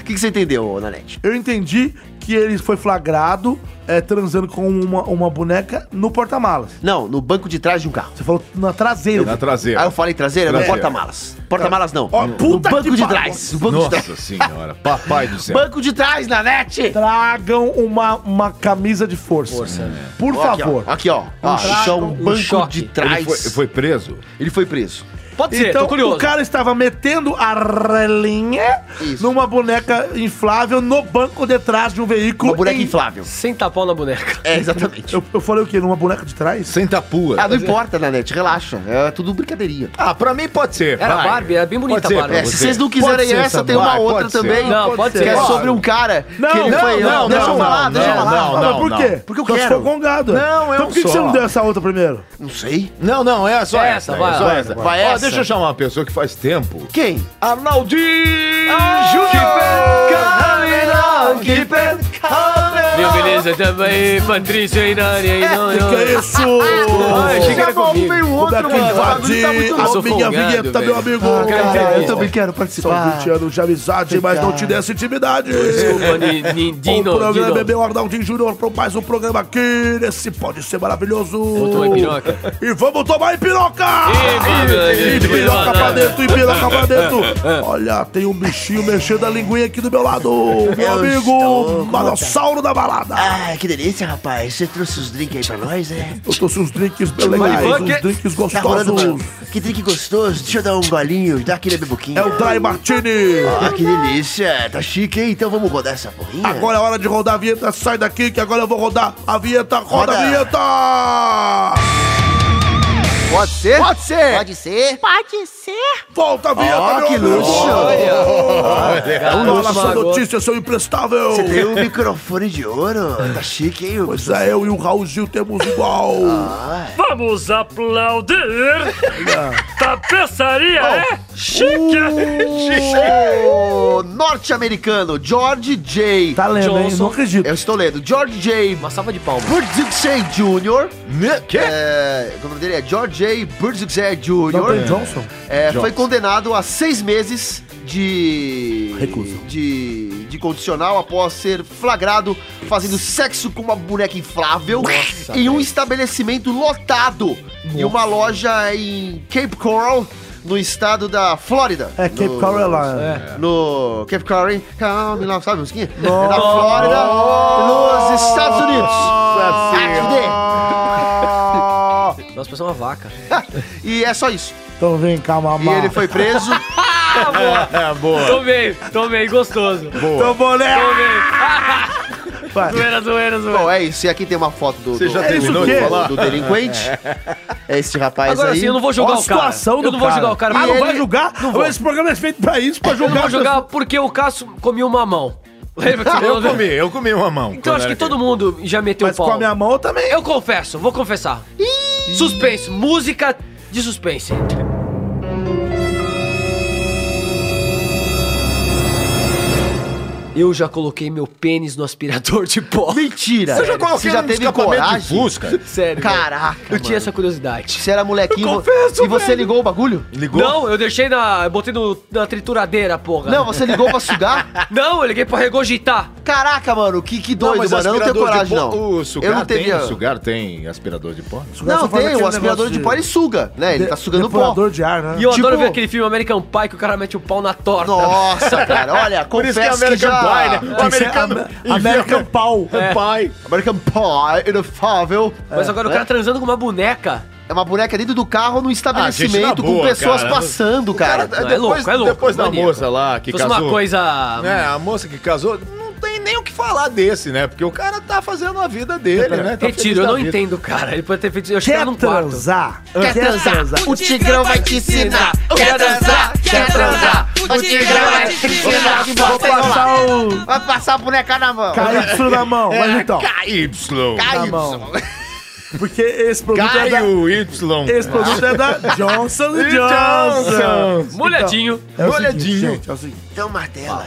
O que, que você entendeu, Nanete?
Eu entendi que ele foi flagrado é, transando com uma, uma boneca no porta-malas.
Não, no banco de trás de um carro.
Você falou na traseira.
Na
Aí
Ah,
traseira.
eu falei traseira, no
Traseira.
porta-malas. Porta-malas não.
Ó,
no
puta
banco
que
de
pariu.
trás. No banco de trás.
Nossa senhora. Papai do céu.
Banco de trás, Nanete!
Tragam uma, uma camisa de força. Por
Ó, aqui, ó.
favor.
Aqui, ó. ó isso é um
um
banco
choque.
de
Ele
trás.
foi, foi preso?
Ele foi preso.
Pode ser,
Então,
tô curioso.
o cara estava metendo a relinha
Isso.
numa boneca inflável no banco de trás de um veículo.
Uma boneca
em-
inflável.
Sem tapão na boneca.
É, exatamente.
Eu, eu falei o quê? Numa boneca de trás?
Sem tapua.
Ah, não importa, Nanete, relaxa. É tudo brincadeirinha.
Ah, pra mim pode ser.
Era
vai.
Barbie, era bem bonita
Pode
a
ser,
Barbie.
pra
É, se
você.
vocês não
Pode
quiserem
ser
essa, tem uma
vai,
outra
pode ser.
também.
Não, pode
Que
ser.
é
Ó,
sobre um cara que ele
não,
foi.
não,
deixa
não,
eu falar,
não,
deixa eu
não,
falar.
não,
Ah, mas por
não.
quê?
Porque eu
Só se
quero.
for gongado.
Não, eu
Então por que, que
só.
você não deu essa outra primeiro?
Não sei.
Não, não, é só
Essa,
essa.
vai
é só
lá.
essa.
Vai
Ó,
essa.
deixa eu chamar uma pessoa que faz tempo.
Quem?
Arnaldinho!
Meu beleza também, Patrícia e Nani. aí, não, não.
Que isso?
Ah,
Ai, chega
Chega
comigo.
veio
Como é
outro,
que
mano. O
invadir
bagulho tá muito louco.
a
louco.
minha
Sou folgado,
vinheta,
velho.
meu amigo?
Cara,
Caralho.
eu também quero
São
participar.
20 anos de amizade, mas não te dessa intimidade.
Desculpa, Ni- Ni-
o
Dino,
programa é
Dino.
meu Arnaldinho Júnior para mais um programa aqui. Esse pode ser maravilhoso.
tomar Ipiroca.
E vamos tomar Ipiroca!
Ipiroca,
Ipiroca
Ipiroca.
pra dentro, Ipiroca pra dentro. Olha, tem um bichinho mexendo a linguinha aqui do meu lado. Meu
Eu
amigo,
estou
manossauro da balada.
Ah, que delícia, rapaz. Você trouxe os drinks aí pra nós, né?
Eu trouxe uns drinks bem
Tipo,
legais,
Maribuque.
uns drinks
Tá rolando, mano.
gostosos.
Que drink gostoso. Deixa eu dar um golinho. Dá aquele bebuquinho.
É o Dry Martini.
Ah, que delícia. Tá chique, hein? Então vamos rodar essa porrinha.
Agora é hora de rodar a vinheta. Sai daqui que agora eu vou rodar a vinheta. Roda,
Roda.
a vinheta!
Pode ser? Pode ser. Pode ser.
Pode ser?
Volta a vinheta,
Ó,
meu
que
amigo.
luxo.
é,
Fala
Nossa,
sua
agora.
Ah, notícia, seu imprestável.
Você tem um microfone de ouro. Tá chique, hein?
Pois é, eu e o Raul Gil temos igual.
Vamos aplaudir! Tapeçaria é
O norte-americano George J.
Tá lendo, hein?
Johnson.
Não acredito.
Eu estou lendo. George J.
Uma salva de palmas.
Burdzixey Jr.
Quê?
É, o nome dele é George J. Burdzixey
Não tem
Jr.
Johnson?
é, foi condenado a seis meses de
Recluso.
de, de condicional após ser flagrado fazendo sexo com uma boneca inflável em um estabelecimento lotado em uma loja em Cape Coral, no estado da Flórida.
É, Cape
No-
Coral.
É.
No Cape Coral, calma lá, sabe a musiquinha? É da Flórida, nos Estados Unidos.
Nossa, parece uma vaca.
Ah, e é só isso.
Então vem cá, mamá.
E ele foi preso.
Ah, boa.
Tomei, tomei, gostoso.
Boa. Tomou, né?
Zoeira, zoeira, zoeira.
Bom, é isso. E aqui tem uma foto do,
Você
do,
já
do-
terminou
do-
de falar?
do delinquente. É esse rapaz
Agora
aí.
sim, eu não vou julgar
Olha a
o cara.
situação
eu
do
não vou
cara.
julgar o cara.
Ah,
mas
não vai
ele-
julgar?
Não vou.
Esse programa é feito pra isso, pra
Eu não
julgar.
vou
as
julgar porque o Cássio comia uma mão. Lembra que você
Eu
falou? né?
comi, eu comi uma mão.
Então acho que todo mundo já meteu o
pessoas.
pau.
Com a minha mão também.
Eu confesso, vou confessar. Suspense, música de suspense. Eu já coloquei meu pênis no aspirador de pó.
Mentira!
Você já coloquei
Você já um
no
teve
escapamento de
coragem?
Fusca?
Sério. velho.
Caraca,
Eu tinha
mano.
essa curiosidade.
Você era molequinho
Eu confesso,
e você
velho.
ligou o bagulho?
Ligou?
Não, eu deixei na. eu Botei no- na trituradeira, porra.
Não, você ligou pra sugar?
Não, eu liguei pra regurgitar.
Caraca, mano, que, que doido,
mas
mano. Eu não tenho
aspirador de
coragem,
pó-
não.
O sugar
eu não teria.
tem, o sugar tem aspirador de pó?
Não,
um
tem, o aspirador de pó ele suga, né? Ele tá sugando pó.
Aspirador de ar, né?
E eu
Tipo-
adoro ver aquele filme American Pie que o cara mete o pau na torta.
Nossa, cara, olha,
Por isso que é
confesso que
American Pie,
já...
né? O americano...
American Pau.
É.
É.
Pie.
American Pie, inefável.
Mas agora o cara transando com uma boneca.
É uma boneca dentro do carro num
Ah, gente,
estabelecimento
na
com
boa,
pessoas
cara. tá-
passando, cara.
Não, é louco, é louco.
Depois da
maníaco.
moça lá
Se
que
fosse
casou...
uma coisa.
É, a moça que casou... Não tem nem o que falar desse, né? Porque o cara tá fazendo a vida
É.
dele, né? Tá feliz
Retiro, eu
da
não
vida.
entendo, cara. Ele pode ter feito. Eu chegar
Quer
num tá quarto.
transar?
Quer transar? O Tigrão vai te ensinar. Quer transar? Quer transar? O Tigrão vai te ensinar.
Vou passar o
Vai passar a boneca na mão.
KY na mão.
É,
Mas então,
KY.
na mão. Porque esse produto é da...
KY.
Esse produto é da Johnson Johnson.
Johnson.
É
Molhadinho.
o seguinte,
Molhadinho.
gente, é o seguinte.
Então,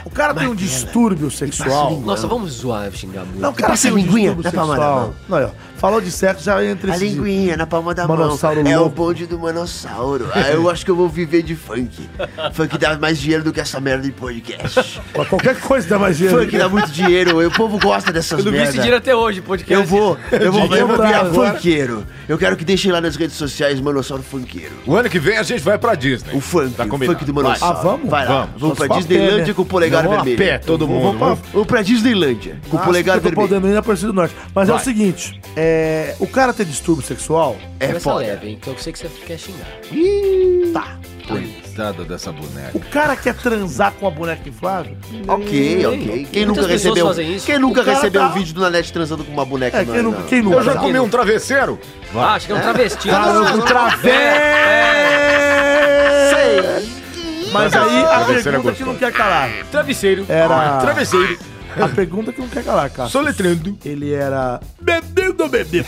O cara tem um distúrbio sexual.
Nossa, vamos zoar, xingar muito.
Não, o cara
Passa
tem
a
um
linguinha
distúrbio
na palma da
sexual.
mão.
Não, olha, falou de sexo, já entra
A
esse...
linguinha na palma da mão.
Manossauro
É
louco.
o bonde do manossauro. Ah, eu acho que eu vou viver de funk. Funk dá mais dinheiro do que essa merda de podcast.
Mas Qualquer coisa da magia.
funk dá muito dinheiro. e O povo gosta dessas
Eu não vi esse
merdas.
dinheiro até hoje, podcast.
Eu vou, eu vou, eu vou
pra
virar
agora.
funkeiro. Eu quero que deixem lá nas redes sociais Manossauro Funkeiro.
O ano que vem a gente vai pra Disney.
O funk,
Tá
o
combinado.
funk do Manossauro.
Ah, vamos?
Vai lá.
Vamos.
Vamos,
Vamos pra
pra
pé, né?
Disneylândia com o polegar
Vamos a
vermelho.
pé, todo
Vamos
mundo.
pra-
Vamos-
Vou pra Disneylândia com o
Acho
polegar
que eu tô
vermelho.
podendo ir na Aparecida do Norte. Mas é o
Vai.
seguinte, é, o cara tem distúrbio sexual,
É
Essa
foda.
leve, hein? Que eu sei que você quer xingar.
tá.
Coitada dessa boneca.
O cara quer transar com a boneca inflável?
Ok, ok. Quem
Muitas
nunca
pessoas
recebeu,
fazem isso.
quem nunca
O cara
recebeu
tá-
um vídeo do Nanete transando com uma boneca?
É,
na-
quem
na-
nunca... Quem
Eu
nunca?
já comi um travesseiro.
Ah, acho que é um travesti.
Cara, eu
É.
travei! Mas aí a
Travesseiro é
pergunta que
gostoso.
não quer calar
Um Travesseiro.
era...
Travesseiro.
A pergunta que não quer calar, cara.
Soletrando.
Ele era... Bebendo ou bebê?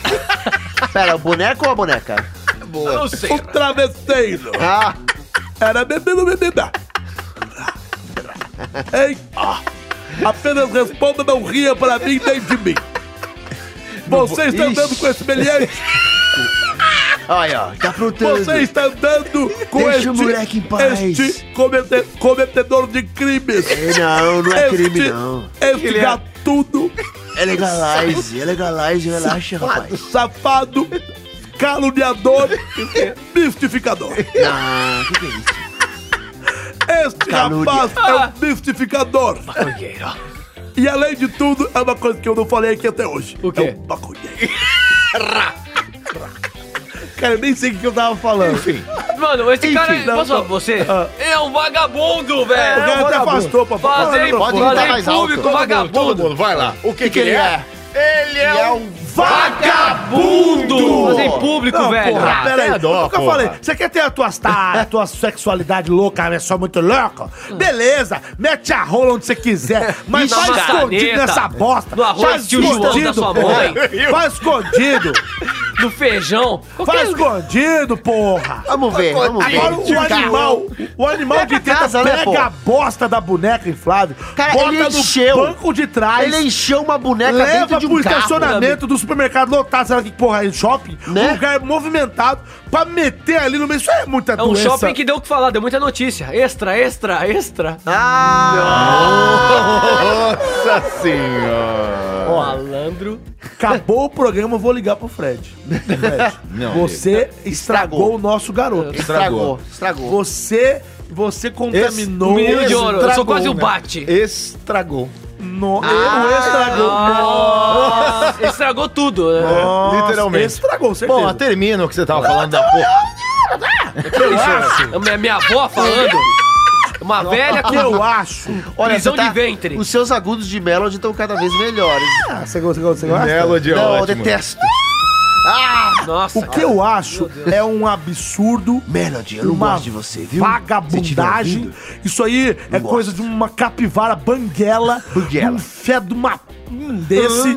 Pera, o boneco ou a boneca?
Eu não sei.
O travesseiro
Ah,
era bebendo ou bebida? Ei, ah, apenas responda, não ria pra mim nem de mim. Você está andando com esse meliante?
olha, ó, tá aprontando.
Você está andando com
Deixa
este,
o moleque em paz.
este comete- cometedor de crimes.
É, Não, não é crime,
este
não.
este gatudo,
É legalize, é legalize, relaxa, rapaz.
safado, caluniador, mistificador.
Ah, que que é isso?
Este
Calúnia.
rapaz
Ah.
é um mistificador. E além de tudo, é uma coisa que eu não falei aqui até hoje.
O quê?
É um maconheiro. Cara, eu nem sei o que eu tava falando. Enfim.
Mano, esse cara.
Enfim, não, É.
posso falar pra você? É um vagabundo,
O cara
velho. É
até afastou pra
Fazer em
Pode gritar mais
fazer em
alto.
público,
Todo
Todo
vagabundo.
mundo, vai lá. O que,
Que que ele é?
Ele
Ele
é
é
um...
um
Vagabundo! Fazer em público,
Não,
velho.
porra, pera aí.
até dó,
eu nunca
porra.
falei. Você quer ter a tua, ta- a tua sexualidade louca, né? Só muito louco? Beleza, mete a rola onde você quiser. Mas
Ixi,
vai
maçaneta.
escondido nessa bosta.
No arroz
Vai
tio João da sua mãe.
Vai escondido.
um do feijão.
Vai escondido, porra!
Vamos ver, vamos ver. um
Agora o
Cara,
animal, o animal de
Pega
teta
casa, né,
pega
pô?
a bosta da boneca inflável,
Cara,
bota
ele encheu.
no banco de trás,
Ele encheu uma boneca
leva
dentro de
pro
um carro.
estacionamento do supermercado lotado, sabe que porra é shopping?
Né?
Um lugar movimentado pra meter ali no meio. Isso é muita
É um
doença.
shopping que deu o que falar, deu muita notícia. Extra, extra, extra.
Nossa senhora!
Malandro.
Acabou o programa, eu vou ligar pro Fred. Fred,
Não,
você estragou, o nosso garoto.
Estragou, estragou.
Você, você contaminou.
O menino de ouro, eu sou
estragou,
quase o
né?
bate.
Estragou.
No,
Ah,
estragou.
Nossa, estragou tudo. né?
É. Literalmente.
Estragou, certeza.
Bom, termina o que você tava falando da porra.
eu acho.
A Minha, minha avó falando. Uma velha
que
com
eu acho.
prisão
você tá-
de ventre.
Os seus agudos de Melody estão cada vez melhores.
Ah, você gosta? Você gosta?
Melody é
Não, eu
ótimo.
detesto.
Nossa,
O que eu acho é um absurdo.
Melody, eu não
Uma
gosto de você, viu?
Vagabundagem. Isso aí é
gosto.
coisa de uma capivara banguela.
Banguela.
Um fé de uma. Um desse.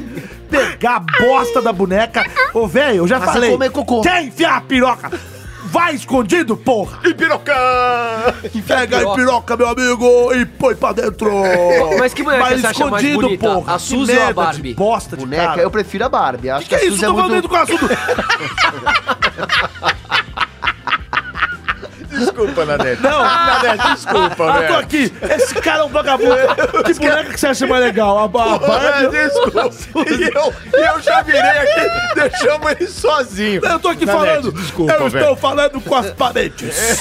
Pegar a bosta da boneca. Ô, velho, eu já
Mas você
falei.
come cocô.
Quer enfiar a piroca? Vai escondido, porra!
Piroca!
Pega a
piroca.
piroca, meu amigo, e põe pra dentro!
Mas que boneca você acha mais
escondido,
bonita? A
Que
Suzy ou a
merda de
Barbie?
Bosta de
é Boneca,
cara.
eu prefiro a Barbie. Acho
Que que é isso?
Suzy
Tô falando dentro com o assunto.
Desculpa, Nanete.
Não.
Nanete, desculpa,
Ah, tô
velho.
aqui. Esse cara é um vagabundo. que boneca que você acha mais legal? A, a
Ah,
Barbie?
Desculpa. E eu, e eu já virei aqui, deixamos ele sozinho.
Eu tô aqui
Nanete,
falando.
desculpa,
eu
velho.
estou falando com as paredes.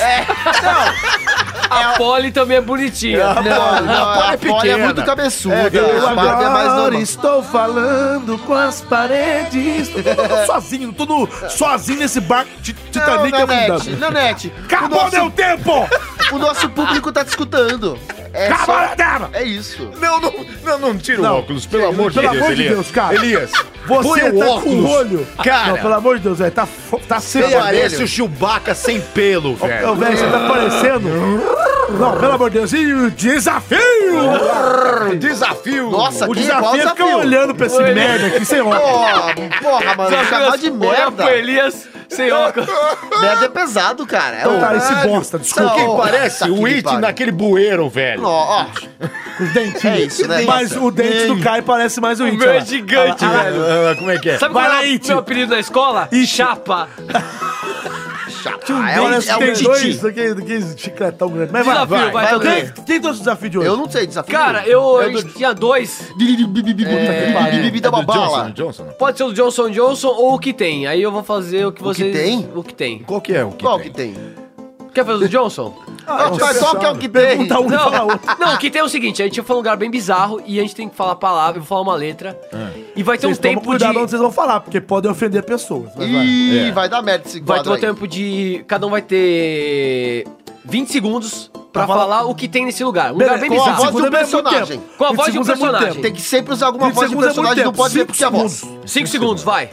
a Polly também é bonitinha.
Não, não, a Polly é
pequena.
muito cabeçuda.
É, eu
a Barbie é mais normal.
estou falando com as paredes. Tô todo sozinho, tô no- sozinho nesse barco ti-
Não,
Titanic
Nanete,
afundando.
Nanete.
tá Acabou
o nosso,
meu tempo!
o nosso público tá te escutando. É,
Acabou
só,
meu tempo!
é isso.
Não, não, não, não tira
Não.
o óculos, pelo amor de
pelo
Deus,
amor de
Elias.
Deus, cara.
Elias, põe
Você
o
tá com
óculos.
o olho.
Cara.
Não, pelo amor de Deus, velho. Tá, fo- tá
Você
feio.
parece o Chewbacca sem pelo,
Ô,
velho.
velho, você tá parecendo. Não, pelo amor de Deus. E o desafio!
Desafio.
Nossa,
O
que
desafio é ficar olhando pra esse merda aqui, sei lá.
Porra, porra, mano, chamar Tá de
Olha
merda.
pro é Elias sem óculos.
Merda é pesado, cara. É
Então tá,
horrível.
esse bosta, desculpa.
Não.
Quem parece
Nossa,
o
que
It
pariu.
naquele bueiro, velho.
Ó, ó.
Os dentinhos.
É isso, né?
Mas o dente do Kai parece mais o It.
meu
olha
é
lá.
gigante, velho.
Ah, como é que é?
Sabe
Vai
qual
lá,
é o
It.
meu apelido na escola? Chapa.
Ah, é um,
Parece
é
que tem
um
dois
titi.
daquele daquele chicletão grande. Mas vai,
Desafio,
vai.
vai,
vai.
então,
Quem-
quem?
Quem trouxe o desafio de hoje?
Eu não sei, desafio.
Cara, eu, eu tinha dois.
É, Bibi da
É do
babala.
Johnson, Johnson.
Pode ser o Johnson Johnson ou o que tem. Aí eu vou fazer o que vocês.
tem?
O que tem.
Qual que é o que
Qual que
tem?
tem?
Quer fazer o Johnson?
Ah,
Qual
eu-
qual que é o que tem?
Pergunta um e fala
Não,
outro.
não, o que tem é o seguinte, a gente foi um lugar bem bizarro e a gente tem que falar a palavra, eu vou falar uma letra. E vai ter
É. Vocês
um
tomam
tempo
cuidado onde
de.
vocês vão falar, porque podem ofender pessoas. Mas vai.
Ih,
É.
vai dar merda esse
Vai ter
quadro
um
aí.
tempo de. Cada um vai ter 20 segundos pra
Pra falar-
falar o que tem nesse lugar. Um lugar bem
Com a voz
bizarro.
bizarro.
de um
Segundo é muito
personagem.
tempo.
Com a voz de um
20 segundos é muito
personagem.
tempo.
Tem que sempre usar alguma
20
voz de
segundos é muito
personagem, não
tempo.
pode ver
Cinco
porque é a voz.
segundos.
5 segundos, vai.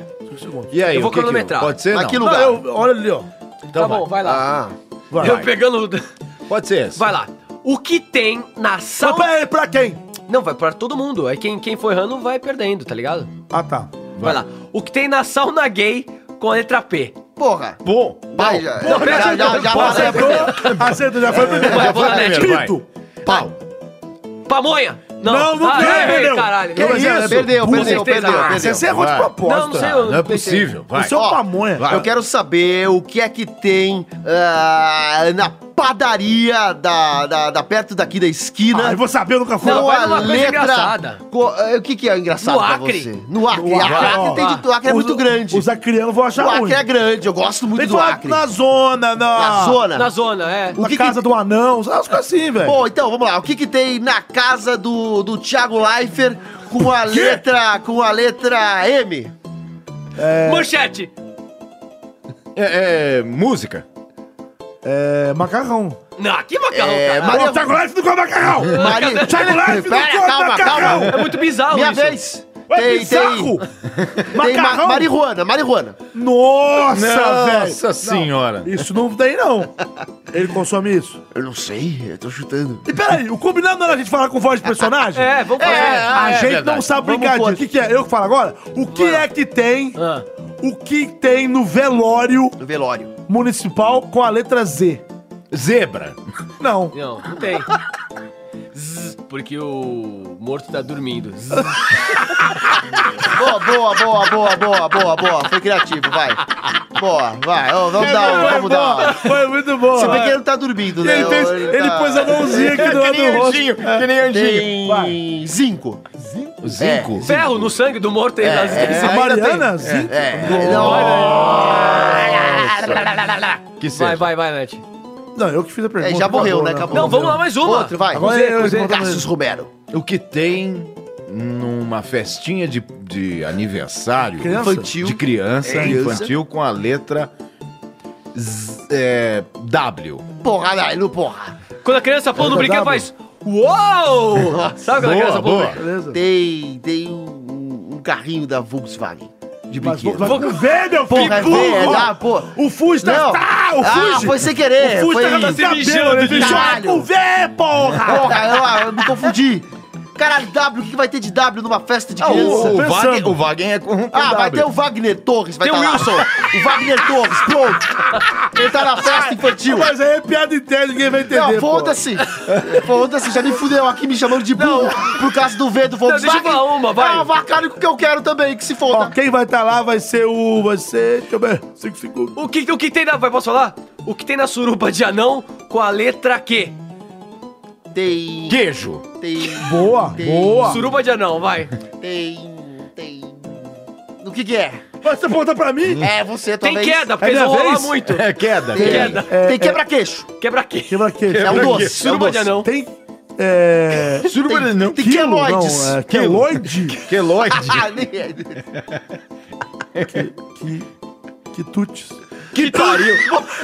E aí,
Eu vou
o que que-
cronometrar.
Pode ser,
Mas que
não?
lugar?
Não, eu- olha ali, ó.
tá bom, vai lá.
Ah,
Então Vai.
eu pegando.
Pode ser esse.
Vai lá. O que tem na
um
Mas
sala.
peraí, pra quem?
Não, vai pra todo mundo. Aí quem, quem for errando vai perdendo, tá ligado?
Ah, tá.
Vai, lá. O que tem na sauna gay com a letra P?
porra.
Bom, pau,
Vai, já,
Pô,
já, já, já, É, já
pô,
parei a
acertou,
primeira.
acertou, já foi primeiro.
Vai, vou na net.
primeiro, vai.
Pito.
pau.
Pamonha!
Não, não tem,
errei,
entendeu?
caralho.
Que
Mas, é,
isso?
Perdeu,
Com
perdeu,
certeza.
perdeu,
Ah,
Você
perdeu.
você errou de
Vai.
proposta.
Não, não sei,
Não é
eu
possível, vai.
Você é um
Ó,
pamonha.
vai.
Eu quero saber o que é que tem ah, na padaria da, da, da- perto daqui da esquina.
Ah, eu vou saber, eu nunca fui.
Não,
lá.
vai numa coisa engraçada.
co- ah, o que, que é engraçado
No
pra
Acre.
você? No Acre.
No
No
Acre.
Acre,
Ó,
tem de- o Acre é
Os-
muito grande.
Os acrianos vão achar
o Acre
ruim.
é grande, eu gosto muito
Tem
do
falar
Acre.
na zona, na,
Na zona.
Na zona, é.
na
O que
casa do anão, sabe as coisas assim, velho.
Bom, então, vamos lá. O que que tem na casa do, do Thiago Leifert com a letra... com a letra M?
Manchete!
É, é, música.
É, macarrão.
Não, que macarrão,
É,
cara.
Maria-
Ô, Thiago Leif não come macarrão!
Maria...
Thiago Leif não
Pera,
come
calma,
macarrão!
É
calma.
muito bizarro
Minha
isso.
vez.
É
Tem,
bizarro!
tem... Tem ma
Macarrão?
marihuana, marihuana.
Nossa, velho!
Nossa senhora.
Isso não tem, não. Ele consome isso.
Eu não sei, eu tô chutando.
E peraí, o combinado não era a gente falar com voz de personagem?
É, vamos fazer.
a gente
Ah, verdade.
não sabe
Vamos
brincar
pôr.
disso. O que, que é? Eu que falo agora? O que é que tem
Ah.
o que tem no velório.
No velório.
Municipal com a letra Z.
Zebra.
Não.
Não, não tem. Zzz, porque o morto tá dormindo. Zzz.
Boa, boa, boa, boa, boa, boa, boa. Foi criativo, vai. Boa, vai. Ô, vamos
É,
dar
foi
uma, vamos dar uma.
boa, Foi muito bom.
Se bem que
vai.
ele não tá dormindo, né? É.
Ele fez- ele pôs a mãozinha aqui do lado do rosto.
Que nem anjinho. Vai. Zinco.
Zinco?
Ferro no sangue do morto. ele dá-
É,
A
ainda
Mariana?
tem.
Zinco?
É,
Nossa.
Que
Vai,
seja.
vai, vai, Nath.
Não, eu que fiz a pergunta.
É, já morreu, né?
acabou,
Acabou.
Não, vamos lá, mais uma.
Outro, vai.
Agora
Cruzeiro,
eu
Cruzeiro,
respondo
Cassius Romero.
O que tem numa festinha de, de aniversário
Criança?
de criança
É,
infantil com a letra Z- é, W.
Porra, Nailo, porra.
Quando a criança pula no
É
brinquedo,
verdade.
faz. Uou! Sabe quando a criança pula
Boa,
no
boa.
brinquedo?
Beleza.
Dei, dei um- um, um carrinho da Volkswagen. De
Mas vou,
brinquedo.
vai com o velho, filho,
Porra,
burro.
velho, ah, pô.
O Fusta,
Não.
tá, o
Ah,
Fuji.
foi sem querer.
O
foi...
Fusta tá
se mijando,
cabelo, ele
ele
fechou
caralho.
com o velho, porra.
Porra, Tá, eu, eu me confundi. Caralho, W, o que vai ter de W numa festa de
Ah, o,
criança?
o,
Pensando.
Wagner, o Wagner é com com
Ah, vai ter
W.
o Wagner Torres, vai
Tem o
tá lá. O Wagner Torres, pronto. Ele tá na festa infantil.
Mas aí é piada interna, ninguém vai entender,
Não,
pô.
foda-se. Foda-se, já me fudeu aqui me chamando de burro por causa do V do Volkswagen.
deixa eu falar uma, vai.
É o vacário que eu quero também, que se
Ó,
foda.
quem vai estar lá vai ser o... Vai ser... Deixa eu ver. Cinco segundos.
O que, o que tem na. Vai, posso falar? O que tem na suruba de anão com a letra Q?
Tem,
Queijo.
tem,
Boa,
Tem-
boa.
Suruba de anão, vai.
tem, tem... O que que é?
Mas você pergunta pra mim?
É, você
Tem
talvez.
queda, porque
É
eles
minha
vão rolar
vez?
muito.
É queda.
Tem,
Queda.
tem quebra-queixo.
Quebra Q.
Quebra queixo.
É um doce.
Suruba de anão.
Tem... É...
Suruba
Tem-
não.
tem
quilo?
queloides.
Não, é queloide?
Queloide.
Ah, nem-
Quitutes.
que
Então,
pariu.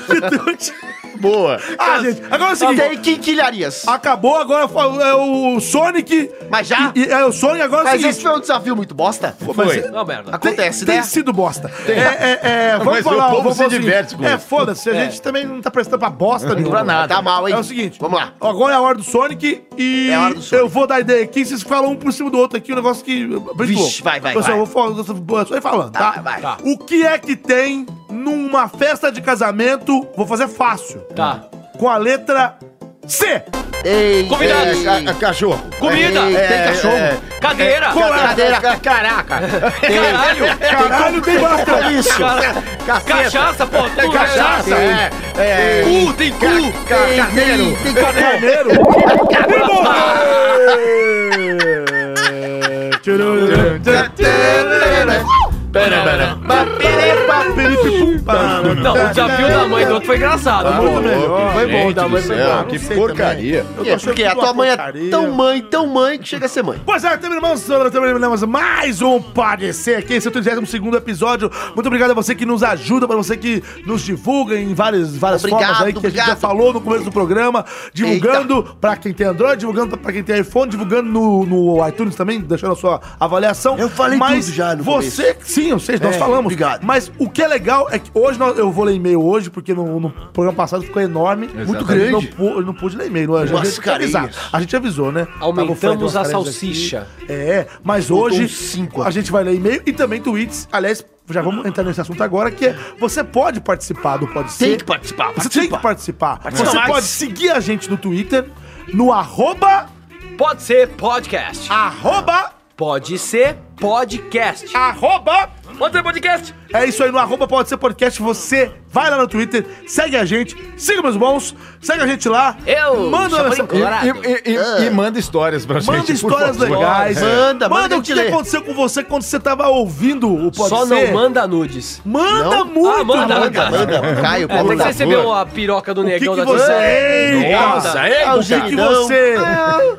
Quitutes.
Boa.
Ah, gente, agora é o seguinte. É
Tem quinquilharias.
Acabou, agora fa- é o Sonic.
Mas já?
E, e- é o Sonic agora é o
Mas esse
seguinte.
foi um desafio muito bosta.
Foi.
Não, merda.
Tem,
Acontece,
tem
né?
sido bosta. É, é, é, vamos
Mas o
falar,
povo
vamos falar o
se
seguinte.
diverte com
É,
isso.
foda-se, a gente também não tá prestando pra bosta nenhuma.
pra nada.
Tá mal, hein?
É o seguinte.
Vamos lá.
Agora é a hora do Sonic e
É a hora do Sonic.
eu vou dar ideia aqui, vocês falam um por cima do outro aqui, um negócio que...
Vixe, vai, vai,
Pessoal,
vai.
eu vou falar, só ir falando, tá?
Tá, vai.
Tá. O que é que tem numa festa de casamento, vou fazer fácil,
Tá.
com a letra C?
Ei,
Convidado.
ei,
É, Ca- ca- cachorro.
Comida.
ei, tem
É,
cachorro.
é,
Cadeira.
Cadeira.
ca- Caraca.
Caralho.
É.
Caralho, tem bastante.
Isso.
Cara- Cachaça, pô.
É
tudo,
cachaça. É. é,
Cu, tem cu.
ca-
Tem-
carneiro.
Tem, tem cocô.
Carneiro.
Ah.
É,
né?
Não, o desafio da mãe do outro é foi engraçado.
Tá
Ah,
Muito
ô,
melhor.
Foi bom,
Gente
da
do
mãe
céu,
foi bom.
não
Que
sei
porcaria.
Eu tô
É,
achando
porque
que
a
tudo
tua
uma
mãe é
porcaria.
tão mãe, tão mãe que chega a ser mãe.
Pois é, terminamos, terminamos mais um Padecer aqui, esse é o 32 episódio. Muito obrigado a você que nos ajuda, para você que nos divulga em várias, várias
Obrigado,
formas aí que a gente já
obrigado.
falou no começo do programa. Divulgando para quem tem Android, divulgando para quem tem iPhone, divulgando no, no iTunes também, deixando a sua avaliação.
Eu falei
Mas
tudo já no
você, Sim, eu sei, nós
É,
falamos.
obrigado.
Mas o que é legal é que hoje nós- eu vou ler e-mail hoje, porque no, no programa passado ficou enorme.
Muito
Eu Não,
grande.
pu- eu não pude ler e-mail, não é?
Umas
gente tinha avisado.
carinhas.
A gente avisou, né?
Aumentamos
Tava o Fred,
a
umas carinhas
salsicha.
aqui. É, mas hoje a gente vai ler e-mail e também tweets. Aliás, já vamos entrar nesse assunto agora, que é você pode participar do Pode Ser.
Tem que participar.
Você tem que participar.
Participa
você
mais.
pode seguir a gente no Twitter, no arroba,
Pode ser podcast.
arroba,
Pode ser podcast.
arroba.
Pode ser podcast.
É isso aí, no arroba pode ser podcast. Você vai lá no Twitter, segue a gente, siga meus bons, segue a gente lá.
Eu,
manda uma
Chapolin
mensagem.
Colorado.
E, e- e- e manda histórias pra gente.
Manda
por
histórias
favor.
legais.
É.
Manda, manda que
É. Manda
a
o que,
gente lê.
aconteceu com você quando você tava ouvindo o Pode
Só
Ser.
não manda nudes.
Manda
Não?
muito,
Ah, manda,
Manda, manda. Caio,
É, até que
coluna.
você recebeu a piroca do
O que,
negão tá
que
da
você.
Nossa,
Eita!
é,
Ah,
O que, que
Não.
você.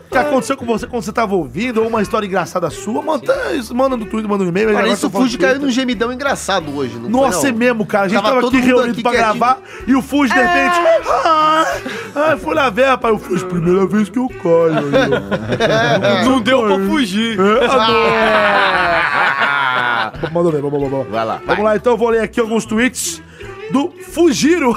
O que aconteceu com você quando você tava ouvindo? Ou uma história engraçada sua? Manda, isso, manda no Twitter, manda no e-mail.
Olha,
agora
isso
tá
o
falando
Fuji
no
caiu
Twitter.
num gemidão engraçado hoje, não
Nossa,
foi,
é
não?
mesmo, cara. A gente
Tava
tava,
todo
aqui
mundo
reunido
aqui
pra
quietinho.
gravar e o Fuji, de repente. Ah, ah, fui lá ver, rapaz. O Fuji, primeira vez que eu caio. aí, ó.
Não deu pra fugir.
É, ah, não. Manda ver, vamos lá.
Vai lá,
Vamos lá, então eu vou ler aqui alguns tweets. do Fugiro.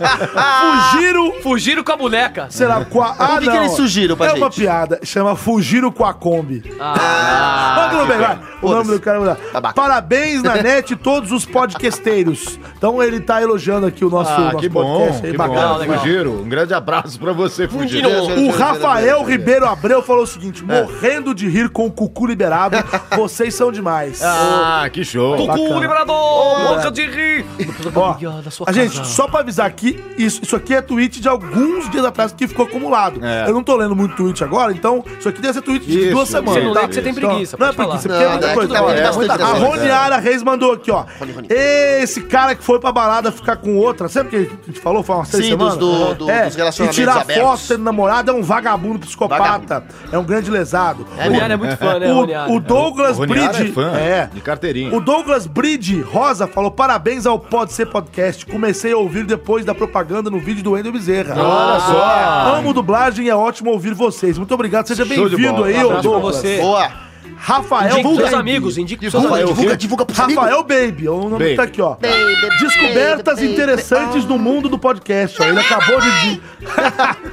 Fugiro.
Fugiram com a boneca.
Sei lá, com a. Ah,
O que que eles sugiram pra
É
gente?
uma piada. Chama Fugiram com a Kombi.
Ah,
Mas tudo
que
bem, vai.
pena.
O nome
Foda-se. Tá
do cara vai mudar. Parabéns na net todos os podcasteiros. Então ele tá elogiando aqui o nosso,
Ah,
nosso
que bom,
podcast aí,
que
bacana.
bom. Fugiro, um grande abraço pra você, é- Fugiro.
O Rafael Ribeiro Abreu falou o seguinte:
É.
morrendo de rir com o cucu liberado, vocês são demais.
Ah, que show.
é Bacana.
liberador,
Ô,
boca de rir.
Ó,
sua
a
casa.
gente, só pra avisar aqui, isso, isso aqui é tweet de alguns dias atrás que ficou acumulado.
É.
Eu não tô lendo muito tweet agora, então isso aqui deve ser tweet de
Isso,
duas
isso.
semanas.
Você não lê porque você tem
Então,
preguiça,
Não é
pode falar.
preguiça, porque é
Não,
muita
é que
coisa.
tá- é
Ó,
muita
A
coisa.
Roniara Reis mandou aqui, ó. Esse cara que foi pra balada ficar com outra, sempre que a gente falou, foi umas três
Sim,
semanas. É,
dos- do- do- dos relacionamentos
E tirar
abertos.
foto sendo namorado é um vagabundo psicopata. É um grande lesado.
É, Roniara é muito fã, né, Roniara?
O, o Douglas
O Roniara
Bride.
é fã,
de carteirinha. O Douglas Bride Rosa falou: parabéns ao Pode Ser Podcast. Comecei a ouvir depois da propaganda no vídeo do Endo Bezerra.
Olha só.
Amo dublagem, é ótimo ouvir vocês. Muito obrigado, seja
Show de
bem-vindo
bola.
aí,
Um
ô
abraço pra
Douglas.
você.
Boa.
Rafael
Indique pros
Baby.
seus amigos, indique pros seus
Rafael,
amigos.
Divulga,
divulga pros
Rafael Baby, o nome
Baby.
tá aqui, ó.
Baby,
Descobertas
baby,
interessantes no mundo do podcast. ó. Ele acabou de. de-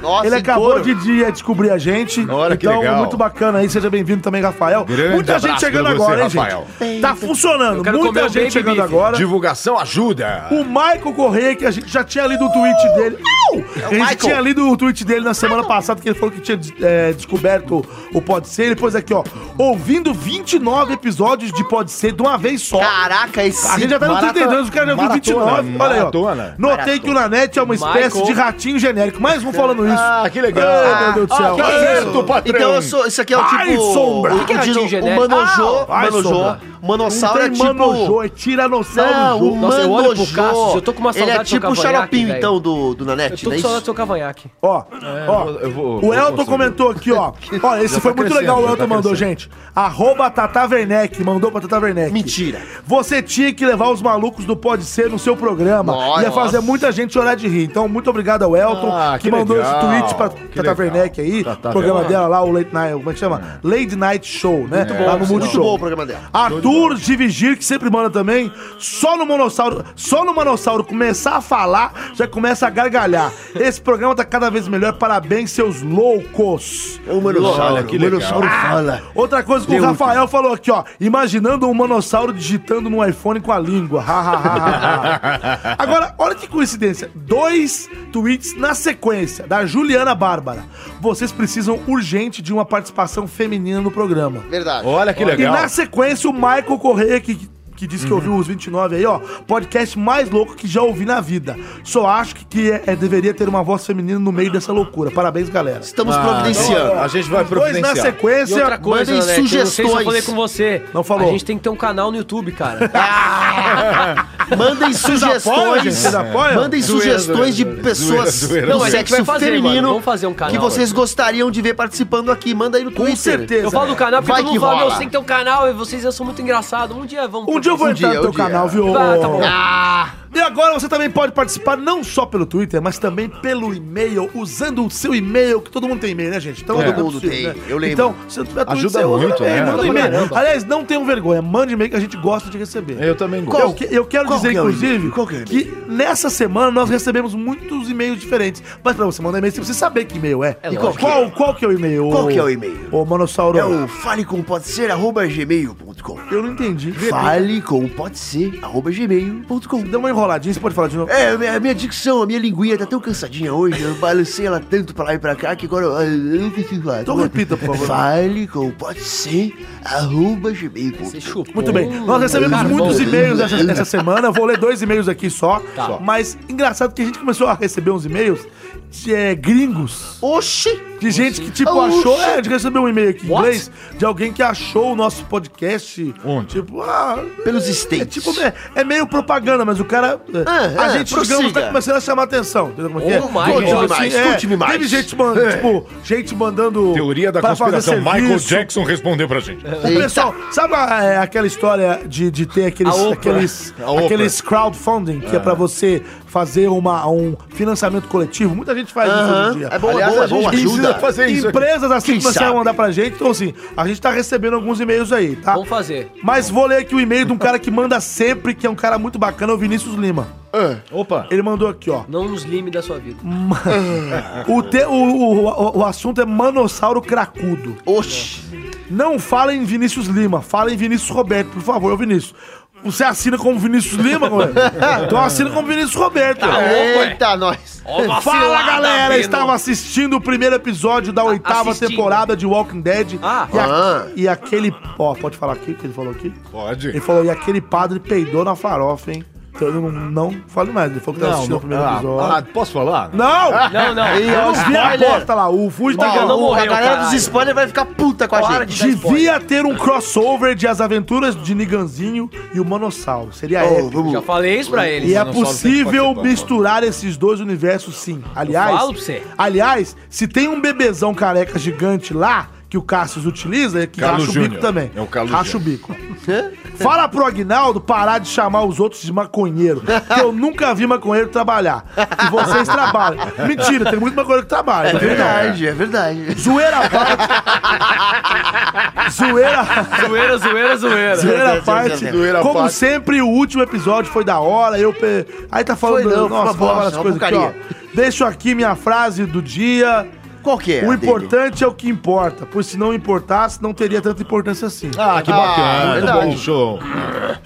Nossa,
Ele
em
acabou
couro.
de, de descobrir a gente.
Olha que
então,
legal.
muito bacana aí. Seja bem-vindo também, Rafael.
Grande
Muita gente
abraço
chegando
pra você,
agora, hein,
Rafael.
gente? Tá funcionando. Muita gente chegando agora.
Divulgação ajuda.
O Michael Correia, que a gente já tinha lido o
Uh!
tweet dele.
É
A gente
Michael.
tinha lido o tweet dele na semana passada, que ele falou que tinha é, descoberto o Pode Ser. Ele pôs aqui, ó. Ouvindo 29 episódios de Pode Ser de uma vez só.
Caraca, esse.
A gente já tá no
maratona-
32, os caras já viu 29. Olha
maratona,
aí, ó.
maratona.
Notei que o Nanete é uma espécie
Michael.
de ratinho genérico. Mais um falando isso.
Ah, que legal.
Ai, meu Deus do
Ah,
céu.
que acerto, patrão.
Então eu sou. Isso aqui é o tipo.
Ai, sombra.
O, o,
Que
o,
ratinho
dino- o
genérico?
Manojô.
Ah, ai,
Manojô.
sombra.
Manossauro é
Não
tipo.
tem Manojô, é tiranossauro
Não,
do jogo.
o
Nossa, eu olho pro
Manojô.
Cassius, eu tô com uma
Ele é
saudade do seu
tipo o
cavanhaque,
xaropinho,
velho.
então, do, do Nanete,
Eu tô
né?
com saudade
Isso?
do seu cavanhaque.
Ó, ó,
É, eu vou-
o
vou
Elton
conseguir.
comentou aqui, ó. Ó, esse
Já
foi muito
tá crescendo,
legal, o
já
Elton
tá
mandou,
crescendo.
gente. Arroba Tata Werneck, mandou pra Tata Werneck.
Mentira.
Você tinha que levar os malucos do Pode Ser no seu programa.
Nossa.
Ia fazer muita gente chorar de rir. Então, muito obrigado ao Elton,
Ah,
que,
que
mandou
legal,
esse tweet pra
que
Tata
legal.
Werneck aí.
Tata
o programa
Werneck.
dela lá, o Late Night, como é que chama? Late Night Show, né?
Muito bom,
lá no
muito
Multishow.
bom o programa dela.
Arthur Divigir, que sempre manda também, só no monossauro, só no manossauro começar a falar, já começa a gargalhar. Esse programa tá cada vez melhor, parabéns, seus loucos. Ah,
O Manossauro.
Olha, que
o Manossauro
legal.
fala.
Outra coisa que o Rafael falou aqui, ó. Imaginando um manossauro digitando no iPhone com a língua. Ha, ha, ha, ha, ha. Agora, olha que coincidência. Dois tweets na sequência, da Juliana Bárbara. Vocês precisam urgente de uma participação feminina no programa.
Verdade.
Olha que
E
legal.
na sequência, o Michael Correia, que, que disse que ouviu os 29 aí, ó. Podcast mais louco que já ouvi na vida. Só acho que, que é, é- deveria ter uma voz feminina no meio dessa loucura. Parabéns, galera.
Estamos
Ah,
providenciando.
então, a gente vai
Os dois na
providenciar.
sequência.
E outra coisa,
mandem
né, que Eu não sei se eu
sugestões.
falei com você.
é- Não falou.
A gente tem que ter um canal no YouTube, cara.
Mandem
Vocês apoiam, gente? né?
sugestões.
Vocês apoiam?
Mandem
Zoeira,
sugestões de
zoeira,
pessoas
zoeira,
do
zoeira.
a gente
sexo
mano.
feminino
Vamos fazer um canal.
que vocês gostariam de ver participando aqui. Manda aí no
Com
Twitter.
certeza.
Eu falo do canal porque
Vai
todo
que
mundo fala, meu,
rola.
você tem que ter um canal e vocês, eu sou muito engraçado. Um dia vamos...
Um dia eu vou
Um
entrar
dia,
no teu
um dia.
canal, viu?
Ah, tá bom.
Ah,
E agora você também pode participar não só pelo Twitter, mas também pelo e-mail, usando o seu e-mail, que todo mundo tem e-mail, né, gente? Então,
Todo
não é
mundo
possível,
tem, eu lembro.
Então, se não tiver Twitter,
Ajuda
você usa
muito,
também,
né?
manda um
Ajuda
e-mail.
caramba.
Aliás, não tenham vergonha, mande e-mail que a gente gosta de receber.
Eu também gosto.
Eu, que- eu quero
Qual
dizer,
que é o
inclusive,
e-mail? Qual que é o
que nessa semana nós recebemos muitos e-mails diferentes. Mas pra você mandar e-mail, você precisa saber que e-mail é.
É
E qual,
lógico.
qual, qual que é o e-mail?
Qual que é o e-mail?
Ô, Manossauro.
é o falecompodser.gmail.com
Eu não entendi.
falecompodser.gmail.com
Deu uma enroladinha, você pode falar de novo?
É, a minha- a minha dicção, a minha linguinha tá tão cansadinha hoje, eu balancei ela tanto pra lá e pra cá que agora eu- eu não consigo falar.
Então repita, por favor.
Fale com pode ser, arroba
Você
gmail.com.
chupou.
Muito bem.
um
Nós recebemos
Carvão.
muitos e-mails essa, essa semana. Eu vou ler dois e-mails aqui só.
Tá.
Mas engraçado que a gente começou a receber uns e-mails de eh, gringos.
Oxi!
De gente que, tipo,
Oxi.
achou. É, a gente recebeu um e-mail aqui em
What?
inglês de alguém que achou o nosso podcast.
Onde?
Tipo, ah.
Pelos States.
É, tipo, é, é meio propaganda, mas o cara. é,
Ah,
a
ah,
gente, digamos,
prossiga.
tá começando a chamar atenção. Entendeu como é que é?
Oh my
Tipo,
God.
assim, é,
Conte-me mais.
Teve gente, mano, tipo, gente mandando.
Teoria da
pra fazer
conspiração. Michael
serviço.
Jackson respondeu pra gente.
O pessoal, sabe a- é, aquela história de, de ter aqueles,
A Oprah.
aqueles,
A Oprah.
aqueles crowdfunding, que é pra você fazer uma, um financiamento coletivo. Muita gente faz isso
Aham.
hoje em dia.
É boa- boa- boa ajuda.
Empresas assim
Quem
que começaram a
sabe?
mandar pra gente. Então, assim, a gente tá recebendo alguns e-mails aí, tá? Vamos
fazer.
Mas vou ler aqui o e-mail de um cara que manda sempre, que é um cara muito bacana, o Vinícius Lima.
Opa.
Ele mandou aqui, ó.
Não nos lime da sua vida.
O, te- o, o, o assunto é manossauro cracudo. Oxi! Não fala em Vinícius Lima, fala em Vinícius Roberto, por favor, ô Vinícius. Você assina como Vinícius Lima, moleque? Então assina como Vinícius Roberto.
Tá bom, ué. Eita, nós. Ó, vacilada,
Fala, galera!
Vino.
Estava assistindo o primeiro episódio da oitava
assistindo.
temporada de Walking Dead. Ah. E, a- e aquele... Ó, pode falar aqui o que ele falou aqui?
Pode.
Ele falou, e aquele padre peidou na farofa, hein? Então, eu não, não fale mais, ele falou que tava assistindo o
Ah,
primeiro episódio.
posso falar?
Não!
Não, não.
Eu não vi a aposta lá. O Fuji tá
Não,
ganhando.
não morreu, A galera caralho. dos spoilers vai ficar puta com a Para gente. de dar
Devia ter um crossover de As Aventuras de Niganzinho e o Manossauro. Seria
Oh,
épico.
vamos- Já falei isso pra eles.
E é
Manossauro tem que
possível
participar,
misturar esses dois universos, sim. Aliás,
falo pra você.
aliás, se tem um bebezão careca gigante lá, que o Cassius utiliza, é que
Carlos
racha o
Júnior.
bico também.
É o Carlos
Racha o
Júnior.
bico. Fala pro Agnaldo parar de chamar os outros de maconheiro. Que eu nunca vi maconheiro trabalhar. E vocês trabalham. Mentira, tem muito maconheiro que trabalha. né?
É verdade, é verdade.
Zoeira à parte. zoeira.
Zoeira, zoeira, zoeira.
é
Zoeira à parte.
Zoeira à
Como
parte.
sempre, o último episódio foi da hora. Eu pe- Aí tá falando.
Foi não, foi
nossa,
uma
fala
bosta,
várias
uma
coisas aqui, ó.
porcaria.
Deixo aqui minha frase do dia.
Qual que é
O
a
importante é o que importa, pois se não importasse, não teria tanta importância assim.
Ah, que
é
bacana.
verdade.
bom show.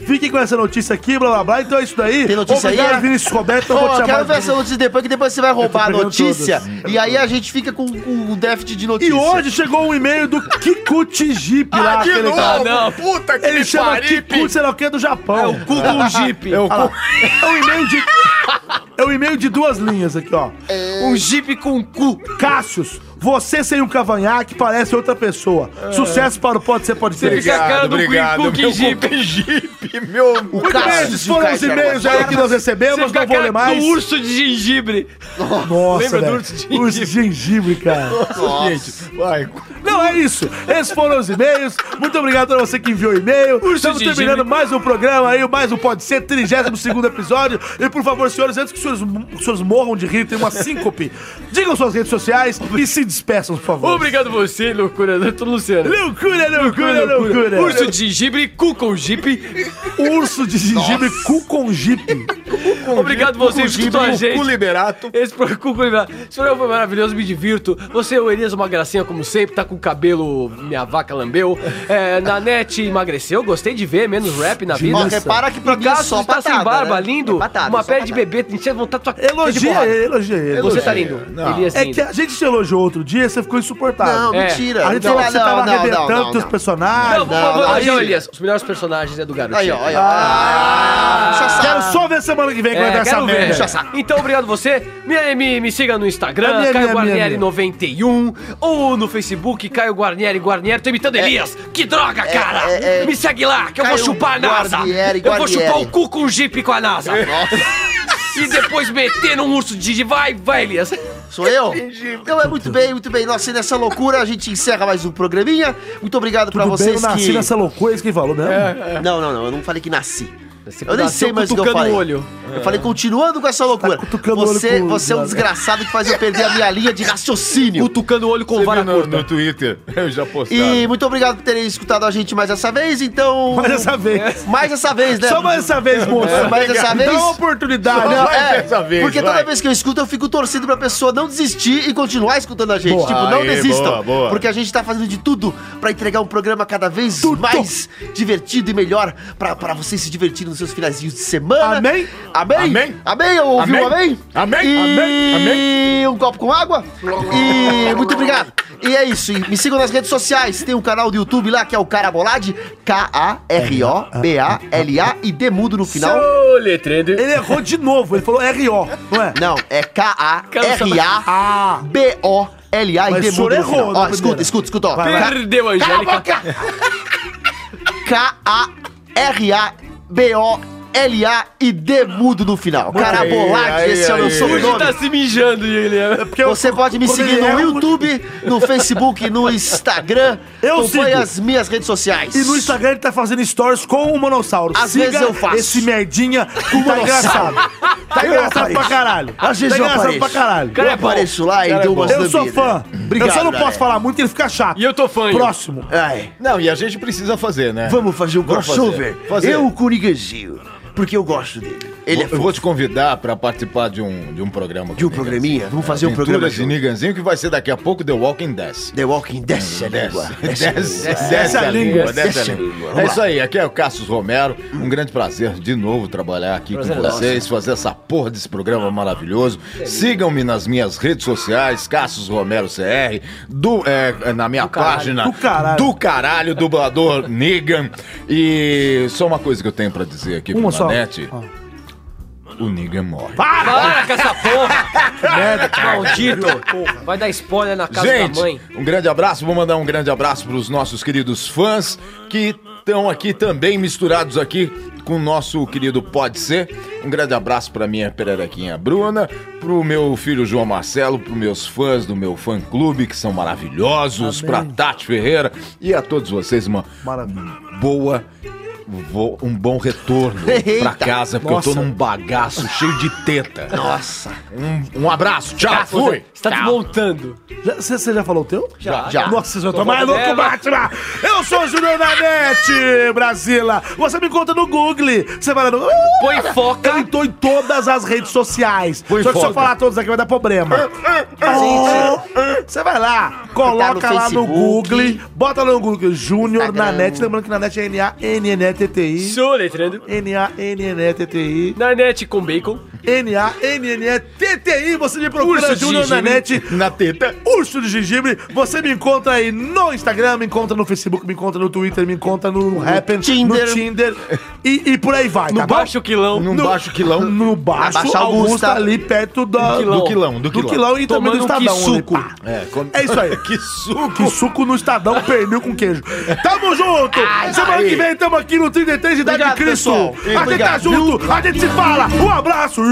Fiquem com essa notícia aqui, blá blá blá. Então é isso daí.
Tem notícia aí?
Obrigado,
é?
Vinícius Roberto. Eu
Ô,
vou te chamar.
quero ver
de-
essa notícia depois, que depois você vai roubar a
pegando
notícia.
todas.
E aí a gente fica com, com um déficit de
E
notícia.
hoje chegou um e-mail do Kikuchi Jeep lá.
Ah, de
aquele
novo?
cara.
Não. Puta que
Ele
me
chama
pariu.
Kikuchi, sei lá o que, do Japão. É o
cu com
É,
Jeep. É o
o é um e-mail de... É um e-mail de duas linhas aqui, ó.
Um Jeep com cu.
Cássius, você sem um cavanhaque parece outra pessoa.
É.
Sucesso para o Pode Ser, Pode Ser.
Jeep, meu...
Muito bem, esses foram os e-mails aí que nós recebemos, não vou ler mais.
Do urso de gengibre.
Nossa,
Lembra do
velho.
urso de
O urso de gengibre, cara.
Nossa, gente. Vai.
Não, é isso. Esses foram os e-mails. Muito obrigado a você que enviou e-mail. Estamos
de gengibre.
terminando mais um programa aí, mais um Pode Ser, 32 episódio. E por favor, senhores, antes que os senhores, os senhores morram de rir, tem uma síncope, digam suas redes sociais e se despeçam, por favor.
Obrigado você, loucura. Eu tô Luciano.
Loucura, loucura, loucura.
Urso de gengibre, cu com jipe.
Urso de gengibre, cu com jipe.
Obrigado você que escutou a gente.
O liberato.
Esse pro- cu com liberato. Esse programa foi maravilhoso, me divirto. Você, é o Elias, uma gracinha como sempre, tá com o cabelo, minha vaca lambeu. É, Nanete emagreceu, gostei de ver, menos rap na vida.
Ó, repara que pra
E
mim é
Cássio
só
tá sem
patada,
barba,
né?
lindo.
É patada,
uma
só
pele de
patada.
bebê, tem tinha vontade de tua
Elogia ele, elogia ele.
Você tá
elogia.
lindo.
Não.
Elias
É
lindo.
que a gente te elogiou outro dia, você ficou insuportável.
Não, mentira.
É. A gente
Não,
falou que você
não,
tava
não, não,
arrebentando
não,
teus
não.
personagens.
Não, por favor,
Aí-
elogia o Elias. Os melhores personagens é do garoto.
Ah, Aí, ó, aí, ó. Ah, puxa saco.
Quero só ver semana que vem como é que vai
É,
essa
quero ver.
assim
merda.
Puxa saco. Então, obrigado você. Me, me, me siga no
É
Instagram,
minha,
Caio
minha, minha,
Guarnieri91, ou no Facebook, Caio Guarnieri Guarnieri. Tô imitando Elias. Que droga, cara!
é, é.
me segue lá, que eu vou
Caio
chupar a NASA.
Guarnieri,
Eu vou chupar
Guarnieri.
o cu com o Jeep com a NASA. E depois meter num urso de... Vai, vai, Elias.
Sou eu? Então é muito bem, muito bem. Nossa, e nessa loucura a gente encerra mais um programinha. Muito obrigado pra
Tudo bem, eu
vocês
nasci
que...
nessa loucura, isso que ele falou, né?
Não, não, não. Eu não falei que nasci.
Você
Eu nem
nasceu
sei mais o que eu
cutucando
falei.
o olho.
Eu falei, continuando com essa loucura.
tá cutucando o olho né?
você,
com o-
você é um desgraçado que faz eu perder a minha linha de raciocínio.
Cutucando o olho com
Você
vara
viu no,
curta.
no Twitter. Eu já postei.
E muito obrigado por terem escutado a gente mais essa vez, então.
Mais essa vez.
Mais essa vez, né?
Só mais essa vez, moço.
É, mais essa vez?
Dá uma oportunidade.
Não,
né?
é,
dessa vez,
porque
vai.
toda vez que eu escuto, eu fico torcendo pra pessoa não desistir e continuar escutando a gente.
Boa.
Tipo, não
Aí,
desistam.
boa, boa.
Porque a gente tá fazendo de tudo pra entregar um programa cada vez mais divertido e melhor pra, pra vocês se divertirem nos seus finazinhos de semana.
Amém?
Amém?
Amém?
Amém? Ouviu amém?
Amém? Amém?
E...
Amém?
Amém? um copo com água. E muito obrigado. E é isso. E me sigam nas redes sociais. Tem um canal do YouTube lá que é o Carabolade. K-A-R-O-B-A-L-A e Demudo no final.
Ô, letrando.
Ele errou de novo, ele falou R.O., não é?
Não, é
Ah.
K-A-R-A-B-O-L-A
Mas
e
o senhor
Demudo.
errou
no final.
na
Ó,
primeira.
escuta, escuta, escuta, ó.
Vai, vai.
Perdeu, Angélica.
K-A-R-A-B-O L-A e D mudo no final. Carabolade, esse é o meu sobrenome.
tá
tá
se mijando,
É
Guilherme.
Porque Você pode me seguir no YouTube, no Facebook, no Instagram.
Eu
Acompanhe
sigo.
as minhas redes sociais.
E no Instagram ele tá fazendo stories com o Monossauro.
Às vezes eu faço.
Esse merdinha com o tá
Monossauro.
engraçado. Tá
Eu
engraçado
apareço.
pra caralho.
Às vezes
tá
eu
engraçado
apareço.
pra caralho.
Eu apareço lá e
Cara é
dou
bom.
umas
Eu sou
lambidas.
fã.
Obrigado,
eu só não
galera.
posso falar muito, ele fica chato.
E eu tô fã.
Próximo.
Ai,
Não, e a gente precisa fazer, né?
vamos fazer um
Vamos
crossover.
fazer, fazer.
Eu com o Niganzinho, porque eu gosto dele. Ele é
eu
fofo.
vou te convidar pra participar de um, de um programa.
De um programinha? Vamos fazer um programa
de
junto.
Niganzinho, que vai ser daqui a pouco The Walking Dead.
The Walking
é
desce a língua.
Hum, Desce, desce,
Desce é a
a
língua,
língua, desce
desce
a
a língua.
língua.
Vamos
É
lá.
isso aí, aqui é o Cassius Romero. Um grande prazer de novo trabalhar aqui com
é
vocês, fazer essa porra desse programa maravilhoso. Sigam-me nas minhas redes sociais, Cassius Romero CR, do, é, na minha página
Do caralho.
do caralho, dublador Negan. E só uma coisa que eu tenho pra dizer aqui
Uma
pro
só.
Nanete. O Negan é morre.
Ah, Para com essa porra! Merda, maldito! Vai dar spoiler na casa
Gente,
da mãe.
um grande abraço. Vou mandar um grande abraço para os nossos queridos fãs que estão aqui também misturados aqui com o nosso querido Pode Ser. Um grande abraço para minha pererequinha Bruna, pro meu filho João Marcelo, pros meus fãs do meu fã clube que são maravilhosos, pra Tati Ferreira e a todos vocês uma boa vo- um bom retorno
Eita,
pra casa, porque eu tô num bagaço cheio de teta.
Nossa.
Um, um abraço, tchau, fui!
Você tá desmontando.
Você já, falou o teu?
Já.
Nossa, vocês vão
Toma
tomar louco,
dela.
Batman! Eu sou o Júnior Nanete, Brasila! Você me conta no Google. Você vai lá no...
Põe
Tá.
foca.
Eu tô em todas as redes sociais.
Põe
Só que se eu
folga.
falar todas aqui vai dar problema. Você vai lá, coloca
Tá no
lá no
Facebook.
Google, bota lá no Google Júnior
Instagram.
na net, lembrando que na net é N-A-N-N-E-T-T-I.
Soletrando.
N-A-N-N-E-T-T-I.
Na net com bacon.
N-A-N-N-E-T-T-I. Você me procura
Urso de
Júnior na
gengibre.
net.
Na teta.
Urso de gengibre, você me encontra aí no Instagram, me encontra no Facebook, me encontra no Twitter, me encontra no Happen,
Tinder.
no Tinder e, e por aí vai, tá
No
bom?
baixo quilão.
Num baixo quilão.
No baixo,
Baixa
Augusta.
Augusta.
ali perto da,
quilão. Do quilão, do quilão.
e também
Tomando
do
um
Estadão. né,
quissuco.
pá?
É, com-
É isso aí.
que suco!
Que suco no Estadão, pernil com queijo. Tamo junto! Semana que vem tamo aqui no 33 de Idade de
Obrigado,
Cristo.
pessoal.
A gente tá
Obrigado,
junto, a gente se fala. Um abraço.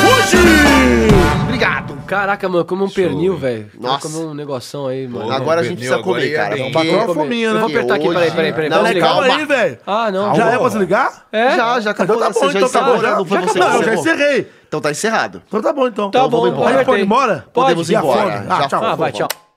Fuji!
Obrigado.
Caraca, mano, como um pernil, velho.
Nossa.
Como um negoção aí, mano.
Agora a gente
perdeu,
precisa comer,
agora
cara.
ia bem.
porque-
Bateu uma fominha, né?
Eu vou apertar aqui,
Hoje-
peraí, peraí, peraí.
Não,
vamos ligar.
Calma aí, velho.
Ah, não.
Já é pra
Calma.
se ligar?
É?
Já, já acabou.
Então tá
você
bom,
já
então tá
encerrou,
bom.
já
Já
não foi você que
Não, eu já
encerrou?
encerrei.
Então tá encerrado.
Então tá bom, então.
Tá bom,
A gente pode ir embora?
Pode,
E a
embora.
fome? Ah,
Já
tchau.
Ah, vai, tchau.